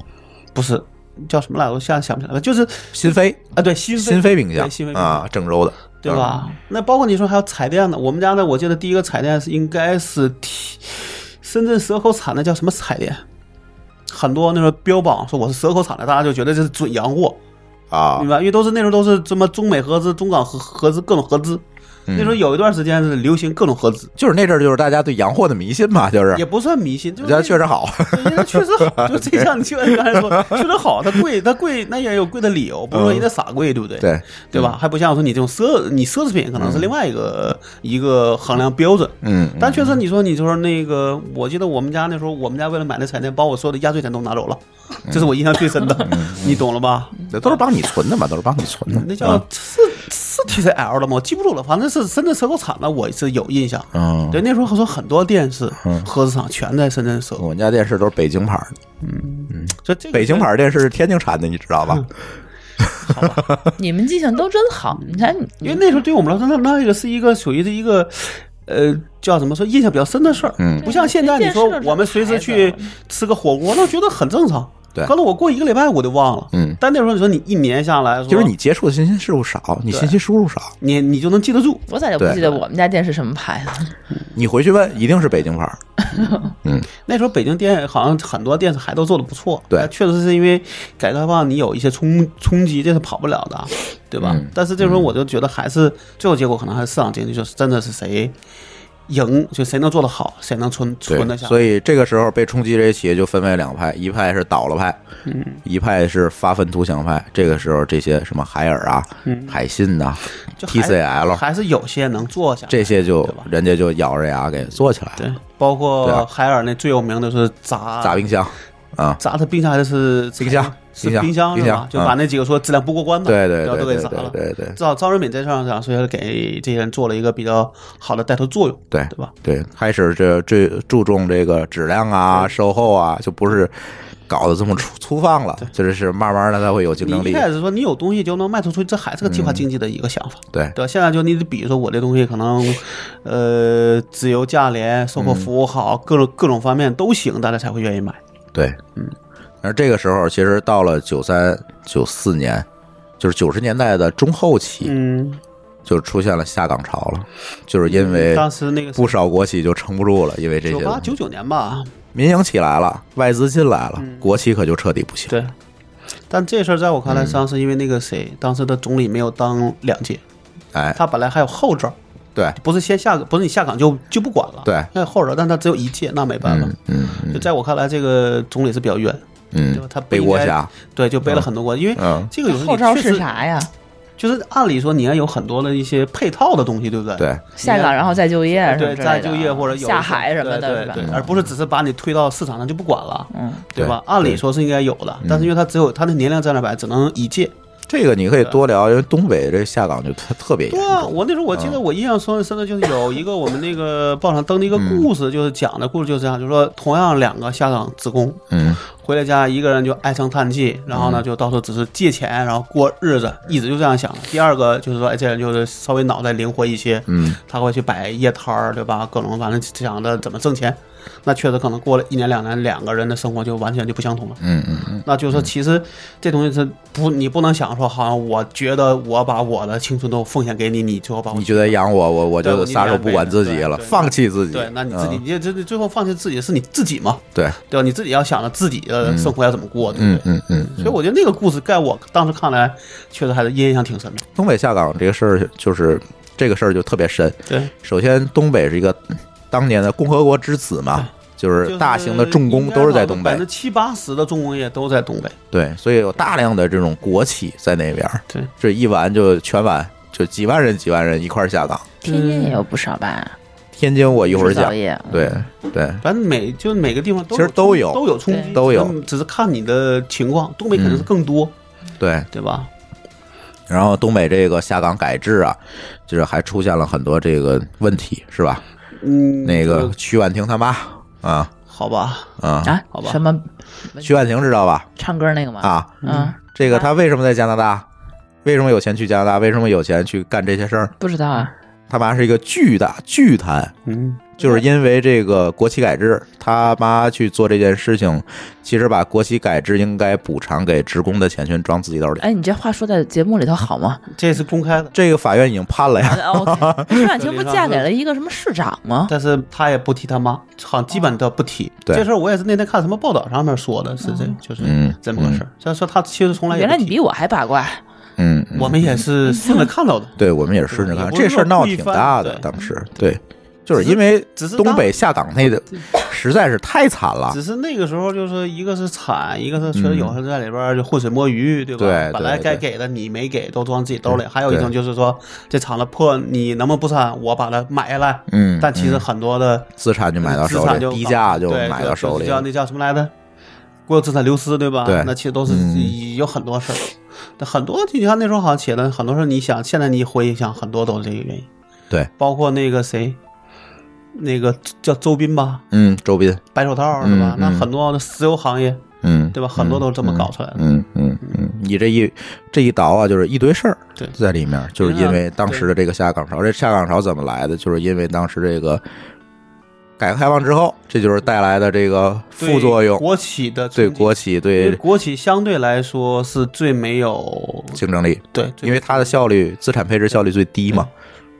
E: 不是。叫什么来着？我现在想不起来了。就是
C: 新飞、
E: 啊，对，新
C: 新飞冰箱
E: 对新飞冰箱
C: 啊，郑州的，
E: 对吧？那包括你说还有彩电呢，我们家呢，我记得第一个彩电是应该是 T，深圳蛇口产的叫什么彩电？很多那时候标榜说我是蛇口产的，大家就觉得这是准洋货，
C: 啊
E: 明？白？因为都是那时候都是什么中美合资、中港合合资各种合资，
C: 嗯
E: 那时候有一段时间是流行各种合资，
C: 就是那阵儿，就是大家对洋货的迷信嘛，就是
E: 也不算迷信，就
C: 我
E: 是
C: 觉得确实
E: 实。
C: 好，
E: 对人家确实 好，就这像你就像你刚才说，确实好，它贵，它贵，那也有贵的理由，不是说人家傻贵，对不对？
C: 嗯对
E: 对吧？还不像说你这种奢，你奢侈品可能是另外一个、一个衡量标准。
C: 嗯嗯
E: 但确实，你说你就说那个，我记得我们家那时候，我们家为了买那彩电，把我所有的压岁钱都拿走了，
C: 嗯
E: 这是我印象最深的，你懂了吧？
C: 那都是帮你存的嘛，都是帮你存的。
E: 那叫是是 TCL 的吗？我记不住了，反正是深圳蛇口厂的，我是有印象。
C: 嗯，
E: 对，那时候好像很多电视、合资厂全在深圳蛇口，
C: 我们家电视都是北京牌儿的，
E: 所以这个
C: 嗯北京牌儿电视是天津产的，你知道吧？
E: 嗯
D: 你们记性都真好，你看你
E: 因为那时候对我们来说，那那个是一个属于是一个，呃，叫怎么说，印象比较深的事儿。
C: 嗯
E: 不像现在你说
D: 对
E: 我们随时去吃个火锅，那觉得很正常。
C: 对
E: 可能我过一个礼拜我就忘了。
C: 嗯
E: 但那时候你说你一年下来，
C: 就是你接触的信息事物少，你信息输入少，
E: 你你就能记得住。
D: 我咋就不记得我们家电视什么牌子？
C: 你回去问一定是北京牌儿。
E: 那时候北京电好像很多电视台都做的不错，
C: 对
E: 但确实是因为改革开放，你有一些冲冲击，这是跑不了的，对吧？
C: 嗯
E: 但是这时候我就觉得还是、最后结果可能还是市场经济，就是真的是谁赢就谁能做得好，谁能存存得
C: 对，
E: 下。
C: 所以这个时候被冲击这些企业就分为两派，一派是倒了派，
E: 嗯
C: 一派是发愤图强派。这个时候，这些什么海尔啊、
E: 嗯
C: 海信呐、
E: 就还
C: TCL
E: 还是有些能做下来
C: 这些就
E: 对吧
C: 人家就咬着牙给做起来了，
E: 对，包
C: 对
E: 括
C: 啊
E: 海尔那最有名的是砸
C: 砸冰箱啊，
E: 砸的冰箱还是
C: 冰箱
E: 是
C: 冰箱
E: 冰箱是
C: 冰
E: 吧
C: 箱？嗯
E: 就把那几个说质量不过关的，
C: 对对
E: 然后
C: 对
E: 都给
C: 对
E: 砸
C: 对
E: 了。
C: 对对
E: 至少招人敏这上讲，所以给这些人做了一个比较好的带头作用，
C: 对
E: 对吧？
C: 对，开始这最注重这个质量啊、售后啊，就不是搞得这么粗粗放了，就是是慢慢的它会有竞争
E: 你一
C: 力。嗯
E: 开始说你有东西就能卖出去，这还是个计划经济的一个想法。
C: 对，
E: 对吧，现在就你得比如说我这东西可能，呃，自由价廉，售
C: 嗯
E: 后服务好，各种各种方面都行，大家才会愿意买。
C: 对，嗯。而这个时候，其实到了九三九四年，就是九十年代的中后期，
E: 嗯，
C: 就出现了下岗潮了，就是因为
E: 当时那个
C: 不少国企就撑不住了，因为这
E: 九
C: 些
E: 八九九年吧，啊
C: 民营起来了，外资进来了，国企可就彻底不行。
E: 嗯对。但这事儿在我看来，
C: 嗯
E: 实际上是因为那个谁，当时的总理没有当两届，
C: 哎，
E: 他本来还有后招，
C: 对，
E: 不是先下，不是你下岗就就不管了，
C: 对
E: 还有后招，但他只有一届，那没办法
C: 嗯。嗯嗯
E: 就在我看来，这个总理是比较冤，对吧
C: 嗯，
E: 他不
C: 背
E: 应
C: 锅
E: 该
C: 侠，
E: 对，就背了很多锅，因为
C: 嗯
E: 这个有时候
D: 后
E: 你
D: 招
E: 确
D: 是
E: 实
D: 啥呀？
E: 就是按理说你要有很多的一些配套的东西，对不对？
C: 对，
D: 下岗然后再就业什么之
E: 对，
D: 类的，
E: 再就业或者有
D: 下海什么的，
E: 对
D: 是吧
E: 对对，而不是只是把你推到市场上就不管了，
D: 嗯，
E: 对嗯吧？按理说是应该有的，但是因为他只有他的年龄在那摆，只能一届。
C: 这个你可以多聊，因为东北这下岗就特特别严
E: 对啊，
C: 重。
E: 我那时候我记得我印象深深的就是有一个我们那个报上登的一个故事，就是讲的故事就是这样，就是说同样两个下岗职工
C: 嗯，
E: 回了家，一个人就唉声叹气，然后呢就到处只是借钱，然后过日子，一直就这样想。第二个就是说，哎，这人就是稍微脑袋灵活一些，
C: 嗯，
E: 他会去摆夜摊儿，对吧？各种反正想着怎么挣钱。那确实可能过了一年两年，两个人的生活就完全就不相同了。
C: 嗯嗯嗯，
E: 那就是说，其实这东西是不，你不能想说，好像我觉得我把我的青春都奉献给你，你最后把我
C: 你觉得养我，我我
E: 对
C: 就
E: 我
C: 撒手不管自己了，
E: 对对
C: 放弃自己。
E: 对，那你自己，
C: 嗯
E: 你这这最后放弃自己是你自己嘛，
C: 对，
E: 对吧？你自己要想着自己的生活要怎么过，对
C: 嗯
E: 不对？
C: 嗯嗯。
E: 所以我觉得那个故事，在我当时看来，确实还是印象挺深的。
C: 东北下岗这个事儿，就是这个事儿就特别深。
E: 对，
C: 首先，东北是一个当年的共和国之子嘛，就是大型的重工都是在东
E: 百
C: 北
E: 分之，七八十的重工业都在东北。
C: 对，所以有大量的这种国企在那边儿，
E: 对，
C: 这一完就全完，就几万人几万人一块儿下岗。
D: 天津也有不少吧？
C: 天津我一会儿
D: 制
C: 讲
D: 造，业，
C: 对对，
E: 反正每就每个地方都
C: 其实都有
E: 都有冲击，
C: 都有
E: 只能只是看你的情况。东北肯定是更多，
C: 对，
E: 对吧？
C: 然后东北这个下岗改制啊，就是还出现了很多这个问题，是吧？
E: 嗯，
C: 那个
E: 就
C: 曲婉婷他妈啊
E: 好吧，
C: 啊，
D: 啊
E: 好，吧
D: 什么
C: 曲婉婷知道吧？
D: 唱歌那个吗？
C: 啊，
D: 嗯，
C: 这个他为什么在加拿大？为什么有钱去加拿大？为什么有钱去干这些事儿？
D: 不知道啊，
C: 他妈是一个巨大巨贪，
E: 嗯，
C: 就是因为这个国企改制，他妈去做这件事情，其实把国企改制应该补偿给职工的钱全装自己兜里。
D: 哎，你这话说在节目里头好吗？
E: 这是公开的，
C: 这个法院已经判了呀，
E: 呃
D: OK，舒婉婷不嫁给了一个什么市长吗？
E: 但是他也不提他妈，好像基本都不提。
C: 对
E: 这事儿我也是那天看什么报道上面说的，是这就是
C: 嗯
E: 这么个事儿。虽然说他其实从来也
D: 哦原
E: 不
D: 来你
E: 提
D: 比我还八 卦，
C: 嗯，嗯
E: 我们也是顺着看到的。
C: 对，我们也是顺着
E: 也
C: 看，
E: 不是
C: 这事儿
E: 说
C: 闹
E: 故意
C: 挺
E: 翻
C: 大的，
E: 对
C: 当时对，就是因为
E: 只是
C: 东
E: 当
C: 北下岗那个 实在是太惨了，
E: 只是那个时候，就是一个是惨，一个是确实有人在里边儿就浑水摸鱼，对
C: 嗯
E: 吧？
C: 对
E: 本来
C: 对对
E: 该
C: 嗯
E: 给的你没给，都装自己兜里。还有一
C: 对
E: 种就是说，这厂子破，你能不能不删？我把它买下来。
C: 嗯
E: 但其实很多的
C: 资产就买到
E: 资
C: 手
E: 产
C: 里，
E: 就
C: 低价
E: 就
C: 就买到手里
E: 就，叫那叫什么来着？国有资产流失，对吧？
C: 对
E: 那其实都是
C: 嗯
E: 有很多事儿。但很多你看那时候好像写的很多事儿，你想现在你回想，很多都是这个原因。
C: 对，
E: 包括那个谁，那个叫周斌吧，
C: 嗯，周斌，
E: 白手套，对吧
C: 嗯？
E: 那
C: 嗯
E: 很多的石油行业，
C: 嗯，
E: 对吧？很多都是这么搞出来的。
C: 嗯嗯嗯，你这一这一倒啊，就是一堆事儿
E: 对
C: 在里面，就是因为当时的这个下岗潮。这下岗潮怎么来的？就是因为当时这个改革开放之后，这就是带来的这个
E: 对
C: 副作用，
E: 国企的
C: 对
E: 冲击
C: 国企
E: 因为
C: 对
E: 国企相对来说是最没有
C: 竞争力，
E: 对，最
C: 因为它的效率资产配置效率最低嘛。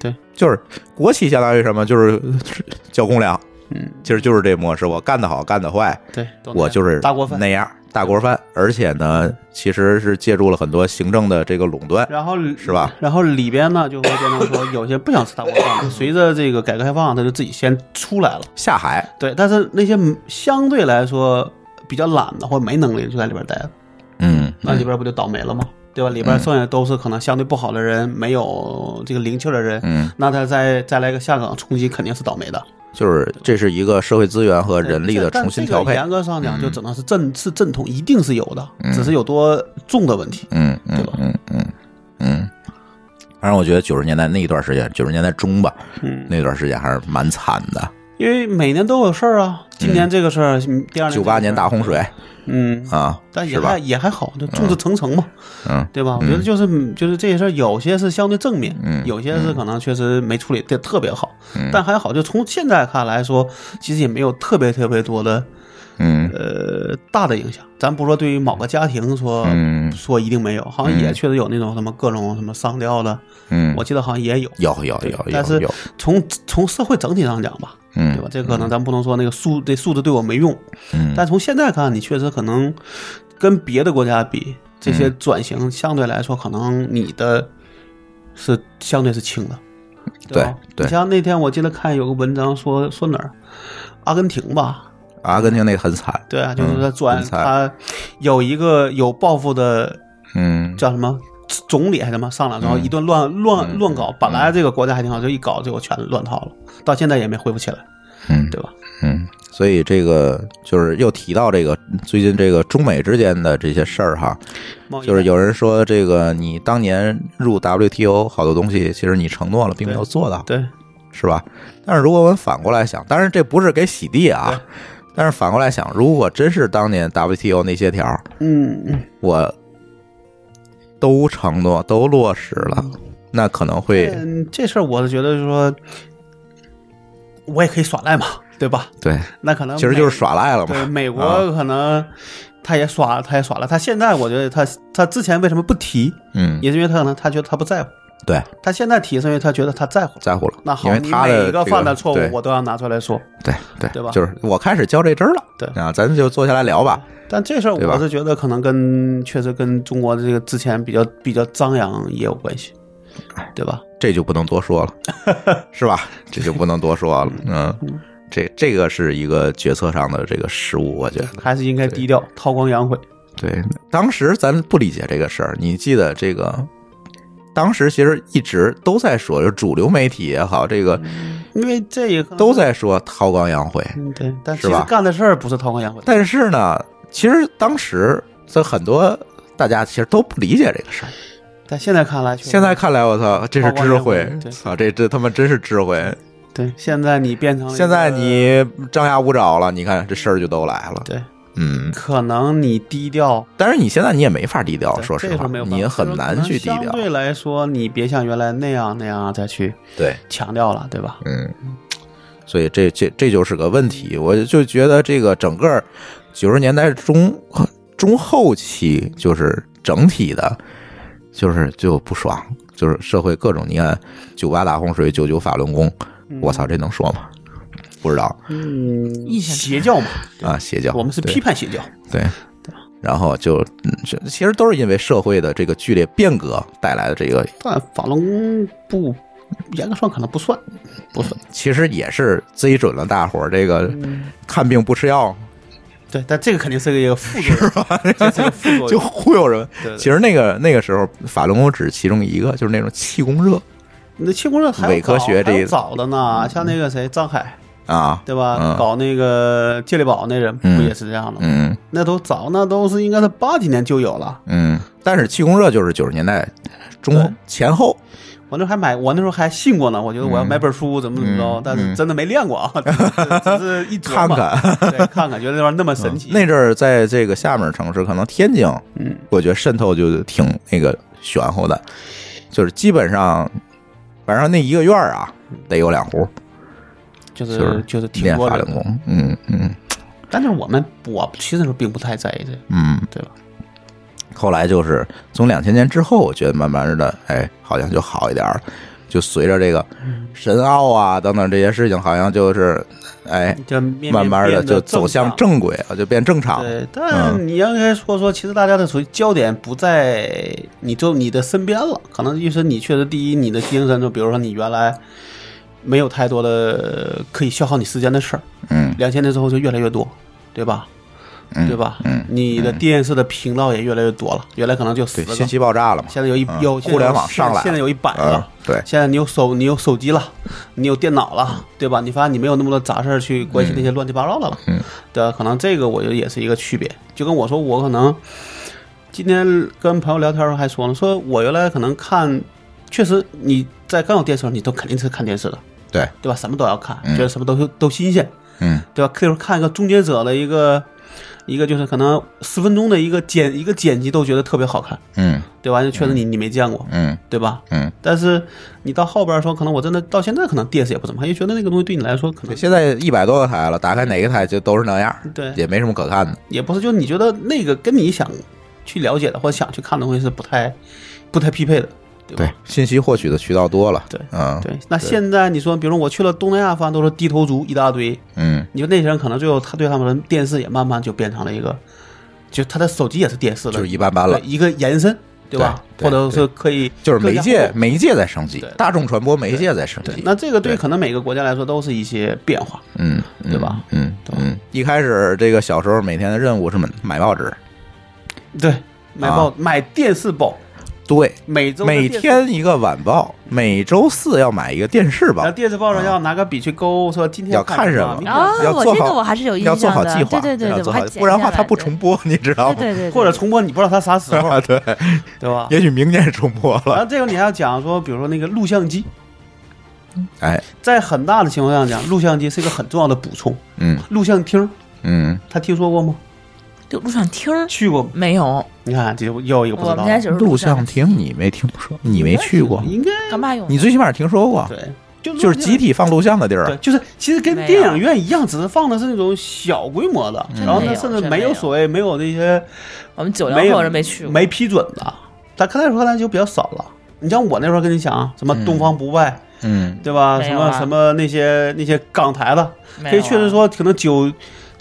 E: 对，
C: 就是国企相当于什么？就是交公粮，
E: 嗯，
C: 其实就是这模式。我干得好，干得坏，
E: 对，都那样
C: 我就是
E: 大锅饭
C: 那样大锅饭，而且呢，其实是借助了很多行政的这个垄断，
E: 然后
C: 是吧？
E: 然后里边呢就会变成说，有些不想吃大锅 饭的，随着这个改革开放，他就自己先出来了。
C: 下海。
E: 对，但是那些相对来说比较懒的或没能力的就在里边待着，
C: 嗯，
E: 那里边不就倒霉了吗？对吧？里边剩下都是可能相对不好的人，没有这个灵气儿的人，
C: 嗯，
E: 那他再再来个下岗冲击，肯定是倒霉的。
C: 就是这是一个社会资源和人力的
E: 但
C: 重新调
E: 这
C: 配嗯
E: 个。严格上讲，就只能是阵是阵痛，一定是有的，只是有多重的问题。
C: 嗯嗯
E: 对吧
C: 嗯嗯嗯。反正我觉得九十年代那一段时间，九十年代中吧，
E: 嗯，
C: 那段时间还是蛮惨的。
E: 因为每年都有事儿啊，今年这个事儿，嗯第二年
C: 九八年大洪水
E: 嗯，
C: 啊，
E: 但也
C: 是吧
E: 还？也还好，就众志成城嘛，
C: 嗯
E: 对吧？我觉得就是就是这些事儿，有些是相对正面，
C: 嗯
E: 有些是可能确实没处理的特别好，
C: 嗯
E: 但还好，就从现在看来说，其实也没有特别特别多的
C: 嗯
E: 呃大的影响。咱不说对于某个家庭说、
C: 嗯
E: 说一定没有，好像也
C: 嗯
E: 确实有那种什么各种什么上吊的，
C: 嗯，
E: 我记得好像也有。
C: 有有
E: 对
C: 有
E: 但
C: 有
E: 是
C: 有，
E: 从从社会整体上讲吧，
C: 嗯，
E: 对吧？这可能咱不能说那个数这数字对我没用，
C: 嗯
E: 但从现在看，你确实可能跟别的国家比，这
C: 嗯
E: 些转型相对来说，可能你的是相对是轻的。吧
C: 嗯对对
E: 你像那天我记得看有个文章说说哪儿，阿根廷吧，
C: 阿根廷那个很惨，
E: 对啊，就是
C: 嗯
E: 他转
C: 很惨
E: 他有一个有抱负的
C: 嗯，
E: 叫什么总理还是什么上来之后
C: 嗯
E: 一顿乱乱乱搞，本来这个国家还挺好，就一搞就全乱套了，到现在也没恢复起来，
C: 嗯
E: 对吧？
C: 嗯，所以这个就是又提到这个最近这个中美之间的这些事儿哈，
E: 贸易
C: 就是
E: 战
C: 有人说这个你当年入 WTO 好多东西，其实你承诺了，并没有做到，
E: 对
C: 是吧？但是如果我们反过来想，当然这不是给洗地啊，但是反过来想，如果真是当年 WTO 那些条儿，
E: 嗯嗯
C: 我都承诺都落实了，那可能会
E: 嗯，这事儿我是觉得就是说，我也可以耍赖嘛，对吧？
C: 对，
E: 那可能
C: 其实就是
E: 美
C: 耍赖了
E: 对
C: 嘛。
E: 美国
C: 啊
E: 可能他也耍，他也耍了。他现在我觉得他他之前为什么不提，
C: 嗯，
E: 也是因为他可能他觉得他不在乎。
C: 对，
E: 他现在提是因为他觉得他在乎。
C: 在乎了，
E: 那
C: 因
E: 好，
C: 为
E: 你
C: 他
E: 每
C: 的
E: 一
C: 这个
E: 犯的错误
C: 对，
E: 我都要拿出来说。
C: 对对
E: 对吧
C: 就是我开始较这真儿了，
E: 对
C: 啊，咱就坐下来聊吧。
E: 但这事儿
C: 对吧
E: 我是觉得可能跟确实跟中国的这个之前比较比较张扬也有关系，对吧？
C: 这就不能多说 了，是吧？这就不能多说了，嗯，这这个是一个决策上的这个失误，我觉得。
E: 还是应该低调，韬光养晦。
C: 对，当时咱不理解这个事儿，你记得这个，当时其实一直都在说，就是主流媒体也好，这个
E: 因为这也可能
C: 都在说韬光养晦。
E: 嗯，对，但
C: 是
E: 其实
C: 吧
E: 干的事儿不是韬光养晦，
C: 但是呢，其实当时这很多大家其实都不理解这个事儿。
E: 但现在看来确实，
C: 现在看来，我操，这是智慧
E: 对！
C: 操，这这他妈真是智慧！
E: 对，现在你变成了一个
C: 现在你张牙舞爪了，你看这事儿就都来了。
E: 对，
C: 嗯，
E: 可能你低调，
C: 但是你现在你也没法低调，
E: 对
C: 说实
E: 这时
C: 话
E: 候没有，办法
C: 你很难去低
E: 就是可能
C: 调
E: 相。对来说，你别像原来那样那样再去
C: 对，
E: 强调了，对吧？
C: 嗯，所以这这这就是个问题。我就觉得这个整个九十年代中中后期，就是整体的，就是就不爽，就是社会各种，你看九八大洪水，九九法轮功，我操，这能说吗？不知道
E: 嗯，邪教嘛，对
C: 啊，邪教，
E: 我们是
C: 对
E: 批判邪教，
C: 对。然后就，嗯这其实都是因为社会的这个剧烈变革带来的这个，
E: 但法轮功不严格说可能不算，不嗯算。
C: 其实也是贼准了大伙儿这个看病不吃药
E: 对，但这个肯定是一个副作用，这是个副作
C: 就
E: 用。
C: 忽悠人
E: 对。对
C: 其实那个那个时候，法轮功只是其中一个，就是那种气功热
E: 你的气功热还有
C: 伪科
E: 早
C: 学这
E: 还有
C: 一
E: 早的呢，像那个谁张海，
C: 啊，
E: 对吧？
C: 嗯
E: 搞那个健力宝那人不
C: 嗯
E: 也是这样的吗？
C: 嗯
E: 那都早，那都是应该是八几年就有了。
C: 嗯。但是气功热就是九十年代中
E: 对
C: 前后，
E: 我那时候还买，我那时候还信过呢。我觉得我
C: 嗯
E: 要买本书，怎么怎么着，但是真的没练过 啊，只是一琢
C: 看
E: 磨
C: 看
E: 对，看看，觉得那玩意儿那么神奇。
C: 那阵儿在这个下面城市，可能天津，
E: 嗯，
C: 我觉得渗透就挺那个玄乎的，就是基本上，反正那一个院儿啊，得有两户
E: 就
C: 就是
E: 是就是挺
C: 练
E: 多
C: 法
E: 的
C: 轮，功，嗯嗯
E: 但是我们我其实那时候并不太在意这个，
C: 嗯。
E: 对吧？
C: 后来就是从两千年之后，我觉得慢慢的，哎，好像就好一点儿了。就随着这个
E: 嗯
C: 神奥啊等等这些事情，好像就是，哎，
E: 就面面
C: 慢慢的
E: 变得
C: 就走向
E: 正
C: 正轨了，就变正常
E: 常。。对，但你应该说说，其实大家的属于焦点不在你就你的身边了，可能就是你确实第一，你的精神就比如说你原来没有太多的呃可以消耗你时间的事儿，
C: 嗯
E: 两千年之后就越来越多，对吧？
C: 嗯，
E: 对吧？
C: 嗯，
E: 你的电视的频道也越来越多了，原来可能就十
C: 对，
E: 个，
C: 信息爆炸了嘛。
E: 现在有一
C: 嗯
E: 有
C: 互联网上来了
E: 现在有一百
C: 嗯
E: 了。，
C: 对，
E: 现在你有手，你有手机了，你有电脑了，对吧？你发现你没有那么多杂事儿去关心那些乱七八糟的了，
C: 嗯
E: 对吧？可能这个我觉得也是一个区别。就跟我说，我可能今天跟朋友聊天儿还说呢，说我原来可能看，确实你在刚有电视的时候，你都肯定是看电视的，
C: 对，
E: 对吧？什么都要看，
C: 嗯
E: 觉得什么都都新鲜。
C: 嗯，
E: 对吧？那时候看一个终结者的一个一个就是可能四分钟的一个剪一个剪辑都觉得特别好看，
C: 嗯
E: 对吧？确实你你没见过，
C: 嗯
E: 对吧？
C: 嗯，
E: 但是你到后边说，可能我真的到现在可能 DS 也不怎么看，因为觉得那个东西对你来说可能
C: 现在一百多个台了，打开哪个台就都是那样，
E: 对
C: 也没什么可看的。
E: 也不是，就你觉得那个跟你想去了解的或者想去看的东西是不太不太匹配的。
C: 对，信息获取的渠道多了。
E: 对
C: 嗯，
E: 对，那现在你说，比如我去了东南亚，发现都是低头族一大堆，
C: 嗯，
E: 你说那些人可能最后他对他们的电视也慢慢就变成了一个，就他的手机也是电视了，
C: 就是一般般了
E: 对，一个延伸，对吧？
C: 对对
E: 或者是可以
C: 就是媒
E: 更加
C: 介
E: 厚
C: 媒介在升级
E: 对，
C: 大众传播媒介在升
E: 对
C: 级，。
E: 那这个对
C: 对
E: 可能每个国家来说都是一些变化，
C: 嗯，嗯
E: 对吧？
C: 嗯
E: 对吧
C: 嗯，一开始这个小时候每天的任务是买买报纸，
E: 对，买报、
C: 啊
E: 买电视报，
C: 对，
E: 每周的
C: 每
E: 电视
C: 天一个晚报，每周四要买一个电视报
E: 然后，电视报上要拿个笔去勾，说今天
C: 要
E: 看
C: 看什么
E: 明天
C: 啊
F: 哦，
C: 要
F: 我
C: 做
F: 这
C: 好
F: 个我还是有印
C: 要
F: 象的，
C: 做好计划，
F: 对对
C: 要
F: 对对，
C: 做
F: 我还
C: 好，
F: 剪
C: 不然的话
F: 下来
C: 它不
F: 对
C: 重啊播，你知道吗？
F: 对对对，
E: 或者重播，你不知道他 啥时候，
C: 啊，对，
E: 对吧？
C: 也许明年重播
E: 然
C: 了
E: 后。这个你还要讲说，比如说那个录像机，
C: 哎，
E: 在很大的情况下讲，录像机是一个很重要的补充。
C: 嗯
E: 录像厅，
C: 嗯，
E: 他听说过吗？
D: 就路上听儿
E: 去过吗？
F: 没有，
E: 你看，这又一个不知
D: 我
E: 道
D: 们家
E: 的。
D: 就是
C: 录像厅你没听说，你没去过，
E: 应该
F: 干嘛用？
C: 你最起码听说过，
E: 对，就
C: 就是集，体放录像的地儿
E: 对，。就是其实跟
F: 没有
E: 电影院一样，只是放的是那种小规模的，
C: 嗯
E: 然后呢，
F: 没有
E: 甚至
F: 真
E: 没
F: 没
E: 有
F: 有
E: 所谓没有那些
F: 我们九
E: 没
F: 零
E: 有
F: 后人没去过，
E: 没批准的，但看来说看来就比较少了。你像我那时候跟你讲啊，什么
C: 嗯
E: 东方不败，
C: 嗯
E: 对吧？
F: 没
E: 什
F: 有
E: 么
F: 啊
E: 什么那些那些港台的，
F: 没
E: 可以
F: 有啊
E: 确实，说，可能九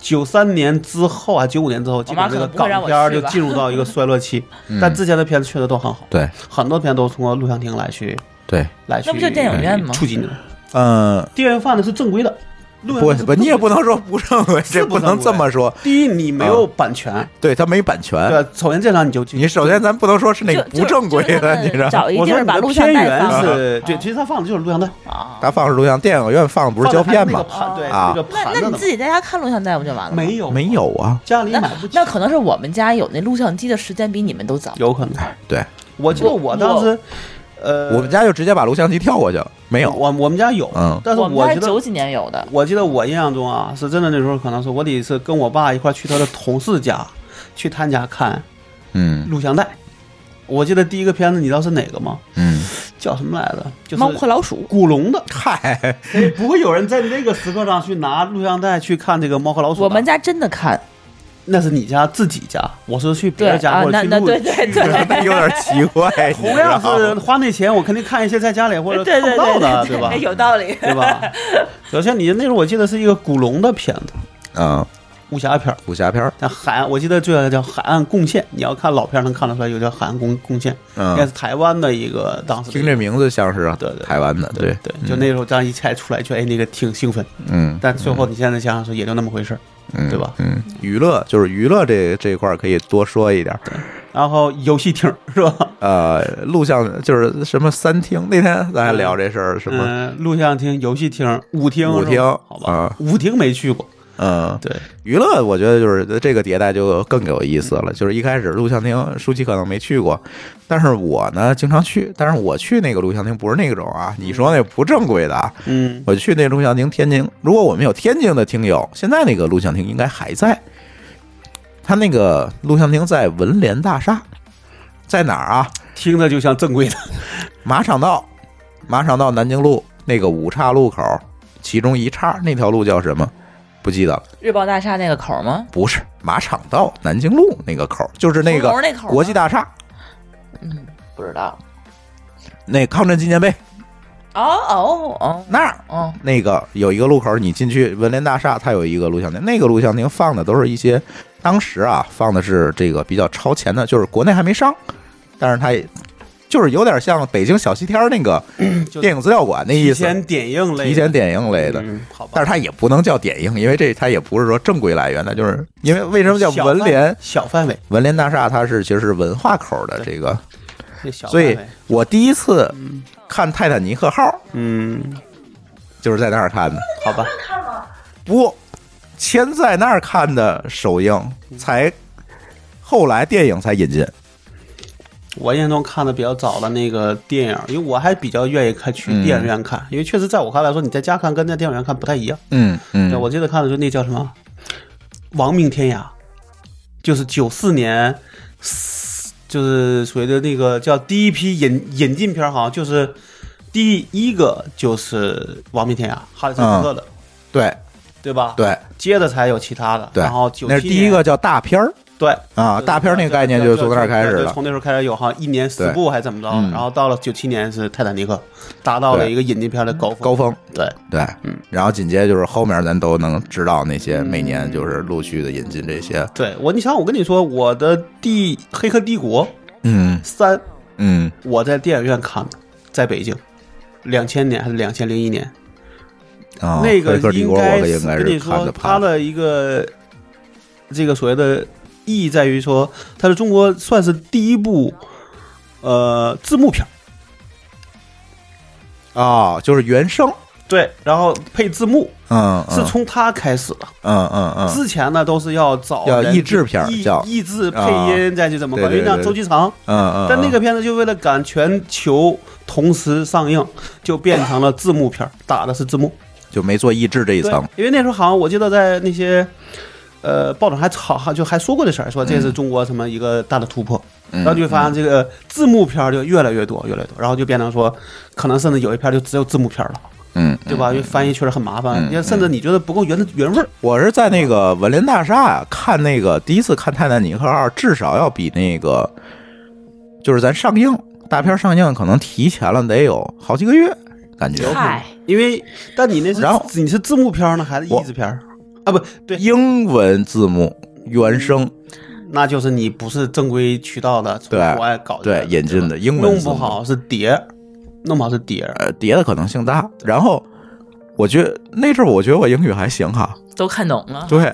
E: 九三年之后啊，九五年之后，基本上这个
F: 我妈可能不
E: 港
F: 会让我
E: 片儿就
F: 去吧
E: 进入到一 个衰落期。
C: 嗯
E: 但之前的片子确实都很好，
C: 对
E: 很多片都是通过录像厅来去
C: 对，
E: 来去，
F: 那
E: 哎
F: 不就电影院吗
E: 促进的，
C: 嗯，
E: 电影院放的是正规的，录像
C: 不
E: 厅是
C: 不，你也不
E: 正
C: 能说 不正规，
E: 是
C: 这不
E: 不正规
C: 能这么说。
E: 规的。第一，你没有版权，
C: 对他没版
E: 对
C: 权，
E: 吧，首先这场你就
C: 啊你首先咱不能说是那
F: 就
C: 个不正规
F: 就就他
C: 的，
F: 们
C: 你知道吗？
F: 找一
E: 我
F: 地
E: 说你
F: 儿把
E: 的
F: 录像
E: 片
F: 带放
E: 源
F: 了
E: 是对，其实他放的就是录像带，
F: 啊。
C: 咱放是录像，电影院放不是胶片吗？
E: 放的
C: 啊
E: 还是那个盘
F: 哦那那
E: 对，个
F: 你
E: 盘
F: 自
E: 子
F: 己在家看录像带不就完了
E: 的，
F: 吗？
E: 没有
C: 没，有啊，
E: 家里
F: 那
E: 买不起
F: 那，可能是我们家有那录像机的时间比你们都早。
E: 有可能。
C: 对
E: 我记得我当时，呃，
C: 我们家就直接把录像机跳过去了，没有。
E: 我我们家有，
C: 嗯
E: 但是
F: 我们
E: 我
F: 家
E: 觉
F: 是
E: 得
F: 九几年有的，
E: 我记得我印象中啊，是真的那时候可能是我得是跟我爸一块去他的同事家，去他家看
C: 嗯
E: 录像带。我记得第一个片子，你知道是哪个吗？
C: 嗯，
E: 叫什么来着？就
F: 《
E: 是
F: 猫和老鼠
E: 古龙的。
C: 嗨，
E: 哎，不会有人在那个时刻上去拿录像带去看这个《猫和老鼠》。
F: 我们家真的看，
E: 那是你家自己家，我是去
F: 对
E: 别人家
F: 啊
E: 或，者
F: 那
E: 去
F: 那
E: 录的。
F: 对对
C: 那
F: 对，
C: 有点奇怪。你
E: 同
C: 知道
E: 样
C: 吗
E: 是花那钱，我肯定看一些在家里或者
F: 对 对
E: 看不
F: 对
E: 到的，
F: 对对
E: 吧？
F: 有道理。
E: 对吧？而且你那时候我记得是一个古龙的片子，
C: 嗯，
E: 武侠片儿。
C: 武侠片儿，
E: 但海岸，我记得最早叫海岸贡献，你要看老片儿能看得出来，有叫海岸贡贡献，应该
C: 嗯
E: 是，台湾的一个当时的
C: 听这名字像是啊
E: 对对
C: 台湾的，
E: 对
C: 对，
E: 就那时候这样一猜出来，就哎那个挺兴奋，
C: 嗯，
E: 但最后你现在想想说也就那么回事儿。
C: 嗯
E: 对吧？
C: 嗯，娱乐就是娱乐这这一块儿可以多说一点儿。
E: 然后游戏厅是吧？
C: 呃，录像就是什么三厅，那天咱还聊这事儿，什么
E: 嗯，录像厅、游戏厅、舞厅是吧、
C: 舞厅
E: 好吧
C: 啊，
E: 舞厅没去过，
C: 嗯，
E: 对，
C: 娱乐我觉得就是这个迭代就更有意思了。就是一开始录像厅，舒淇可能没去过，但是我呢经常去，但是我去那个录像厅不是那种啊，你说那不正规的啊，
E: 嗯，
C: 我去那录像厅，天津。如果我们有天津的听友，现在那个录像厅应该还在。他那个录像厅在文联大厦，在哪儿啊？
E: 听着就像正规的，
C: 马场道，马场道南京路那个五岔路口，其中一岔那条路叫什么？不记得了，
F: 日报大厦那个口吗？
C: 不是马场道南京路那个口，就是那
F: 红楼
C: 个
F: 那口吗
C: 国际大厦
F: 嗯，不知道。
C: 那抗战纪念碑
F: 哦哦哦
C: 那儿。
F: 哦，
C: 那个有一个路口，你进去文联大厦，它有一个录像厅，那个录像厅放的都是一些当时啊放的是这个比较超前的，就是国内还没上，但是它也就是有点像北京小西天儿那 个
E: 就
C: 电影资料馆那意
E: 提
C: 思，
E: 前点映类的，
C: 提前点映类的。
E: 嗯好吧。
C: 但是它也不能叫点映，因为这它也不是说正规来源，它就是因为为什么叫
E: 小
C: 文
E: 范
C: 联
E: 小范围，
C: 文联大厦？它是其实是文化口的这个，
E: 那小
C: 所以
E: 范围
C: 我第一次看《泰坦尼克号》
E: 嗯，
C: 就是在那儿看的。
E: 好吧，
C: 不，先在那儿看的首映，才后来电影才引进。
E: 我印象中看的比较早的那个电影，因为我还比较愿意看去电影院看，因为确实在我看来说，你在家看跟在电影院看不太一样。
C: 嗯嗯
E: 对，我记得看的就那叫什么《亡命天涯》，就是九四年，就是所谓的那个叫第一批引引进片儿，好像就是第一个就是《亡命天涯》，哈里森福特的，
C: 嗯对
E: 对吧？，
C: 对
E: 接着才有其他的。
C: 对，
E: 然后九
C: 那是
E: 七
C: 第一个叫大片儿
E: 对。
C: 啊，大片儿那个概念就是从那儿开始
E: 对对
C: 的
E: 从。那时候开始有，好像一年四
C: 对
E: 部还怎么着，
C: 嗯
E: 然后到了九七年是《泰坦尼克》，达到了
C: 对
E: 一个引进片的高峰。
C: 高峰，
E: 对，
C: 对，
E: 嗯
C: 然后紧接着就是后面咱都能知道那些每年就是陆续的引进这些，
E: 对我，你想，我跟你说，我的第《黑客帝国
C: 嗯
E: 三》
C: 嗯
E: 我在电影院看的，在北京，两千年还是两千零一年，
C: 啊，
E: 那个
C: 黑客帝
E: 应
C: 国我
E: 该
C: 可应
E: 是
C: 该
E: 跟你
C: 是看
E: 说
C: 的
E: 它
C: 怕
E: 的一个这个所谓的意义在于说，它是中国算是第一部呃字幕片儿，
C: 啊，就是原声，
E: 对，然后配字幕
C: 嗯，
E: 是
C: 嗯
E: 从它开始的，
C: 嗯嗯嗯
E: 之前呢都是要找
C: 要
E: 人
C: 译制片儿
E: 译
C: 叫
E: 译制配
C: 啊
E: 音再去怎么
C: 对
E: 搞，因为
C: 对
E: 那
C: 对
E: 周期长。
C: 嗯嗯，
E: 但那个片子就为了赶全球同时上映，就变成了字幕片儿，打的是字幕。
C: 就没做译制这一
E: 对
C: 层，，
E: 因为那时候好像我记得在那些。呃，报纸还吵，还就还说过这事儿，说这是中国什么一个大的突破，
C: 然
E: 然后就会发现这个字幕片儿就越来越多，越来越多，然后就变成说，可能甚至有一片儿就只有字幕片儿了，
C: 嗯，
E: 对吧？因为翻译确实很麻烦，
C: 嗯
E: 你看甚至你觉得不够原原味儿，
C: 我是在那个文联大厦呀看那个第一次看《泰坦尼克号》，至少要比那个就是咱上映大片上映可能提前了得有好几个月，感觉
D: 嗨，
E: 因为但你那是
C: 然后
E: 你是字幕片儿呢，还是
C: 我
E: 译制片儿啊？不对，
C: 英文字幕原声
E: 那就是你不是正规渠道的，从
C: 对
E: 国外搞
C: 对
E: 的，
C: 引进的英文
E: 弄
C: 字
E: 不
C: 幕
E: 好哦是碟儿，弄不好是碟儿。
C: 呃叠的可能性大。然后我觉得那阵儿我觉得我英语还行哈，
F: 都看懂
E: 啊
F: 了。
C: 对，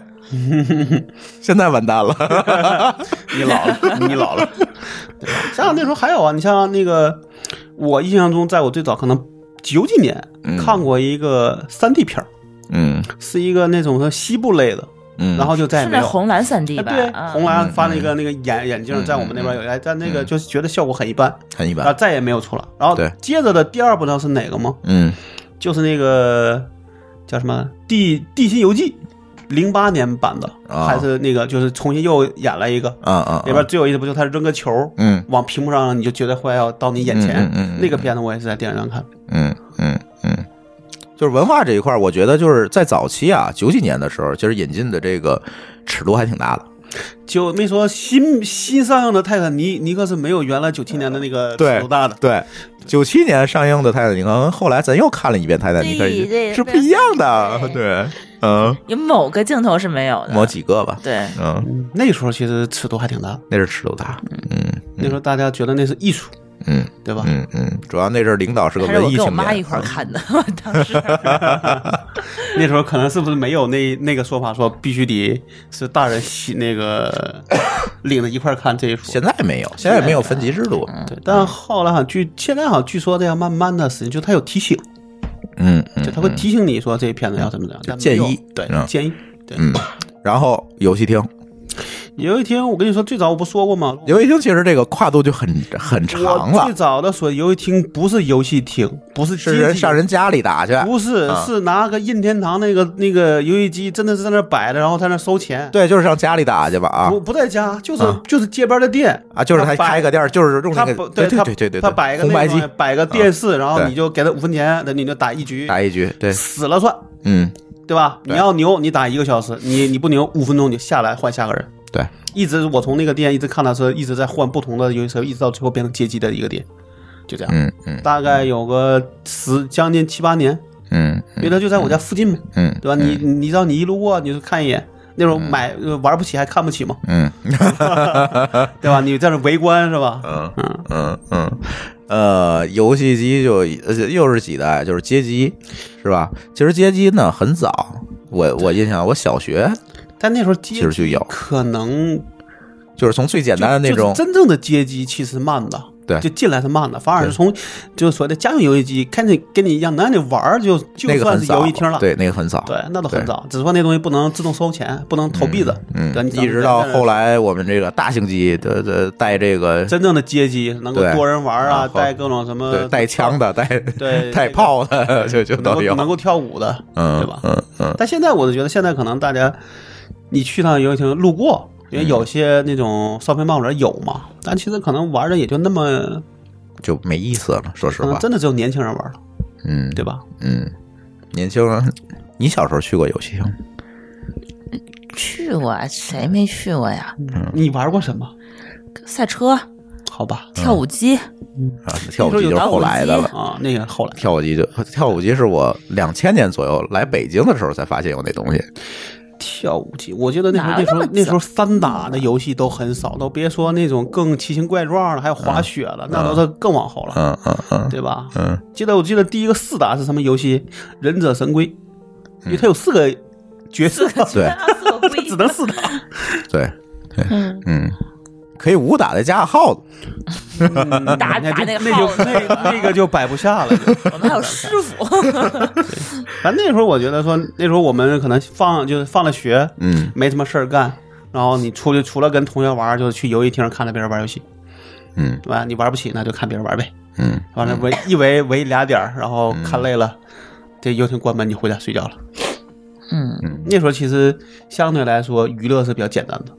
C: 现在完蛋了，
E: 你老 了，你老了，对吧？像那时候还有啊，你像那个，我印象中，在我最早可能九几年、
C: 嗯
E: 看过一个三 D 片儿，
C: 嗯
E: 是一个那种说西部类的，
C: 嗯，
E: 然后就再也
F: 是
E: 没
F: 那
E: 有。
F: 红蓝三 D
E: 哎
F: 吧？
E: 对，
F: 啊
E: 红蓝
C: 嗯
E: 发了一个那个眼眼镜，
C: 嗯
E: 在我们那边有，哎，但那个就是觉得效果很一般，
C: 很一
E: 然后
C: 般，
E: 再也没有出来。然后
C: 对
E: 接着的第二部呢是哪个吗？
C: 嗯
E: 就是那个叫什么《地地心游记》，零八年版的，
C: 啊
E: 还是那个就是重新又演了一个，
C: 啊啊，
E: 里边最有意思不就他扔个球儿
C: 嗯
E: 往屏幕上，你就觉得快要到你眼前。
C: 嗯嗯嗯嗯
E: 那个片子我也是在电影院看，
C: 嗯嗯嗯，就是文化这一块儿，我觉得就是在早期啊，九几年的时候，其实引进的这个尺度还挺大的。
E: 就没说新新上映的《泰坦尼尼克》是没有原来九七年的那个
C: 对
E: 尺度大的。
C: 对，九七年上映的《泰坦尼克》，跟后来咱又看了一遍《泰坦尼克
D: 对》，对
C: 是不一样的。对，嗯，
F: 有某个镜头是没有的。
C: 某几个吧，
F: 对，
C: 嗯，
E: 嗯，那时候其实尺度还挺大的，
C: 那是尺度大。嗯
E: 那时候大家觉得那是艺术，
C: 嗯
E: 对吧？
C: 嗯嗯，主要那阵儿领导是个
F: 还是
C: 文
F: 我
C: 艺
F: 跟我
C: 青
F: 妈一
C: 年。
E: 嗯
F: 块儿看的。我当时
E: 那时候可能是不是没有那那个说法，说必须得是大人洗 那个领着一块儿看这一出
C: 现。在没有，现在没有分级制度。
E: 对，但后来好像据现在好像据说这样慢慢的实际就它有提醒，
C: 嗯
E: 就
C: 嗯，
E: 它会提醒你说这片子要怎么怎么样，但没
C: 建
E: 有
C: 议
E: 对
C: 嗯
E: 建议对。
C: 嗯然后游戏厅，
E: 游戏厅，我跟你说，最早我不说过吗？
C: 游戏厅其实这个跨度就很很长
E: 我
C: 了
E: 最，早的说游戏厅不是游戏厅，不是
C: 是
E: 街机
C: 人上人家里打去。
E: 不是
C: 啊
E: 是拿个任天堂那个那个游戏机，真的是在那儿摆着，然后在那儿收钱。
C: 对，就是上家里打去吧啊
E: 不不在家，就是
C: 啊
E: 就是街边的店。
C: 啊，就是他
E: 他摆
C: 开个店儿，就是用
E: 他
C: 那个
E: 不，
C: 对
E: 他
C: 对对对，
E: 他
C: 对
E: 摆一个
C: 红
E: 那
C: 白
E: 种
C: 机啊
E: 摆个电视，然后
C: 对
E: 你就给他五分钱，那你就打一局，
C: 打一局，对，
E: 死了算，
C: 嗯，
E: 对吧？
C: 对
E: 你要牛，你打一个小时，你你不牛，五分钟你就下来换下个人。
C: 对，
E: 一直我从那个店一直看到是一直在换不同的游戏车，一直到最后变成街机的一个店，就这样。
C: 嗯嗯
E: 大概有个十将近七八年，
C: 嗯
E: 因为它就在我家附近嘛，
C: 嗯
E: 对吧？你你你让你一路过你就看一眼，那时候买呃玩不起还看不起嘛，
C: 嗯
E: 对吧？你在这围观是吧？
C: 嗯嗯嗯，呃，游戏机就呃又是几代，就是街机，是吧？其实街机呢很早，我我印象我小学
E: 但那时候
C: 其
E: 街
C: 实就有，
E: 可能
C: 就是从最简单的那种
E: 就是真正的街机其实慢的，
C: 对
E: 就进来是慢的，反而是从就所谓的家用游戏机，看你跟你一样，能让你玩儿就就
C: 那个
E: 算
C: 很
E: 是
C: 早
E: 游戏厅了。
C: 对，那个很早，
E: 对，那都很早，只是说那东西不能自动收钱，不能投币的。
C: 嗯
E: 对，，
C: 一直到后来我们这个大型机的的带这个
E: 真正的街机能够
C: 对
E: 多人玩儿啊，
C: 然后
E: 带各种什么
C: 对带枪的带
E: 对
C: 带炮的 就就
E: 能
C: 都
E: 够
C: 有，
E: 能够跳舞的，
C: 嗯
E: 对吧？
C: 嗯嗯，
E: 但现在我就觉得，现在可能大家你去趟游戏厅路过，因为有
C: 嗯
E: 些那种烧屏棒者有嘛，但其实可能玩的也就那么，
C: 就没意思了，说实
E: 可能
C: 话，
E: 嗯真的只有年轻人玩了，
C: 嗯
E: 对吧？
C: 嗯，年轻人，你小时候去过游戏厅吗？
F: 去过，啊谁没去过呀？
C: 嗯
E: 你玩过什么？
F: 赛车、
E: 好吧，
F: 跳舞机，
C: 啊，跳舞机就是后来的了。
E: 啊，那个后来
C: 跳舞机就跳舞机是我两千年左右来北京的时候才发现有那东西，
E: 跳舞机，我觉得那时候
F: 哪
E: 那
F: 有
E: 时
F: 那
E: 候
F: 么
E: 那时候三打的游戏都很少，都别说那种更奇形怪状的，还有滑雪了，那都是更往后了，
C: 嗯嗯嗯
E: 对吧？
C: 嗯，
E: 记得我记得第一个四打是什么游戏，《忍者神龟》，因为它有四个角色，
C: 对
E: 它只能四打。
C: 对对，嗯，可以武打的加号子，
F: 打打
E: 嗯
F: 那个
E: 那就那
F: 号
E: 就那个那个就摆不下了。就
F: 我们还有师 傅，
E: 反正那时候我觉得说，那时候我们可能放就是放了学，
C: 嗯
E: 没什么事儿干，然后你出去除了跟同学玩儿，就是去游戏厅看着别人玩游戏，
C: 嗯
E: 对吧？你玩不起那就看别人玩呗。
C: 嗯，
E: 完了围一围围俩点儿，然后看累了，这游戏厅关门，你回家睡觉了。
F: 嗯，
E: 那时候其实相对来说娱乐是比较简单的，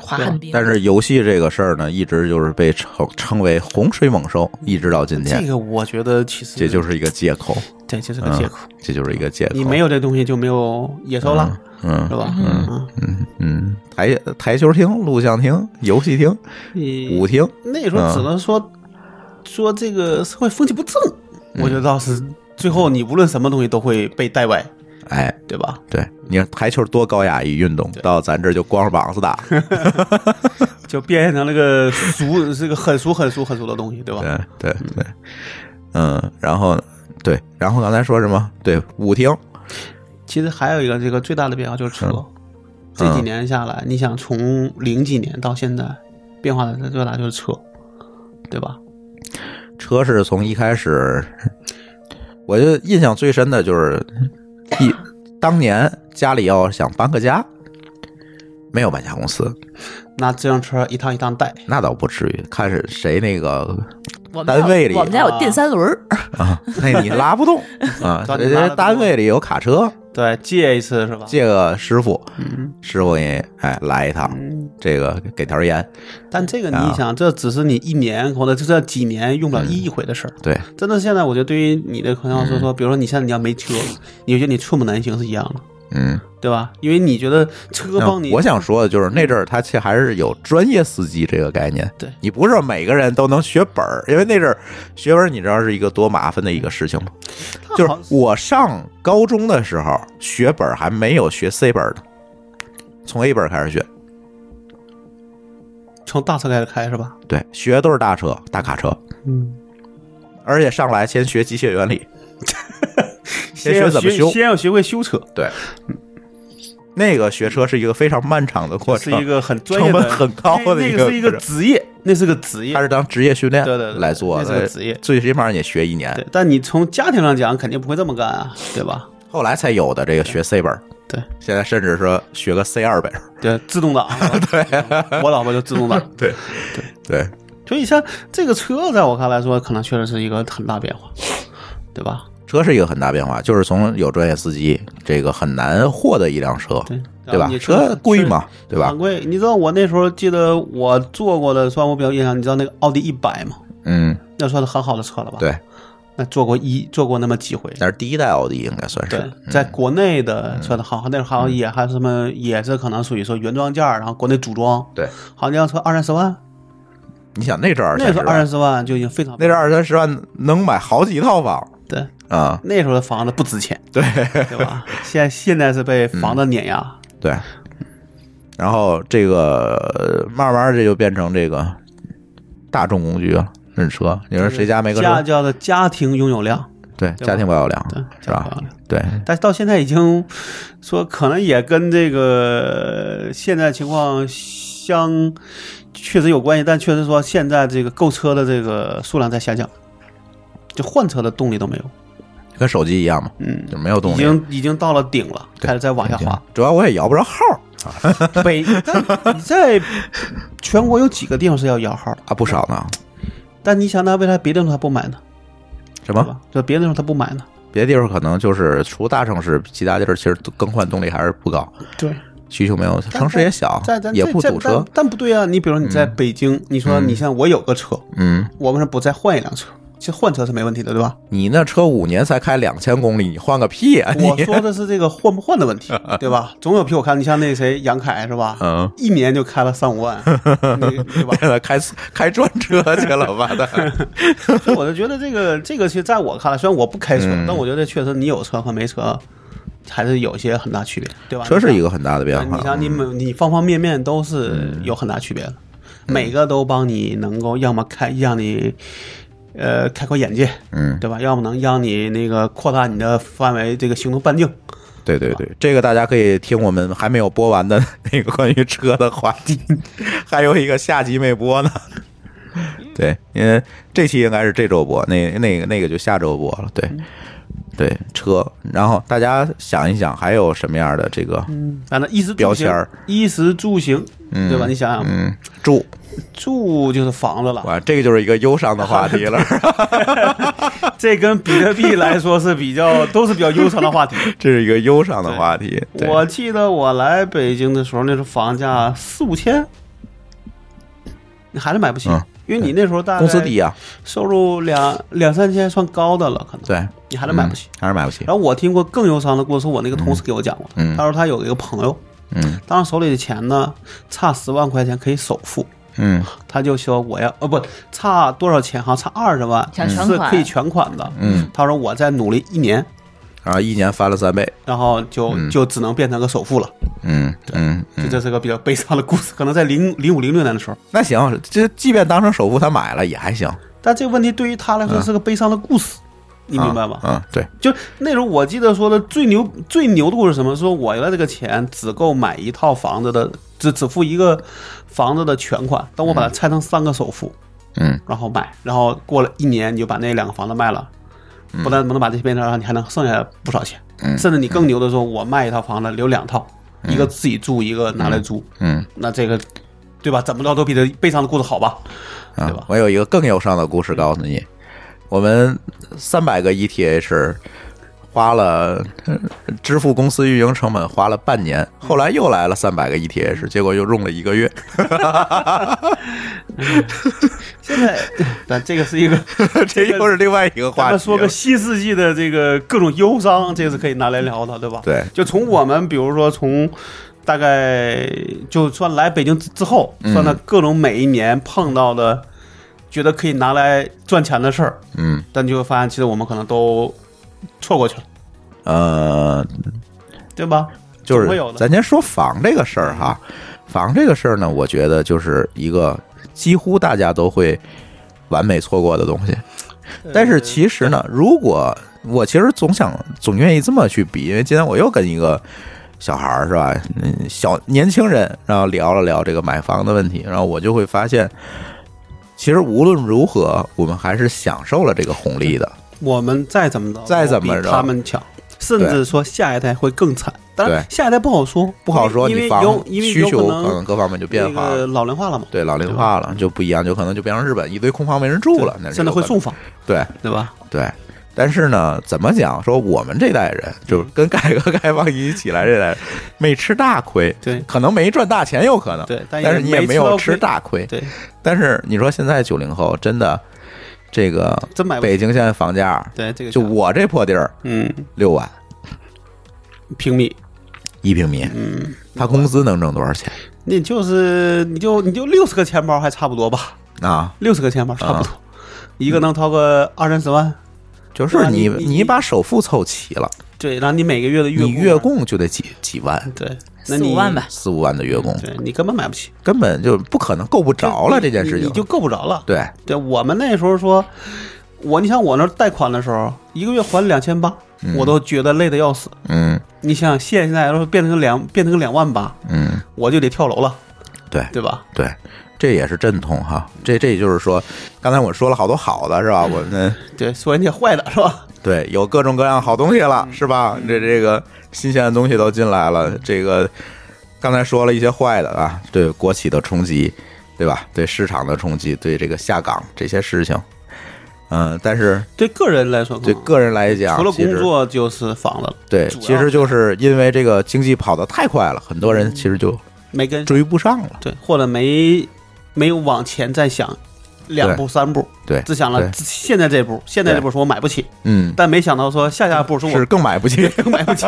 F: 滑
E: 啊
F: 旱冰，
C: 但是游戏这个事儿呢，一直就是被称称为洪水猛兽，一直到今
E: 这
C: 天，
E: 个我觉得其实
C: 这就是一个借口，
E: 对，这是个
C: 嗯
E: 借口。，
C: 这就是一个借口。
E: 你没有这东西就没有野兽了，
C: 嗯
E: 是吧？嗯
C: 嗯嗯，台台球厅、录像厅、游戏厅、
E: 嗯，
C: 舞厅，
E: 那时候只能说、说这个社会风气不正，我觉得倒是最后你无论什么东西都会被带歪，
C: 哎，
E: 对吧？
C: 对，你看台球多高雅一运动，到咱这儿就光着膀子打，
E: 就变成了个俗，是个很俗很俗很俗的东西，对吧？
C: 对对对，嗯，然后对，然后刚才说什么？对，舞厅，
E: 其实还有一个这个最大的变化就是车，这几年下来，你想从零几年到现在，变化的最大就是车，对吧？
C: 车是从一开始，我就印象最深的就是一当年家里要想搬个家，没有搬家公司，
E: 拿自行车一趟一趟带，
C: 那倒不至于，看是谁那个
F: 我们
C: 单位里
F: 我们家有电三轮儿，
C: 啊，那你拉不动啊，
E: 抓紧
C: 人
E: 拉
C: 家
E: 得
C: 单
E: 动
C: 位里有卡车，
E: 对，借一次是吧？
C: 借个师傅，师傅给你哎来一趟，
E: 嗯
C: 这个给条烟，
E: 但这个
C: 啊
E: 你想，这只是你一年或者就这几年用不了
C: 嗯
E: 一回的事儿。
C: 对，
E: 真的，现在我觉得对于你的朋友
C: 嗯
E: 说说，比如说你现在你要没车，你觉得你寸步难行是一样的，
C: 嗯，
E: 对吧？因为你觉得车
C: 那
E: 帮你，
C: 哎我想说的就是那阵儿，他其实还是有专业司机这个概念。
E: 对
C: 你不是说每个人都能学本儿，因为那阵儿学本儿，你知道是一个多麻烦的一个事情吗？就是我上高中的时候，学本儿还没有学 C 本儿的，从 A 本儿开始学。
E: 从大车开始开是吧？
C: 对，学的都是大车、大卡车，
E: 嗯，
C: 而且上来先学机械原理，先
E: 要
C: 学怎么修。
E: 先要学会修车，
C: 对，那个学车是一个非常漫长的过
E: 是
C: 程，
E: 一个很专业
C: 成
E: 的、
C: 本很高的
E: 那
C: 一
E: 那
C: 个
E: 个是一个职业，那是个职业
C: 他。是当职业训练
E: 对对对
C: 来做
E: 那是
C: 的，
E: 个职业
C: 最起码也学一年
E: 对，，但你从家庭上讲，肯定不会这么干啊，对吧？
C: 后来才有的这个学 C 本儿，
E: 对
C: 现在甚至说学个 C 二本儿，
E: 对，自动挡， 对，我老婆就自动挡，
C: 对对
E: 所以像这个车，在我看来说，可能确实是一个很大变化，对吧？
C: 车是一个很大变化，就是从有专业司机这个很难获得一辆车，
E: 对
C: 对
E: 然
C: 吧
E: 后你？
C: 车贵嘛，对吧
E: 很？贵。你知道我那时候记得我坐过的，算我比较印象，你知道那个奥迪一百吗？
C: 嗯，
E: 那算是很好的车了吧？，
C: 对，
E: 那坐过一坐过那么几回。
C: 但是第嗯一代奥迪应该算是
E: 对，在国内的算的好，那时候好
C: 嗯
E: 像也还是什么，也是可能属于说原装件儿，然后国内组装，
C: 对，
E: 好像那辆车二三十万，
C: 你想那阵儿
E: 那时候二
C: 二
E: 三十万就已经非常
C: 那阵儿二三十万能买好几套房
E: 对，
C: 啊，
E: 那时候的房子不 值钱，对对吧？现在现在是被
C: 嗯
E: 房子碾压，
C: 对。然后这个呃慢慢这就变成这个大众工具了，认车。你说谁家没个车
E: 家？叫做家庭拥有量，
C: 对，
E: 对
C: 家
E: 吧
C: 庭保有量
E: 对
C: 是
E: 家庭
C: 吧
E: 保有量？嗯
C: 对，
E: 但是到现在已经说可能也跟这个现在情况相确实有关系，但确实说现在这个购车的这个数量在下降，就换车的动力都没有，
C: 跟手机一样嘛，
E: 嗯，
C: 就没有
E: 已
C: 动力。
E: 经已经到了顶了，
C: 对
E: 开始在往下 滑。
C: 主要我也摇不着号儿
E: 北，但你在全国有几个地方是要摇号的？
C: 啊，不少呢。
E: 但你想，那为啥别的地方他不买呢？
C: 什
E: 对
C: 么？
E: 吧？就别的地方他不买呢？
C: 别的地方可能就是除大城市，其他地儿其实更换动力还是不高，
E: 对，
C: 需求没有。城市也小
E: 在咱，
C: 也
E: 这
C: 不
E: 这
C: 堵
E: 但
C: 车。
E: 但不对啊！你比如你在北京，你说你像我有个车，
C: 嗯，
E: 我为什么不再换一辆车？其实换车是没问题的，对吧？
C: 你那车五年才开两千公里，你换个屁啊！你
E: 我说的是这个换不换的问 题，对吧？总有比我看，你像那谁杨凯是吧？
C: 嗯，
E: 一年就开了三 五万，那个对吧？
C: 开开专车去了 吧？他
E: 所以我就觉得这个这个，其实在我看来，虽然我不开车，
C: 嗯
E: 但我觉得确实你有车和没车还是有些很大区别，对吧？
C: 车是一
E: 个
C: 个很大的变化嗯
E: 呃你。想你每你方方面面都是有很大区别的，
C: 嗯
E: 每个都帮你能够要么开让你呃开阔眼界，
C: 嗯，
E: 对吧？要么能让你那个扩大你的范围，这个行动半径。
C: 对对对，这个大家可以听我们还没有播完的 那个关于车的话题， 还有一个下集没播呢。
E: 嗯
C: 对，因为这期应该是这周播，那那个那个就下周播了。
E: 嗯
C: 对，对，车。然后大家想一想，还有什么样的这个
E: 反正衣食住行
C: 标签儿
E: 衣食住行，对吧？你想想，
C: 嗯住？
E: 住就是房子了，
C: 哇，这个就是一个忧伤的话题 了，
E: 这跟比特币来说是比较都是比较忧伤的话题。
C: 这是一个忧伤的话题。 对
E: 我记得我来北京的时候，那时候房价四五千，你还是买不起，
C: 嗯
E: 因为你那时候大概
C: 工资低，啊，
E: 收入两两三千算高的了，可能
C: 对，嗯
E: 你还
C: 还
E: 是买不起。
C: 还是买不起
E: 然。后我听过更忧伤的故事，我那个同事给我讲过，
C: 嗯
E: 他说他有一个朋友，
C: 嗯
E: 当时手里的钱呢差十万块钱可以首付，
C: 嗯
E: 他就说我要呃不差多少钱，好像差二十万
D: 想全
E: 是
D: 款
E: 可以全款的。
C: 嗯，
E: 他说我再努力一年，
C: 然后啊一年翻了三倍。
E: 然后就就只能变成个首付了。
C: 嗯嗯
E: 就
C: 嗯，
E: 这是个比较悲伤的故事，可能在零零五零六年的时候。
C: 那行，这即便当成首付，他买了也还行，
E: 但这个问题对于他来说是个悲伤的故事，你明白吗？
C: 嗯，对，
E: 就是那时候我记得说的最牛最牛的故事是什么？说我原来这个钱只够买一套房子的，只只付一个房子的全款，但我把它拆成三个首付，
C: 嗯
E: 然后买，然后过了一年你就把那两个房子卖了，不但不能把这些变成，你还能剩下不少钱，
C: 嗯
E: 甚至你更牛的说，我卖一套房子留两套，一个自己住，一个拿来租，
C: 嗯，
E: 那这个对吧？怎么着都比这悲伤的故事好吧？
C: 啊
E: 对吧
C: 我有一个更忧伤的故事告诉你，我们三百个 ETH 花了呃支付公司运营成本花了半年，后来又来了三百个 ETH，结果又用了一个月，
E: 现在，但这个是一个，
C: 这又是另外一个
E: 咱
C: 话题
E: 们
C: 了。
E: 说个新世纪的这个各种忧伤，这是可以拿来聊的，对吧？
C: 对
E: 就从我们比如说从大概就算来北京之之后，
C: 嗯
E: 算他各种每一年碰到的，觉得可以拿来赚钱的事儿，
C: 嗯
E: 但就会发现其实我们可能都错过去了，
C: 呃，
E: 对吧？
C: 就
E: 总会
C: 是
E: 有的嗯
C: 咱先说房这个事儿哈，房这个事儿呢，我觉得就是一个几乎大家都会完美错过的东西。但是其实呢，如果我其实总想总愿意这么去比，因为今天我又跟一个小孩儿是吧，嗯，小年轻人，然后聊了聊这个买房的问题，然后我就会发现，其实无论如何，我们还是享受了这个红利的。
E: 我们再怎么着，
C: 再怎么着
E: 比他们强，甚至说下一代会更惨。当然，
C: 对
E: 下一代不好说，
C: 不好说，
E: 因为
C: 你房
E: 有因为
C: 需
E: 有
C: 求
E: 可能
C: 各方面就变化
E: 那
C: 了
E: 个。老龄化了嘛，
C: 对，老龄化了就不一样，就可能就变成日本一堆空房没人住了，那是
E: 甚至
C: 有可
E: 会
C: 能
E: 送房，
C: 对
E: 对吧？
C: 对。但是呢，怎么讲？说我们这代人，
E: 嗯
C: 就是跟改革开放一起来这代人，没吃大亏，
E: 对
C: 可能没赚大钱，有可能，
E: 对但
C: 但
E: 也
C: 是你也
E: 没
C: 没有
E: 吃到亏
C: 吃大亏。
E: 对，
C: 但是你说现在九零后真的，这个
E: 真买不起
C: 北京现在房价，
E: 对这个
C: 就
E: 价
C: 我这破地儿
E: 嗯，
C: 六万
E: 平米，
C: 一平米，嗯，他工资能挣多少钱
E: 那就是你就你就六十个钱包还差不多吧，
C: 啊？
E: 六十个钱包差不多，一个能掏个二三十万，
C: 就是你
E: 对啊你
C: 你把首付凑齐了，
E: 对，然后你每个月啊的
C: 你
E: 月
C: 月，供就得几几万，
E: 对，那
D: 四
E: 你
D: 五万吧，
C: 四五万的月供，
E: 对你根本买不起，
C: 根本就不可能够不着了
E: 你
C: 这件事
E: 你
C: 情。
E: 你就够不着了。
C: 对，
E: 对我们那时候说，我你像我那贷款的时候，一个月还两千八，我都觉得累得要死。
C: 嗯
E: 你想现在要是变成两变成个两万八，
C: 嗯，
E: 我就得跳楼了，
C: 对
E: 对吧？
C: 对，这也是阵痛哈。这这也就是说，刚才我说了好多好的是吧？我们
E: 对，说人家坏的是吧？
C: 对有各种各样好东西了是吧？这这个新鲜的东西都进来了，这个刚才说了一些坏的啊，对国企的冲击，对吧？对市场的冲击，对这个下岗这些事情，嗯、但是
E: 对个人来说，
C: 对个人来讲，
E: 除了
C: 其实
E: 工作就是房子了，
C: 对，
E: 主要
C: 其实就是因为这个经济跑得太快了，很多人其实就
E: 没跟
C: 追不上了。
E: 对，或者没没有往前再想两步三步，
C: 对，
E: 只想
C: 对
E: 了现在这步，现在这步说我买不起，
C: 嗯，
E: 但没想到说下下步说
C: 是
E: 我
C: 更买不起
E: 更买不起，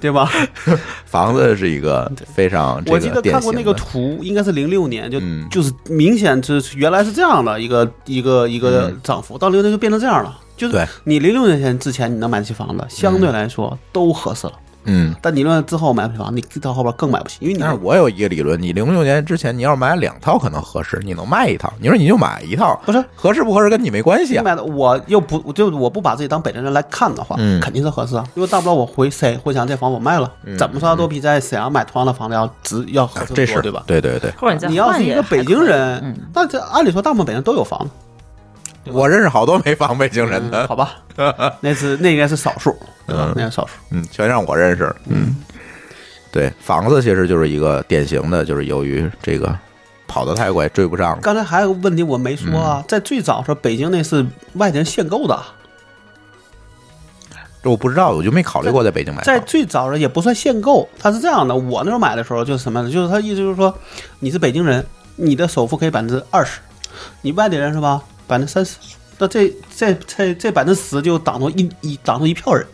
E: 对吧？
C: 房子，是一个非常这
E: 我记得
C: 个典
E: 看过
C: 型
E: 那个
C: 的。
E: 图，应该是零六年，就
C: 嗯
E: 就是明显是原来是这样的一个一个一个
C: 嗯
E: 涨幅，到零六年就变成这样了。就是
C: 对
E: 你零六年前之前你能买得起房子，相对来说都合适了。
C: 嗯，
E: 但你论之后买不起房，你到后边更买不起，因为你
C: 但是我有一个理论，你零六年之前你要买两套可能合适，你能卖一套，你说你就买一套，
E: 不是
C: 合适不合适跟你没关系
E: 你
C: 啊。
E: 买的，我又不我就我不把自己当北京人来看的话，
C: 嗯
E: 肯定是合适啊。因为大不了我回沈回沈阳这房我卖了，怎么说都比在沈阳买同样的房子要值要
C: 啊
E: 合适
C: 这
E: 得
C: 是
E: 多，对吧？
C: 对对对，
D: 或者你再
E: 你要
D: 换
E: 是一
D: 也
E: 个
D: 还可以
E: 北京人
D: 嗯，
E: 那这按理说大部分北京人都有房子，
C: 我认识好多没房北京人
E: 嗯
C: 的，
E: 好吧？那是那应该是少数，对吧？那是少数。
C: 嗯，全让我认识了，嗯，对，房子其实就是一个典型的，就是由于这个跑得太快追不上了，
E: 刚才还有个问题我没说
C: 嗯
E: 啊，在最早时候，北京那是外地人限购的，啊
C: 这我不知道，我就没考虑过在北京买
E: 在
C: 房。
E: 最早的也不算限购，它是这样的。我那时候买的时候就是什么呢？就是他意思就是说，你是北京人，你的首付可以百分之二十，你外地人是吧？百分之三十。那这这这这百分之十就挡住一一挡住一票人，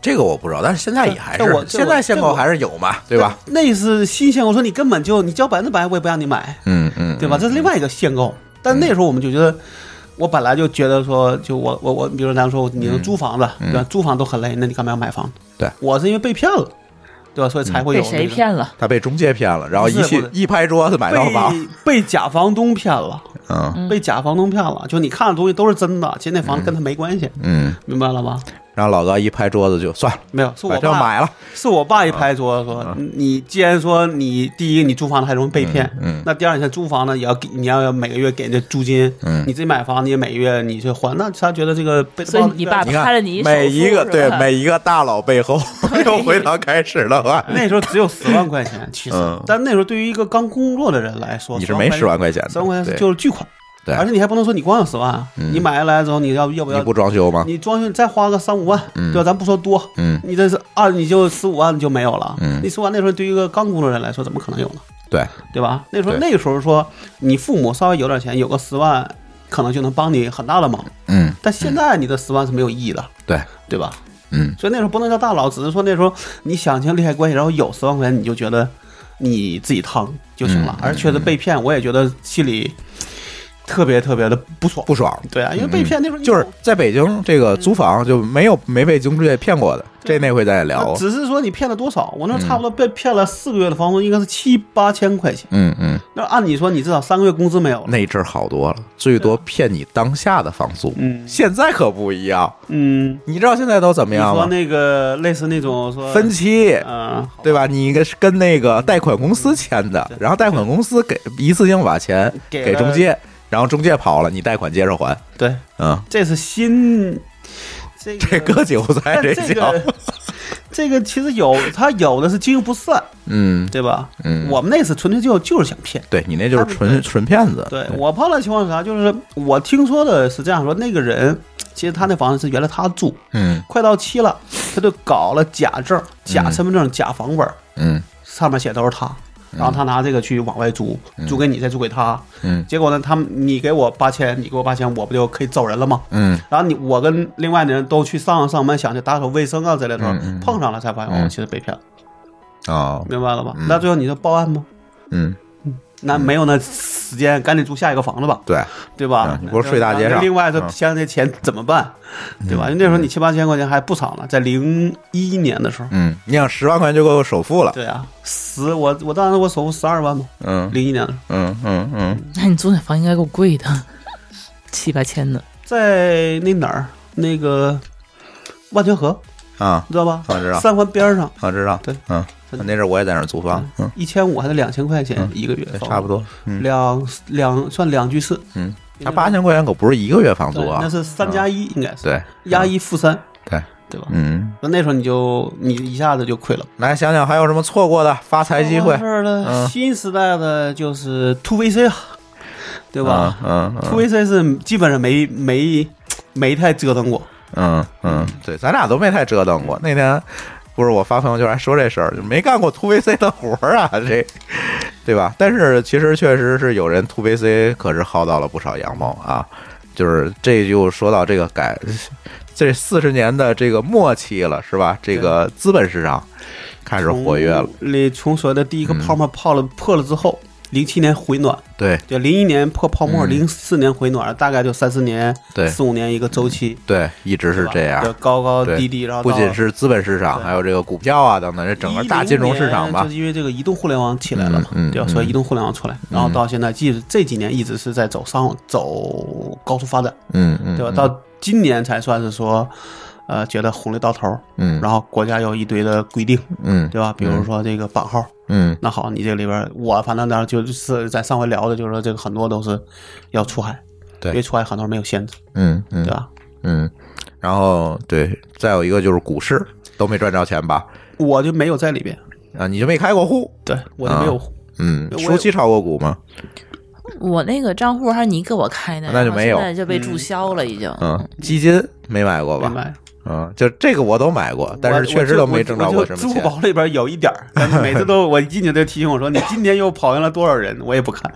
C: 这个我不知道，但是现在也还
E: 这
C: 是
E: 我，这
C: 现在
E: 我
C: 限
E: 这
C: 购
E: 我
C: 还是有嘛，对吧？
E: 那是新限购，说你根本就你交百分之百，我也不让你买，
C: 嗯嗯，
E: 对吧？这是另外一个限购。但那时候我们就觉得，我本来就觉得说，就我我我，比如咱们说你能租房子，对吧？租房都很累，那你干嘛要买房？
C: 嗯对
E: 我是因为被骗了，对吧？所以才会有
D: 被
E: 那
D: 谁
E: 个
D: 骗了？
C: 他被中介骗了，然后
E: 不是
C: 一气
E: 不是
C: 一拍桌子买到房，
E: 被被假房东骗了，
C: 嗯
E: 被假房东骗了，就你看的东西都是真的，其实那房子跟他没关系，
C: 嗯，
E: 明白了吗？
C: 然后老高一拍桌子就算了，
E: 没有，是我
C: 反正
E: 爸
C: 买啊了，
E: 是我爸一拍桌子说，你既然说你第一你租房子还容易被骗，
C: 嗯嗯
E: 那第二你现在租房呢也要给你要每个月给这租金，
C: 嗯
E: 你自己买房你也每个月你去还，那他觉得这个被
D: 所以你爸
C: 你
D: 拍了
C: 看
D: 你一首
C: 每一个
D: 富
C: 对
D: 是吧
C: 每一个大佬背后 又回到开始的话，
E: 那时候只有十万块钱，其实
C: 嗯，
E: 但那时候对于一个刚工作的人来说，
C: 你是没十万块钱的，
E: 十万块钱
C: 对
E: 就是巨款，
C: 对
E: 而且你还不能说你光有十万啊，
C: 嗯
E: 你买下来之后你要要不要
C: 你不装修吗？
E: 你装修你再花个三五万，
C: 啊嗯
E: 对吧？咱不说多，
C: 嗯，
E: 你这是二你就十五万你就没有了，
C: 嗯
E: 你十五万那时候对于一个刚工作人来说怎么可能有呢？
C: 对，
E: 对吧？那时候
C: 对
E: 那个时候说你父母稍微有点钱，有个十万，可能就能帮你很大的忙，
C: 嗯
E: 但现在你的十万是没有意义的，
C: 对，
E: 对吧？
C: 嗯，
E: 所以那时候不能叫大佬，只是说那时候你想清利害关系，然后有十万块钱你就觉得你自己趟就行了，
C: 嗯
E: 而确实被骗，我也觉得心里特别特别的不爽。
C: 不爽。
E: 对啊，因为被骗那时候
C: 嗯就是
E: 有
C: 在北京这个租房就没有没被中介骗过的，这那回再聊。
E: 只是说你骗了多少？我
C: 嗯
E: 那差不多被骗了四个月的房租，应该是七八千块钱。
C: 嗯嗯，
E: 那按理说你至少三个月工资没有了。
C: 那阵儿好多了，最多骗你当下的房租。
E: 嗯
C: 现在可不一样，
E: 嗯，
C: 你知道现在都怎么
E: 你
C: 样
E: 说
C: 吗？
E: 那个类似那种说
C: 分期，
E: 啊，好
C: 对吧？你应该是跟那个贷款公司签的，然后贷款公司给一次性把钱
E: 给
C: 给
E: 了
C: 中介，然后中介跑了，你贷款接着还。
E: 对，
C: 嗯，
E: 这是新这
C: 这割韭菜
E: 但
C: 这
E: 这
C: 叫。
E: 个这个其实有，他有的是经营不善，
C: 嗯，
E: 对吧？
C: 嗯
E: 我们那次纯粹就就是想骗。
C: 对你那就是纯纯骗子。
E: 对我碰到的情况是啥？就是我听说的是这样说，那个人其实他那房子是原来他住，
C: 嗯
E: 快到期了，他就搞了假证、假身份证、假房本，
C: 嗯
E: 上面写都是他。然后他拿这个去往外租，租给你，再租给他。
C: 嗯
E: 结果呢，他们你给我八千，你给我八千，我不就可以走人了吗？
C: 嗯
E: 然后你我跟另外的人都去上上门想去打扫卫生啊之类的时候，
C: 嗯
E: 碰上了才发现哦，其实被骗了，
C: 哦
E: 明白了吧？那最后你就报案吗？
C: 嗯，
E: 那没有那时间，赶紧租下一个房子吧，
C: 对，
E: 对吧
C: 嗯？你不是睡大街上
E: 那另外，这
C: 嗯
E: 现在这钱怎么办？对吧？那时候你七八千块钱还不少呢，在零一年的时候，
C: 嗯，你想十万块钱就够首付了。
E: 对啊，十我我当时我首付十二万嘛，
C: 嗯
E: 零一年的时候，
C: 嗯嗯嗯，
F: 那你租那房应该够贵的，七八千的。
E: 在那哪儿那个万泉河
C: 啊，
E: 你知道吧？
C: 我知道
E: 三环边儿上，
C: 我知道，
E: 对，
C: 嗯，那阵儿我也在那儿租房，嗯，
E: 一千五还是两千块钱一个月
C: 对，嗯
E: 房
C: 差不多，嗯
E: 两两算两居室，
C: 嗯，他八千块钱可不是一个月房租啊
E: 那，是三加一应该是，
C: 对，嗯
E: 押一付三，
C: 对，
E: 对吧？
C: 嗯，
E: 那那时候你就你一下子就亏了。
C: 来想想还有什么错过的发财机会
E: 这，儿的
C: 嗯
E: 新时代的就是 Two VC 啊，对吧
C: 嗯嗯嗯
E: ？Two VC 是基本上没没没太折腾过，
C: 嗯，嗯，对，咱俩都没太折腾过。那天不是我发朋友圈还说这事儿，就没干过 to VC 的活儿啊，这对吧？但是其实确实是有人 to VC 可是薅到了不少羊毛啊。就是这就说到这个改这四十年的这个末期了，是吧？这个资本市场开始活跃了，嗯
E: 从。你从所谓的第一个泡沫泡了破了之后，零七年回暖，
C: 对
E: 就零一年破泡沫，
C: 嗯
E: 零四年回暖，大概就三四年、
C: 对
E: 四五年一个周期，
C: 对，一直
E: 对
C: 是
E: 吧
C: 这样
E: 就。高高
C: 对
E: 低低，然后
C: 不
E: 到
C: 仅是资本市场，
E: 对
C: 还有这个股票啊等等，这整个大金融市场
E: 10
C: 吧
E: 就是，因为这个移动互联网起来了嘛，
C: 嗯嗯嗯
E: 对吧？所以移动互联网出来，然后到现在，即使这几年一直是在走上走高速发展，
C: 嗯嗯，
E: 对吧？
C: 嗯
E: 啊到今年才算是说，呃，觉得红利到头儿，
C: 嗯
E: 然后国家有一堆的规定，
C: 嗯
E: 对吧？比如说这个版号，
C: 嗯
E: 那好，你这里边儿我反正当时就是在上回聊的，就是说这个很多都是要出海，
C: 对
E: 因为出海很多人没有限制，
C: 嗯嗯，
E: 对吧？
C: 嗯，然后对，再有一个就是股市都没赚着钱吧？
E: 我就没有在里边，
C: 啊，你就没开过户？
E: 对我就没有。
C: 嗯，
E: 我有
C: 舒淇炒过股吗？
F: 我那个账户还是你给我开的，
C: 那
F: 然
C: 就
F: 后
C: 没有
F: 现在就被注销了，已经。
C: 嗯，基金没买过
E: 明
C: 吧？
E: 白，
C: 嗯，就这个我都买过，啊但
E: 我
C: 是确实
E: 我
C: 都
E: 就
C: 没挣着
E: 我
C: 过
E: 就
C: 什
E: 支
C: 么
E: 付
C: 钱。
E: 宝里边有一点儿，但是每次都我一进去都提醒我说你今天又跑赢了多少人，我也不看，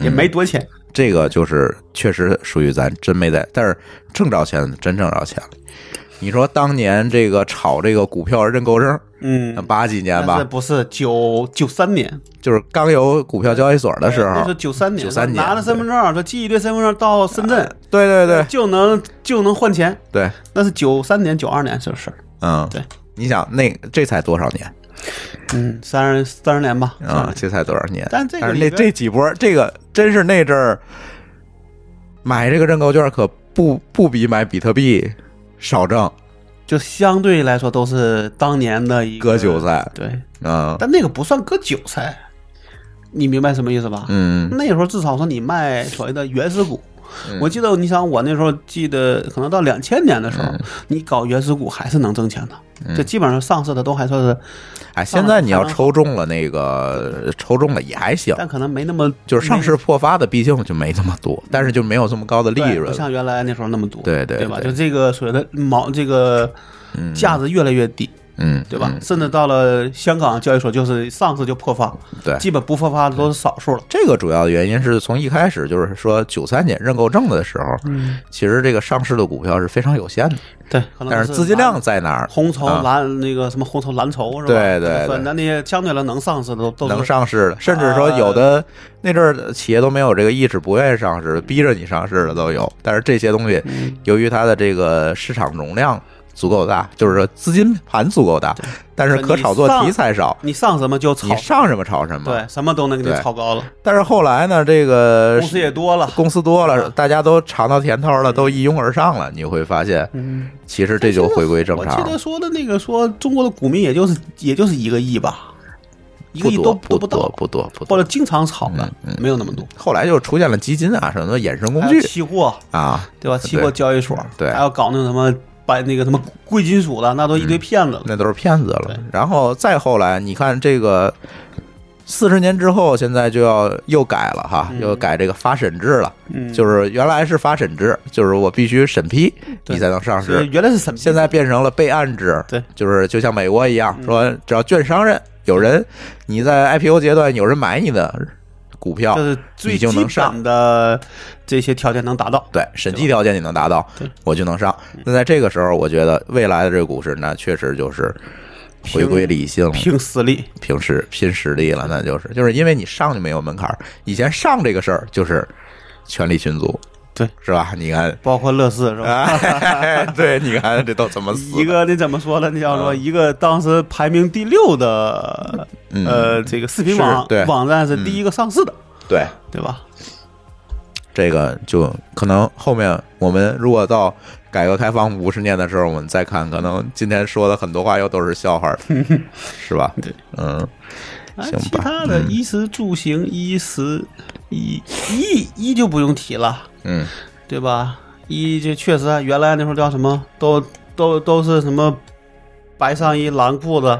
E: 也没多钱。
C: 这个就是确实属于咱真没在，但是挣着钱真挣着钱了。你说当年这个炒这个股票认购证，
E: 嗯，
C: 八几年
E: 但是
C: 吧，
E: 不是九九三年
C: 就是刚有股票交易所的时
E: 那
C: 候
E: 是，九三年，
C: 93年
E: 拿着身份证，说寄一堆身份证到深圳，
C: 对对对
E: 就能就能换钱。
C: 对，
E: 那是九三年、九二年这事儿，
C: 嗯，
E: 对。
C: 你想那这才多少年？
E: 嗯，三十三十年吧，
C: 啊
E: 嗯，，
C: 这才多少年？
E: 但这个
C: 是
E: 里
C: 那
E: 边
C: 这几波，这个真是那阵儿买这个认购券可不不比买比特币少挣，
E: 就相对来说都是当年的一个
C: 割韭，菜
E: 对，
C: 啊，
E: 但那个不算割韭菜，你明白什么意思吧？
C: 嗯
E: 那时候至少说你卖所谓的原始股，我记得你想我那时候记得可能到两千年的时候，
C: 嗯
E: 你搞原始股还是能挣钱的，这基本上上市的都还算是，
C: 哎，现在你要抽中了那个抽中了也还行，
E: 啊但可能没那么
C: 就是上市破发的毕竟就没这么多，但是就没有这么高的利
E: 对
C: 润
E: 不，像原来那时候那么多，
C: 对对
E: 对吧？
C: 对
E: 就这个所谓的毛这个价值越来越低，
C: 嗯，
E: 对吧？
C: 嗯
E: 甚至到了香港交易所就是上市就破发，
C: 对，
E: 基本不破发的都是少数了。
C: 这个主要的原因是从一开始就是说九三年认购证的时候，其实这个上市的股票是非常有限的，
E: 对，可能
C: 但是
E: 是
C: 资金
E: 蓝
C: 量在哪儿？
E: 红筹
C: 啊
E: 蓝那个什么红筹蓝筹是吧？
C: 对对对
E: 那那些相对来能上市的都都是
C: 能上市的，甚至
E: 啊
C: 说有的那阵儿企业都没有这个意志，不愿意上市，逼着你上市的都有。但是这些东西，
E: 嗯
C: 由于它的这个市场容量足够大，就是说资金盘足够大，但是可炒作题材少，
E: 你上什么就炒
C: 你，上什么炒什么。
E: 对，什么都能给你
C: 对
E: 炒高了，
C: 但是后来呢，这个
E: 公司也多了。
C: 公司多了，
E: 嗯
C: 大家都尝到甜头了，都一拥而上了，你会发现，
E: 嗯，
C: 其实这就回归正
E: 我
C: 常
E: 记
C: 了
E: 得。说的那个说中国的股民也就是也就是一个亿吧，一个亿
C: 多
E: 都
C: 不
E: 都不
C: 多
E: 到，
C: 不多不
E: 或
C: 多
E: 者，经常炒的
C: 嗯嗯
E: 没有那么多。
C: 后来就出现了基金啊什么的衍生工
E: 还有
C: 具
E: 期货
C: 啊，
E: 对吧？期货交易所
C: 对
E: 还要搞那个什么把那个什么贵金属的，那都一堆骗子了。
C: 嗯那都是骗子了
E: 对。
C: 然后再后来，你看这个四十年之后，现在就要又改了哈，又改这个发审制了。
E: 嗯
C: 就是原来是发审制，就是我必须审批
E: 对
C: 你才能上
E: 是
C: 市，
E: 原来是审批，
C: 现在变成了备案制。
E: 对，嗯
C: 就是就像美国一样，说只要券商人有人你在 IPO 阶段有人买你的股票
E: 这，是最
C: 你就
E: 基
C: 能上。
E: 本的这些条件能达到。
C: 对，审计条件你能达到
E: 嗯对，
C: 我就能上。那在这个时候，我觉得未来的这个股市，那确实就是回归理性了，
E: 凭实力，
C: 平时拼实力了，那就是就是因为你上就没有门槛儿。以前上这个事儿就是权力群组，
E: 对，
C: 是吧？你看，
E: 包括乐视是吧？
C: 哎，对，你看这都怎么死的？
E: 一个那怎么说呢？那叫说一个当时排名第六的
C: 嗯
E: 呃这个视频网
C: 是对嗯
E: 网站是第一个上市的，
C: 对，
E: 对吧？
C: 这个就可能后面我们如果到改革开放五十年的时候，我们再看，可能今天说的很多话又都是笑 话，是吧？
E: 对，
C: 嗯，
E: 啊
C: 行吧嗯
E: 其他的衣食住行、衣食衣衣衣就不用提了，
C: 嗯，
E: 对吧？衣这确实啊原来那时候叫什么，都都都是什么白上衣、蓝裤子，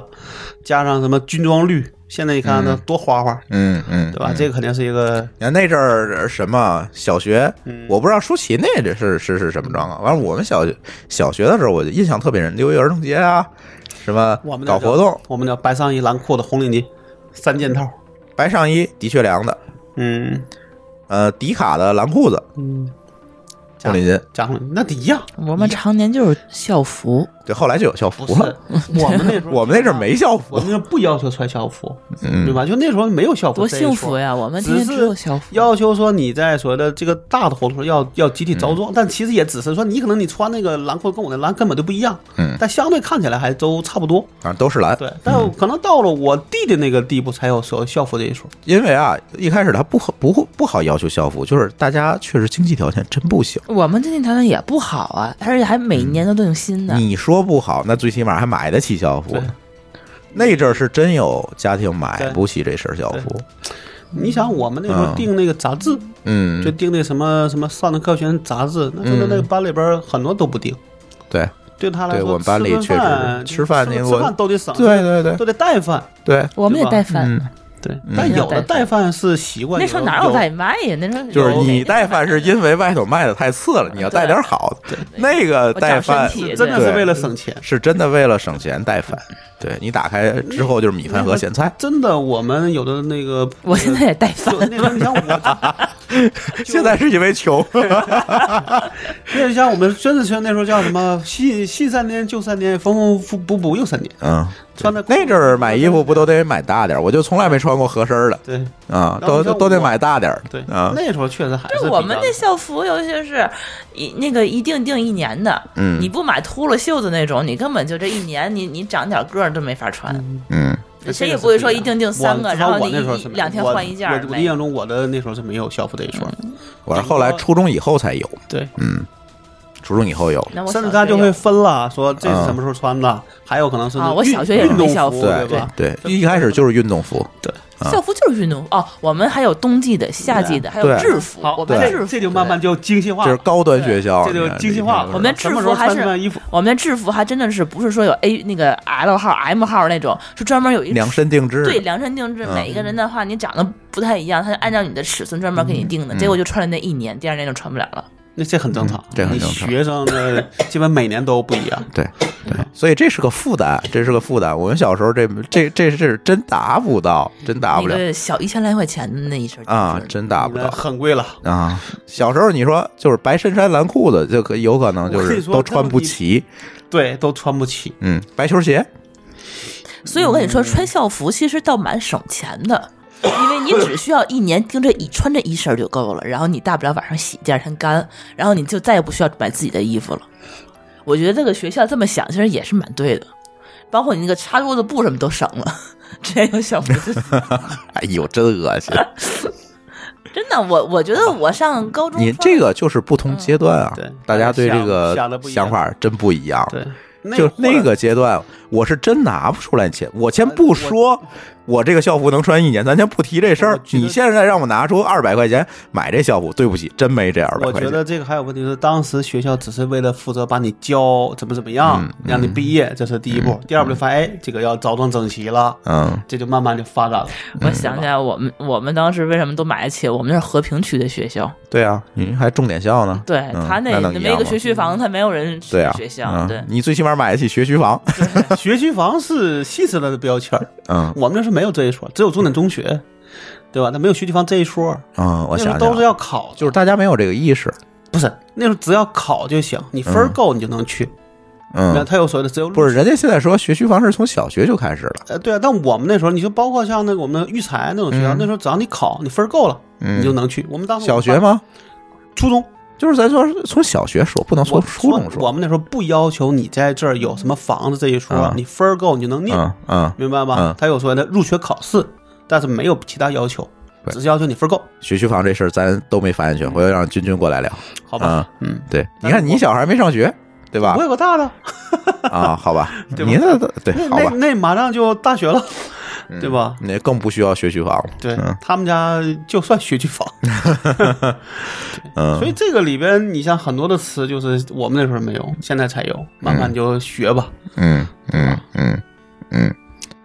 E: 加上什么军装绿。现在你看呢，多花花，
C: 嗯嗯，
E: 对吧？
C: 嗯
E: 这个肯定是一个
C: 你看那阵儿什么小学，
E: 嗯
C: 我不知道舒淇那这是是是什么状况。完了，我们小学小学的时候，我就印象特别深，六一儿童节啊，什么
E: 我们那
C: 搞
E: 叫
C: 活动，
E: 我们叫白上衣、蓝裤子、红领巾，三件套。
C: 白上衣的确凉的，
E: 嗯，
C: 呃，迪卡的蓝裤子，
E: 加
C: 红领巾，
E: 加红领巾，那得一样。
F: 我们常年就是校服，
C: 对，后来就有校服
E: 不是
C: 了。
E: 我们那时候，
C: 我们那 阵儿没校
E: 我
C: 服
E: 们，那时候不要求穿校服，
C: 嗯
E: 对吧？就那时候没有校服，
F: 多幸福！呀！我们天
E: 只
F: 天只有校
E: 是
F: 服，
E: 要求说你在所谓的这个大的活动时候要要集体着
C: 嗯
E: 装，但其实也只是说你可能你穿那个蓝裤子跟我的蓝根本就不一样，
C: 嗯
E: 但相对看起来还都差不多。
C: 啊，都是蓝。
E: 对，但可能到了我弟弟那个地步才有所谓校服这一说。
C: 因为啊，一开始他不好不不好要求校服，就是大家确实经济条件真不行。
F: 我们经济条件也不好啊，而且还每年都都有新的。
C: 嗯你说不好，那最起码还买得起校服
E: 对。
C: 那阵儿是真有家庭买
E: 对
C: 不起这身校服，
E: 你想，我们那时候
C: 嗯
E: 订那个杂志，
C: 嗯，
E: 就订那什么什么上的课选杂志，那时候那个班里边儿很多都不订。
C: 对
E: 对他来
C: 对
E: 说，
C: 我们班里确实
E: 吃
C: 吃饭那个
E: 吃饭都得省，
C: 对对对
E: 都得带饭。
C: 对，
F: 我们也
E: 对吧
F: 带饭
C: 嗯
F: 呢，
E: 对，但有的带饭是习惯。
F: 那时候哪有外卖呀？那时候
C: 就是
F: 有
C: 你带饭是因为外头卖的太次 了，你要带点好的。那个
F: 我
C: 带
F: 长身
C: 饭
F: 体
E: 有？真的
C: 对
E: 是为了省钱。
C: 是真的为了省钱带饭，对你打开之后就是米饭和咸 菜。
E: 真的，我们有的那个，
F: 我现在也 带饭
E: 就。那时候你像我，啊
C: 现在是因 为穷，
E: 那时像我们真的是那时候叫什么“新新三年旧三年，缝缝补补又三年
C: 嗯，”，
E: 穿的
C: 那阵儿买衣服不都得买大点儿？我就从来没穿过合身儿的
E: 对
C: 啊，
E: 然后
C: 都
E: 你知道
C: 都都得
E: 我
C: 买大点儿。
E: 对，
C: 啊，
E: 那时候确实还
D: 就是是
E: 比
D: 我
E: 较
D: 们那校服，尤其是一那个一定定一年的，
C: 嗯
D: 你不买秃了袖子那种，你根本就这一年你你长点个儿都没法穿，
C: 嗯
D: 谁也不会说一定定
E: 我
D: 三个，然
E: 至少
D: 后
E: 我
D: 你
E: 那时候
D: 一
E: 是没有
D: 两天换一件儿
E: 我我
D: 没
E: 印象中我的那时候是没有校服这一说的，
D: 嗯
C: 我是后来初中以后才有，
E: 对，
C: 嗯，初中以后有。
D: 那我
E: 甚至
D: 小
E: 他
D: 学
E: 就会
D: 有
E: 分了，说这
C: 嗯
E: 是什么时候穿的，还有可能是
F: 啊
E: 运
F: 我小学也
E: 运动
F: 没校服
E: 服，
C: 对
E: 吧？
C: 对，一开始就是运动服，
E: 对，
C: 啊
F: 校服就是运动服哦，我们还有冬季的、夏季的，还有
C: 对
F: 制服。
E: 好，
F: 我们
E: 这
F: 制服
E: 这就慢慢就精细化
C: 就是
E: 了，
C: 高端学校，
E: 这就
C: 你看
E: 精细化了。
C: 这
F: 我们制
E: 什么时
F: 服
E: 候
F: 还
E: 穿
F: 是
E: 什么样衣服？
F: 我们的制服还真的是不是说有 A 那个 L 号、M 号那种，是专门有一
C: 量身定制，
F: 对量身定制，
C: 嗯
F: 每一个人的话你长得不太一样，他就按照你的尺寸专门给你定
C: 嗯
F: 的，结果就穿了那一年，第二年就穿不了了。
E: 那这很正常，
C: 这很正常
E: 你学生的基本每年都不 一样，
C: 对对，所以这是个负担，这是个负担。我们小时候这这这是真达不到，真达不
F: 那
C: 了
F: 个小一千来块钱的那一身
C: 啊
F: 制，服
C: 真达不
E: 那
C: 到
E: 很贵了。
C: 啊。小时候你说就是白衬衫蓝裤子，就可有可能就
E: 我跟
C: 是
E: 你说
C: 都穿不齐，
E: 对，都穿不起。
C: 嗯，白球鞋，
F: 所以我跟你
C: 嗯
F: 说，穿校服其实倒蛮省钱的。因为你只需要一年盯着一穿这一身就够了，然后你大不了晚上洗，第二天干，然后你就再也不需要买自己的衣服了。我觉得这个学校这么想，其实也是蛮对的，包括你那个插桌子布什么都省了， 直接用校服就 行。
C: 哎呦，真 恶心！
F: 真的，我我觉得我上高中
C: 你
F: 穿
C: 这个就是不同阶段啊，
E: 嗯对
C: 大家对这个
E: 想想得不一样
C: 想法真不一样。
E: 对，
C: 就
E: 或者
C: 那个阶段，我是真拿不出来钱。我
E: 呃
C: 先不说，我这个校服能穿一年，咱先不提这事
E: 我
C: 儿。
E: 觉得
C: 你现在让我拿出二百块钱买这校服，对不起，真没这二百
E: 我
C: 块
E: 觉
C: 钱。
E: 得这个还有问题是，当时学校只是为了负责把你教怎么怎么样，
C: 嗯
E: 让你毕业，这是第一步。第二步就发现，哎，这个要着装整齐了，
C: 嗯，
E: 这就慢慢就发展了。
F: 我想起来，我们我们当时为什么都买得起？我们那是和平区的学校，
C: 对啊，你还重点校呢。
F: 对、
C: 嗯
F: 他那
C: 那能一
F: 没
C: 样
F: 个
C: 吗？嗯
F: 学区房，他没有人去
C: 对啊，
F: 学校，
C: 嗯
F: 对
C: 你最起码买得起学区房。
E: 学区房是西式的标签儿，
C: 嗯
E: 我们那是没有这一说，只有重点中学，对吧？它没有学区房这一说，
C: 嗯，我
E: 那时
C: 想
E: 候都是
C: 想，
E: 要考的，
C: 就是大家没有这个意识。
E: 不是那时候只要考就行，你分儿够你就能去。那
C: 嗯，
E: 他有所谓的只有录
C: 不是，人家现在说学区房是从小学就开始了。
E: 呃，对啊，但我们那时候，你就包括像那个我们的育才那种学校，那时候只要你考，你分儿够了，你就能去。啊我们当
C: 嗯
E: 时
C: 小学？吗？
E: 初中，
C: 就是咱说是从小学啊说，不能从
E: 我
C: 初中
E: 我
C: 说。
E: 们那时候不要求你在这儿有什么房子这一说，
C: 嗯
E: 你分儿够你就能念，
C: 嗯嗯，
E: 明白吧？
C: 嗯
E: 他有所谓的入学考试，但是没有其他要求。
C: 对
E: 只是要求你分够，
C: 学区房这事儿咱都没发言权，回头让君君过来聊。
E: 好吧？
C: 啊
E: 嗯，
C: 对，你
E: 但是
C: 看你
E: 嗯我
C: 小孩没上学，对吧
E: 我？有个大的，
C: 啊，好吧，
E: 对吧
C: 你那对
E: 那
C: 好
E: 那
C: 吧，
E: 那马上就大学了，对吧？
C: 那更不需要学区房了。
E: 对
C: 嗯
E: 他们家就算学区房，
C: 嗯，
E: 所以这个里边，你像很多的词，就是我们那时候没有，现在才有，慢慢就学吧。
C: 嗯嗯嗯嗯，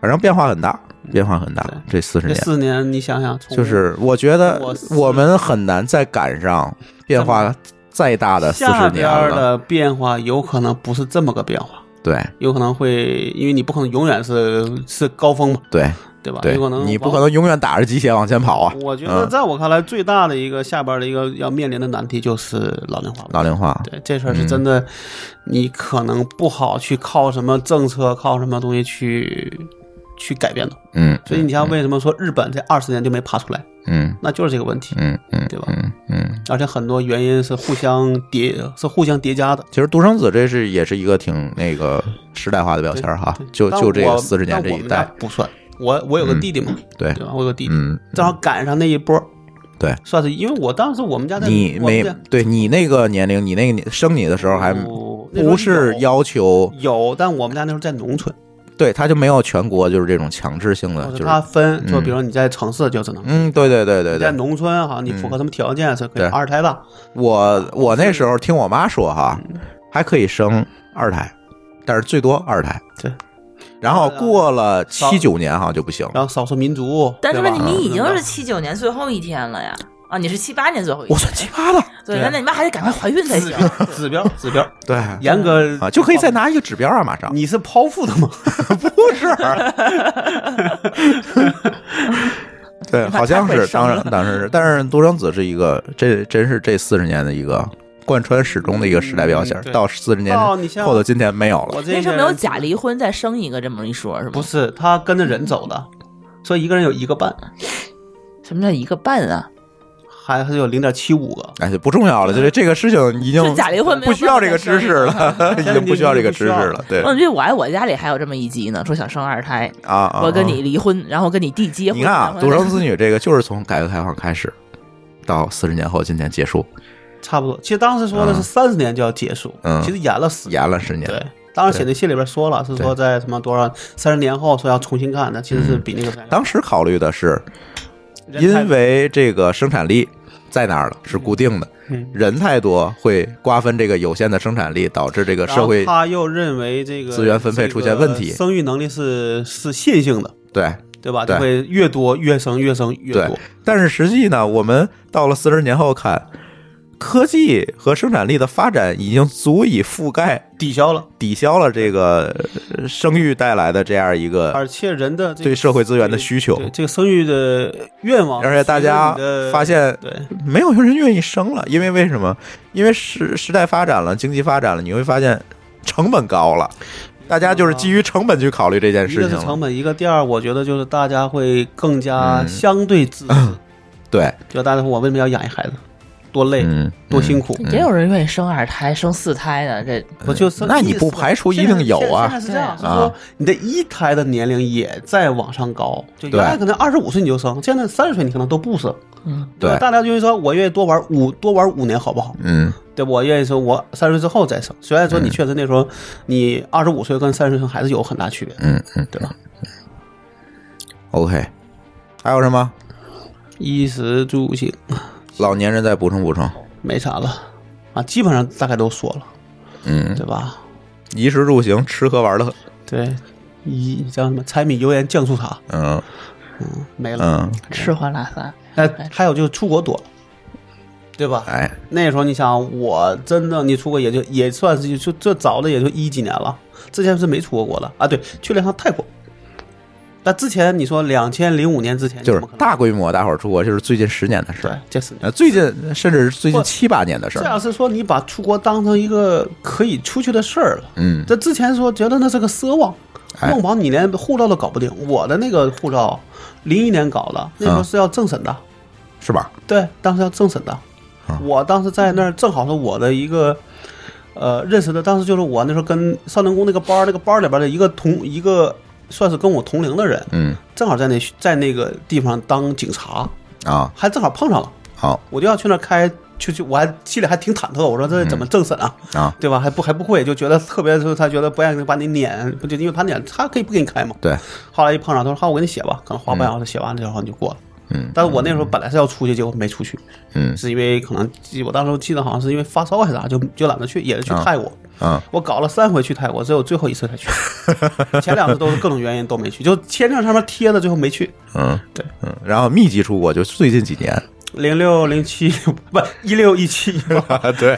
C: 反正变化很大，变化很大
E: 嗯对，
C: 这四十
E: 这
C: 年。
E: 四年，你想想，从
C: 就是我觉得
E: 我四
C: 我们很难再赶上变化再大的四
E: 下
C: 十年
E: 边儿的变化，有可能不是这么个变化，
C: 对
E: 有可能会，因为你不可能永远是是高峰嘛，
C: 对
E: 对吧？
C: 对
E: 有可能，
C: 你不可能永远打着鸡血往前跑啊！
E: 我觉得，
C: 嗯
E: 在我看来，最大的一个下边的一个要面临的难题就是老龄化问题。
C: 老龄化，
E: 对这事儿是真的，你可能不好去靠什么政策、靠什么东西去去改变的。
C: 嗯，
E: 所以你像为什么说日本这二十年就没爬出来，
C: 嗯
E: 那就是这个问题，
C: 嗯嗯
E: 对吧？
C: 嗯嗯。
E: 而且很多原因是互相叠，是互相叠加的。
C: 其实独生子这是也是一个挺那个时代化的标签儿哈
E: 对，
C: 就
E: 但
C: 就这
E: 我
C: 个四十年
E: 但
C: 这
E: 我
C: 一
E: 们家
C: 代，
E: 不算，我我有个
C: 嗯
E: 弟弟嘛，
C: 对，
E: 对吧？我有个弟弟，
C: 嗯，
E: 正好赶上那一波，
C: 对，
E: 算是因为我当时我们家在
C: 你
E: 我们
C: 没
E: 家
C: 对你那个年龄，你那个年生你的时候还
E: 不嗯那时候
C: 不是
E: 有
C: 要求，
E: 有，但我们家那时候在农村，
C: 对，他就没有全国就是这种强制性的，
E: 或
C: 就
E: 者
C: 是
E: 它分，就
C: 嗯
E: 比如你在城市就只能。
C: 嗯，对对对对
E: 在
C: 对，
E: 农村啊哈，你符合什么条件啊是可以
C: 对
E: 二胎的？嗯
C: 我我那时候听我妈说哈，还可以生二胎，但是最多二胎。
E: 对。啊
C: 然后过了七九年好像就不行了。
E: 然后少数民族，
F: 但是
E: 对
F: 问
E: 吧
F: 题你已经
E: 嗯
F: 是七九年最后一天了呀，啊，你是七八年最后一
C: 我
F: 天，
C: 算奇葩了。
F: 对，
E: 对
F: 那你妈还得赶快怀孕才行。
E: 指嗯标 指标，
C: 对。
E: 严格
C: 啊，就可以再拿一个指标啊，马上。
E: 你是剖腹的吗？
C: 不是。 对，好像
F: 太会
C: 是，
F: 生
C: 当
F: 了
C: 然，当然是，但是独生子是一个，这真是这四十年的一个贯穿始终的一个时代标签
E: 嗯，对
C: 到四十年
E: 哦你像
C: 后的今天没有了
E: 我。 这
F: 那时
E: 个
F: 候没有假离婚再生一个这么一说，是吗？
E: 不是他跟着人走的，所以一个人有一个半，
F: 什么叫一个半啊？
E: 还还有零点七五个，
C: 哎，不重要了，就是这个事情已经
F: 就假离婚没有
C: 不需要这个知识了，已经不需要这个知识 了。对
F: 我觉嗯得我爱我家里还有这么一集呢，说想生二胎，
C: 啊，啊
F: 我跟你离婚，然后跟你弟结婚。
C: 你看啊，
F: 然后
C: 独生子女这个就是从改革开放开始，到四十年后今天结束，
E: 差不多。其实当时说的是
C: 嗯
E: 三十年就要结束，
C: 嗯
E: 其实延了十年。
C: 延了十年。
E: 对，当时写那信里边说了，是说在什么多少三十年后说要重新干的，其实是比那个啥
C: 嗯当时考虑的是，
E: 人太
C: 因为这个生产力在那儿了，是固定的
E: 嗯，
C: 人太多会瓜分这个有限的生产力，导致这个
E: 然后
C: 社会
E: 他又认为这个
C: 资源分配出现问题
E: 这个生育能力是是线性的，
C: 对
E: 对吧？
C: 对
E: 就会越多越生越生越
C: 对
E: 多，。
C: 但是实际呢，我们到了四十年后看。科技和生产力的发展已经足以覆盖
E: 抵消了，
C: 抵消了这个呃生育带来的这样一个
E: 而且人的这个
C: 对社会资源的需求，
E: 对这个生育的愿望，
C: 而且大家
E: 随着你的
C: 发现
E: 对
C: 没有人愿意生了，因为为什么？因为时时代发展了，经济发展了，你会发现成本高了，大家就是基于成本去考虑这件
E: 一
C: 事
E: 个
C: 情
E: 是
C: 了
E: 成。本，一个第二，我觉得就是大家会更加
C: 嗯
E: 相对自私，
C: 对，
E: 就大家说我为什么要养一孩子，多累，
C: 嗯，
E: 多辛苦。
F: 也有人愿意生二胎、生四胎的，这
E: 不就是
C: 呃那你不排除一定有啊
E: 现在是这样，是
C: 对啊
E: 说你的一胎的年龄也在往上高，就原来
C: 对
E: 可能二十五岁你就生，现在三十岁你可能都不生。
C: 对
E: 吧大家就会说我愿意多玩五多玩五年好不好？
C: 嗯，
E: 对，我愿意说我三十岁之后再生。虽然说你确实那时候你二十五岁跟三十岁生还是有很大区别，
C: 嗯嗯
E: 对吧？
C: ，OK，还有什么？
E: 衣食住行
C: 老年人再补充补充，
E: 没啥了啊，基本上大概都说了，
C: 嗯，
E: 对吧？
C: 衣食住行，吃喝玩乐，
E: 对，一叫什么柴米油盐酱醋茶
C: 嗯
E: 没了。
C: 嗯，
F: 吃喝拉撒。
E: 那还有就是出国多了，对吧？
C: 哎，
E: 那时候你想，我真的你出国也就也算是就这早的也就一几年了，之前是没出过国的啊。对，去了一趟泰国。那之前你说两千零五年之前
C: 就是
E: 怎么可能
C: 大规模大伙儿出国，就是最近十年的事
E: 对
C: 儿，，
E: 这是
C: 呃，最近甚至是最近
E: 不
C: 七八年的事
E: 这
C: 儿，
E: 要是说你把出国当成一个可以出去的事儿了，
C: 嗯，
E: 这之前说觉得那是个奢望，
C: 哎
E: 弄不好你连护照都搞不定。我的那个护照零一年搞的，那时候
C: 嗯
E: 是要政审的，
C: 是吧？
E: 对，当时要政审的。
C: 啊
E: 我当时在那儿，正好是我的一个呃认识的，当时就是我那时候跟少林宫那个班儿，那个班儿里边的一个同一个算是跟我同龄的人，
C: 嗯，
E: 正好在那在那个地方当警察，
C: 啊，
E: 还正好碰上了，
C: 好
E: 我就要去那儿开，就就我还心里还挺忐忑，我说这
C: 嗯
E: 怎么政审啊？
C: 啊，
E: 对吧？还不还不会，就觉得特别就是他觉得不愿意把你撵，不就因为他撵他可以不给你开嘛。
C: 对，
E: 后来一碰上，他说好，我给你写吧，可能花半小时写完了，然后你就过了。
C: 嗯
E: 但是我那时候本来是要出去，结果没出去，
C: 嗯
E: 是因为可能我当时记得好像是因为发烧还是啥，就就懒得去，也是去
C: 啊
E: 泰国。
C: 啊
E: 我搞了三回去泰国，只有最后一次 才去，前两次都是各种原因都没去，就签证上面贴的，最后没去。
C: 嗯，
E: 对，
C: 嗯，然后密集出国就最近几年，
E: 零六零七 不一六一七，
C: 对，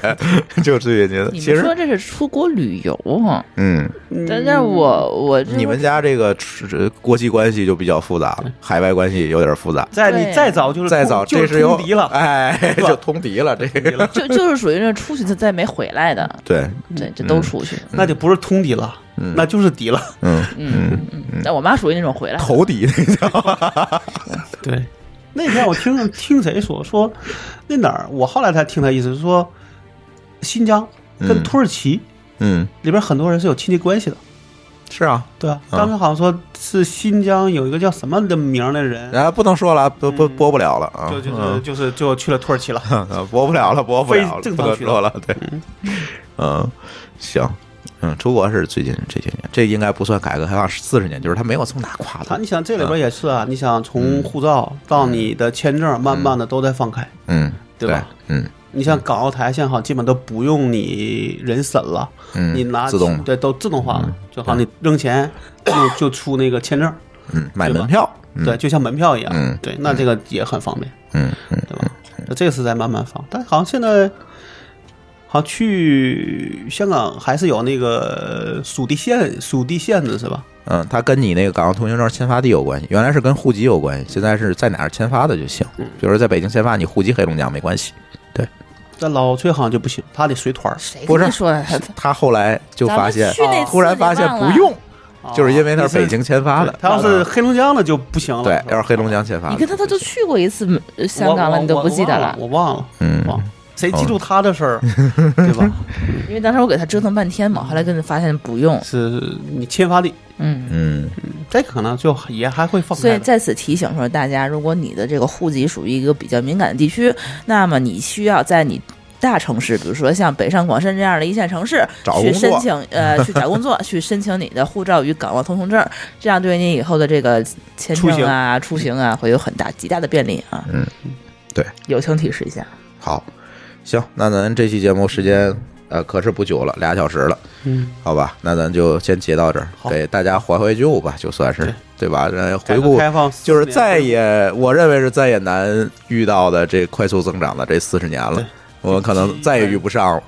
C: 就最近
D: 你
C: 其
D: 们说
C: 实
D: 这是出国旅游啊？
C: 嗯，
D: 但是我我这
C: 你们家这个呃国际关系就比较复杂了，海外关系有点复杂。
E: 在
D: 对
E: 你再早嗯就是
C: 再早，
E: 就
C: 这
E: 是
C: 是有
E: 通敌了，
C: 哎，
E: 吧
C: 就通敌了。这
E: 通敌
C: 个
E: 了，
D: 就就是属于那出去再再没回来的，
C: 对，
D: 对，这都出去。
E: 那就不是通敌了，那就是敌 了。
C: 嗯，
D: 嗯嗯嗯。但我妈属于那种回来的，
C: 投敌那叫，
E: 对，那天我听听谁说说那哪儿，我后来才听他意思是说，新疆跟
C: 嗯
E: 土耳其
C: 嗯，
E: 里边很多人是有亲戚关系的。
C: 是啊，
E: 对啊，
C: 啊
E: 当时好像说是新疆有一个叫什么的名儿的人，
C: 然后不能说了，不不播不了了啊，
E: 嗯就就是
C: 嗯
E: 就是就去了土耳其 了。
C: 啊播不了了，播不了了，
E: 非正
C: 不
E: 常
C: 能
E: 渠
C: 说
E: 道
C: 了，对，嗯，行。嗯，出国是最近这些年，这应该不算改革开放四十年，就是他没有这么大跨
E: 他，
C: 度。
E: 你想这里边也是啊，你想从护照到你的签证，慢慢的都在放开。
C: 嗯，
E: 对吧
C: 嗯
E: 你像港澳台现在好像基本都不用你人审了，
C: 嗯，
E: 你拿
C: 自动
E: 对都自动化了，就好像你扔钱就就出那个签证，
C: 嗯买
E: 对吧
C: 门票，嗯
E: 对，就像门票一样，
C: 嗯
E: 对，那这个也很方便，
C: 嗯嗯
E: 对吧？那这次在慢慢放，但好像现在好像去香港还是有那个属地限属地限制是吧？
C: 嗯，它跟你那个港澳通行证签发地有关系，原来是跟户籍有关系，现在是在哪儿签发的就行。
E: 嗯
C: 比如说在北京签发，你户籍黑龙江没关 系。
E: 但老崔好像就不行，他得随团儿，
D: 谁
C: 不
D: 跟
C: 是
D: 你说的？
C: 他后来就发现哦
D: 咱们去那，次
C: 突然发现不用，
E: 哦
C: 就是因为他是北京签发的。嗯
E: 他要是黑龙江的就不行了，
C: 对
E: 是，吧
C: 要是黑龙江签发
D: 你跟
C: 的，
D: 他他就去过一次呃香港了，
E: 我
D: 你都不记得了，
E: 我忘了，
C: 嗯哦
E: 我忘了。谁记住他的事儿， 对吧？
D: 因为当时我给他折腾半天嘛，后来跟你发现不用，
E: 是你签发地，
D: 嗯。
C: 嗯
E: 这可能就也还会放
D: 所以
E: 开的。
D: 在此提醒说，大家如果你的这个户籍属于一个比较敏感的地区，那么你需要在你大城市，比如说像北上广深这样的一线城市，
C: 找
D: 去
C: 工作
D: 申请 呃去找工作，去申请你的护照与港澳通行证，这样对你以后的这个签
E: 出
D: 证啊、出行啊会有很大极大的便利啊。
C: 嗯，对，
D: 友情提示一下。
C: 好，行，那咱这期节目时间呃可是不久了，俩小时了。
E: 嗯，
C: 好吧，那咱就先截到这儿，
E: 好
C: 给大家怀怀旧吧，就算是
E: 对
C: 对吧？然后
E: 改
C: 回
E: 革
C: 顾
E: 开放
C: 就是
E: 40
C: 再
E: 年
C: 也，我认为是再也难遇到的这快速增长的这四十年了
E: 对，
C: 我们可能再也遇不上了。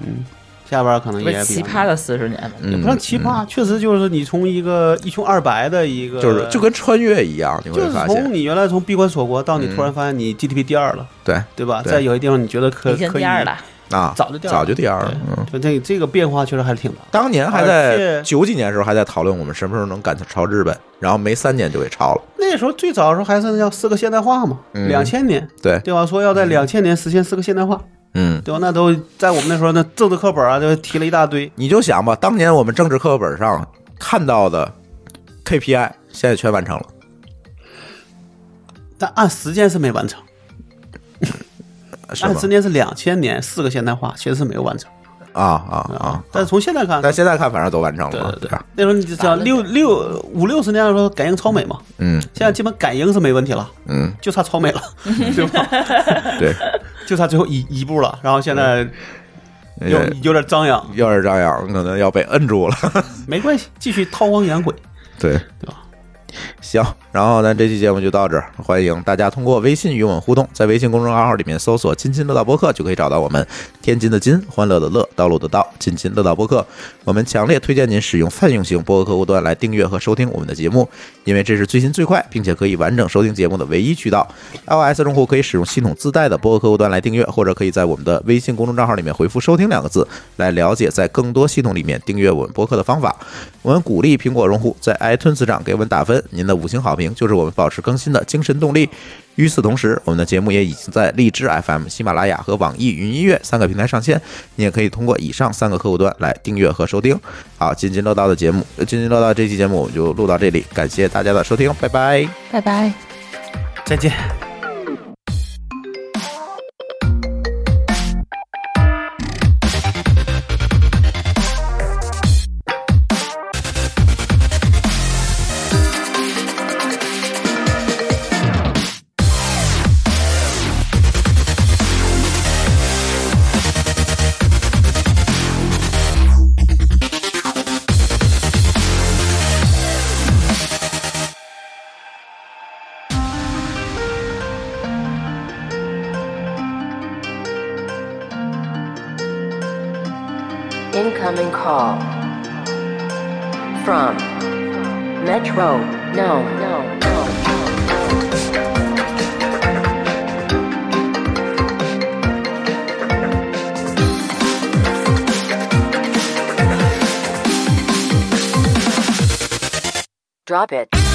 E: 下边儿可能也比较
D: 奇葩的四十年吧，
E: 也
C: 嗯，
E: 不算奇葩，确实就是你从一个一穷二白的一个，
C: 就是就跟穿越一样，你
E: 就
C: 会
E: 是
C: 发
E: 从
C: 现，嗯
E: 你原来从闭关锁国到你突然发现你 GDP 第二了，
C: 对
E: 对吧？
C: 对
E: 在有些地方你觉得可
D: 已经
E: 可以
D: 第二了，
C: 啊，
E: 早就第二
C: 早就第二
E: 对
C: 了。嗯，
E: 就这这个变化确实还是挺大。
C: 当年还
E: 而
C: 在
E: 且
C: 九几年的时候还在讨论我们什么时候能赶超日本，然后没三年就给超了。
E: 那时候最早的时候还是叫四个现代化嘛，
C: 嗯
E: 两千年
C: 对，
E: 对吧？说要在两千年实现四个现代化，
C: 嗯，
E: 对吧？那都在我们那时候那政治课本啊，就提了一大堆。
C: 你就想吧，当年我们政治课本上看到的 KPI，现在全完成了。
E: 但按时间是没完成，
C: 是
E: 按
C: 吗
E: 时？间是两千年四个现代化，其实是没有完成
C: 啊啊啊！
E: 但是从现在看，
C: 但现在看，反正都完成了嘛，
E: 嗯对对
C: 吧？
E: 那时候你就想六六五六十年的时候，感应超美嘛，
C: 嗯
E: 现在基本感应是没问题了，
C: 嗯，
E: 就差超美了， 对吧？
C: 对，
E: 就差最后一一步了，然后现在有
C: 呃
E: 有点张扬，
C: 要是张扬，可能要被摁住了。
E: 没关系，继续韬光养晦。
C: 对，
E: 对吧？
C: 行，然后呢，这期节目就到这儿，欢迎大家通过微信与我们互动，在微信公众号里面搜索“津津乐道播客”就可以找到我们。天津的津，欢乐的乐，道路的道，津津乐道播客。我们强烈推荐您使用泛用型播客客户端来订阅和收听我们的节目，因为这是最新最快，并且可以完整收听节目的唯一渠道。iOS 用户可以使用系统自带的播客客户端来订阅，或者可以在我们的微信公众账号里面回复“收听”两个字，来了解在更多系统里面订阅我们播客的方法。我们鼓励苹果用户在 iTunes 上给我们打分，您的五星好评就是我们保持更新的精神动力。与此同时，我们的节目也已经在荔枝 FM、喜马拉雅和网易云音乐三个平台上线，你也可以通过以上三个客户端来订阅和收听。好，津津乐道的节目，呃津津乐道这期节目我们就录到这里，感谢大家的收听，拜拜。
D: 拜拜。
E: 再见。
A: Incoming call from Metro. No, no, no. no. Drop it.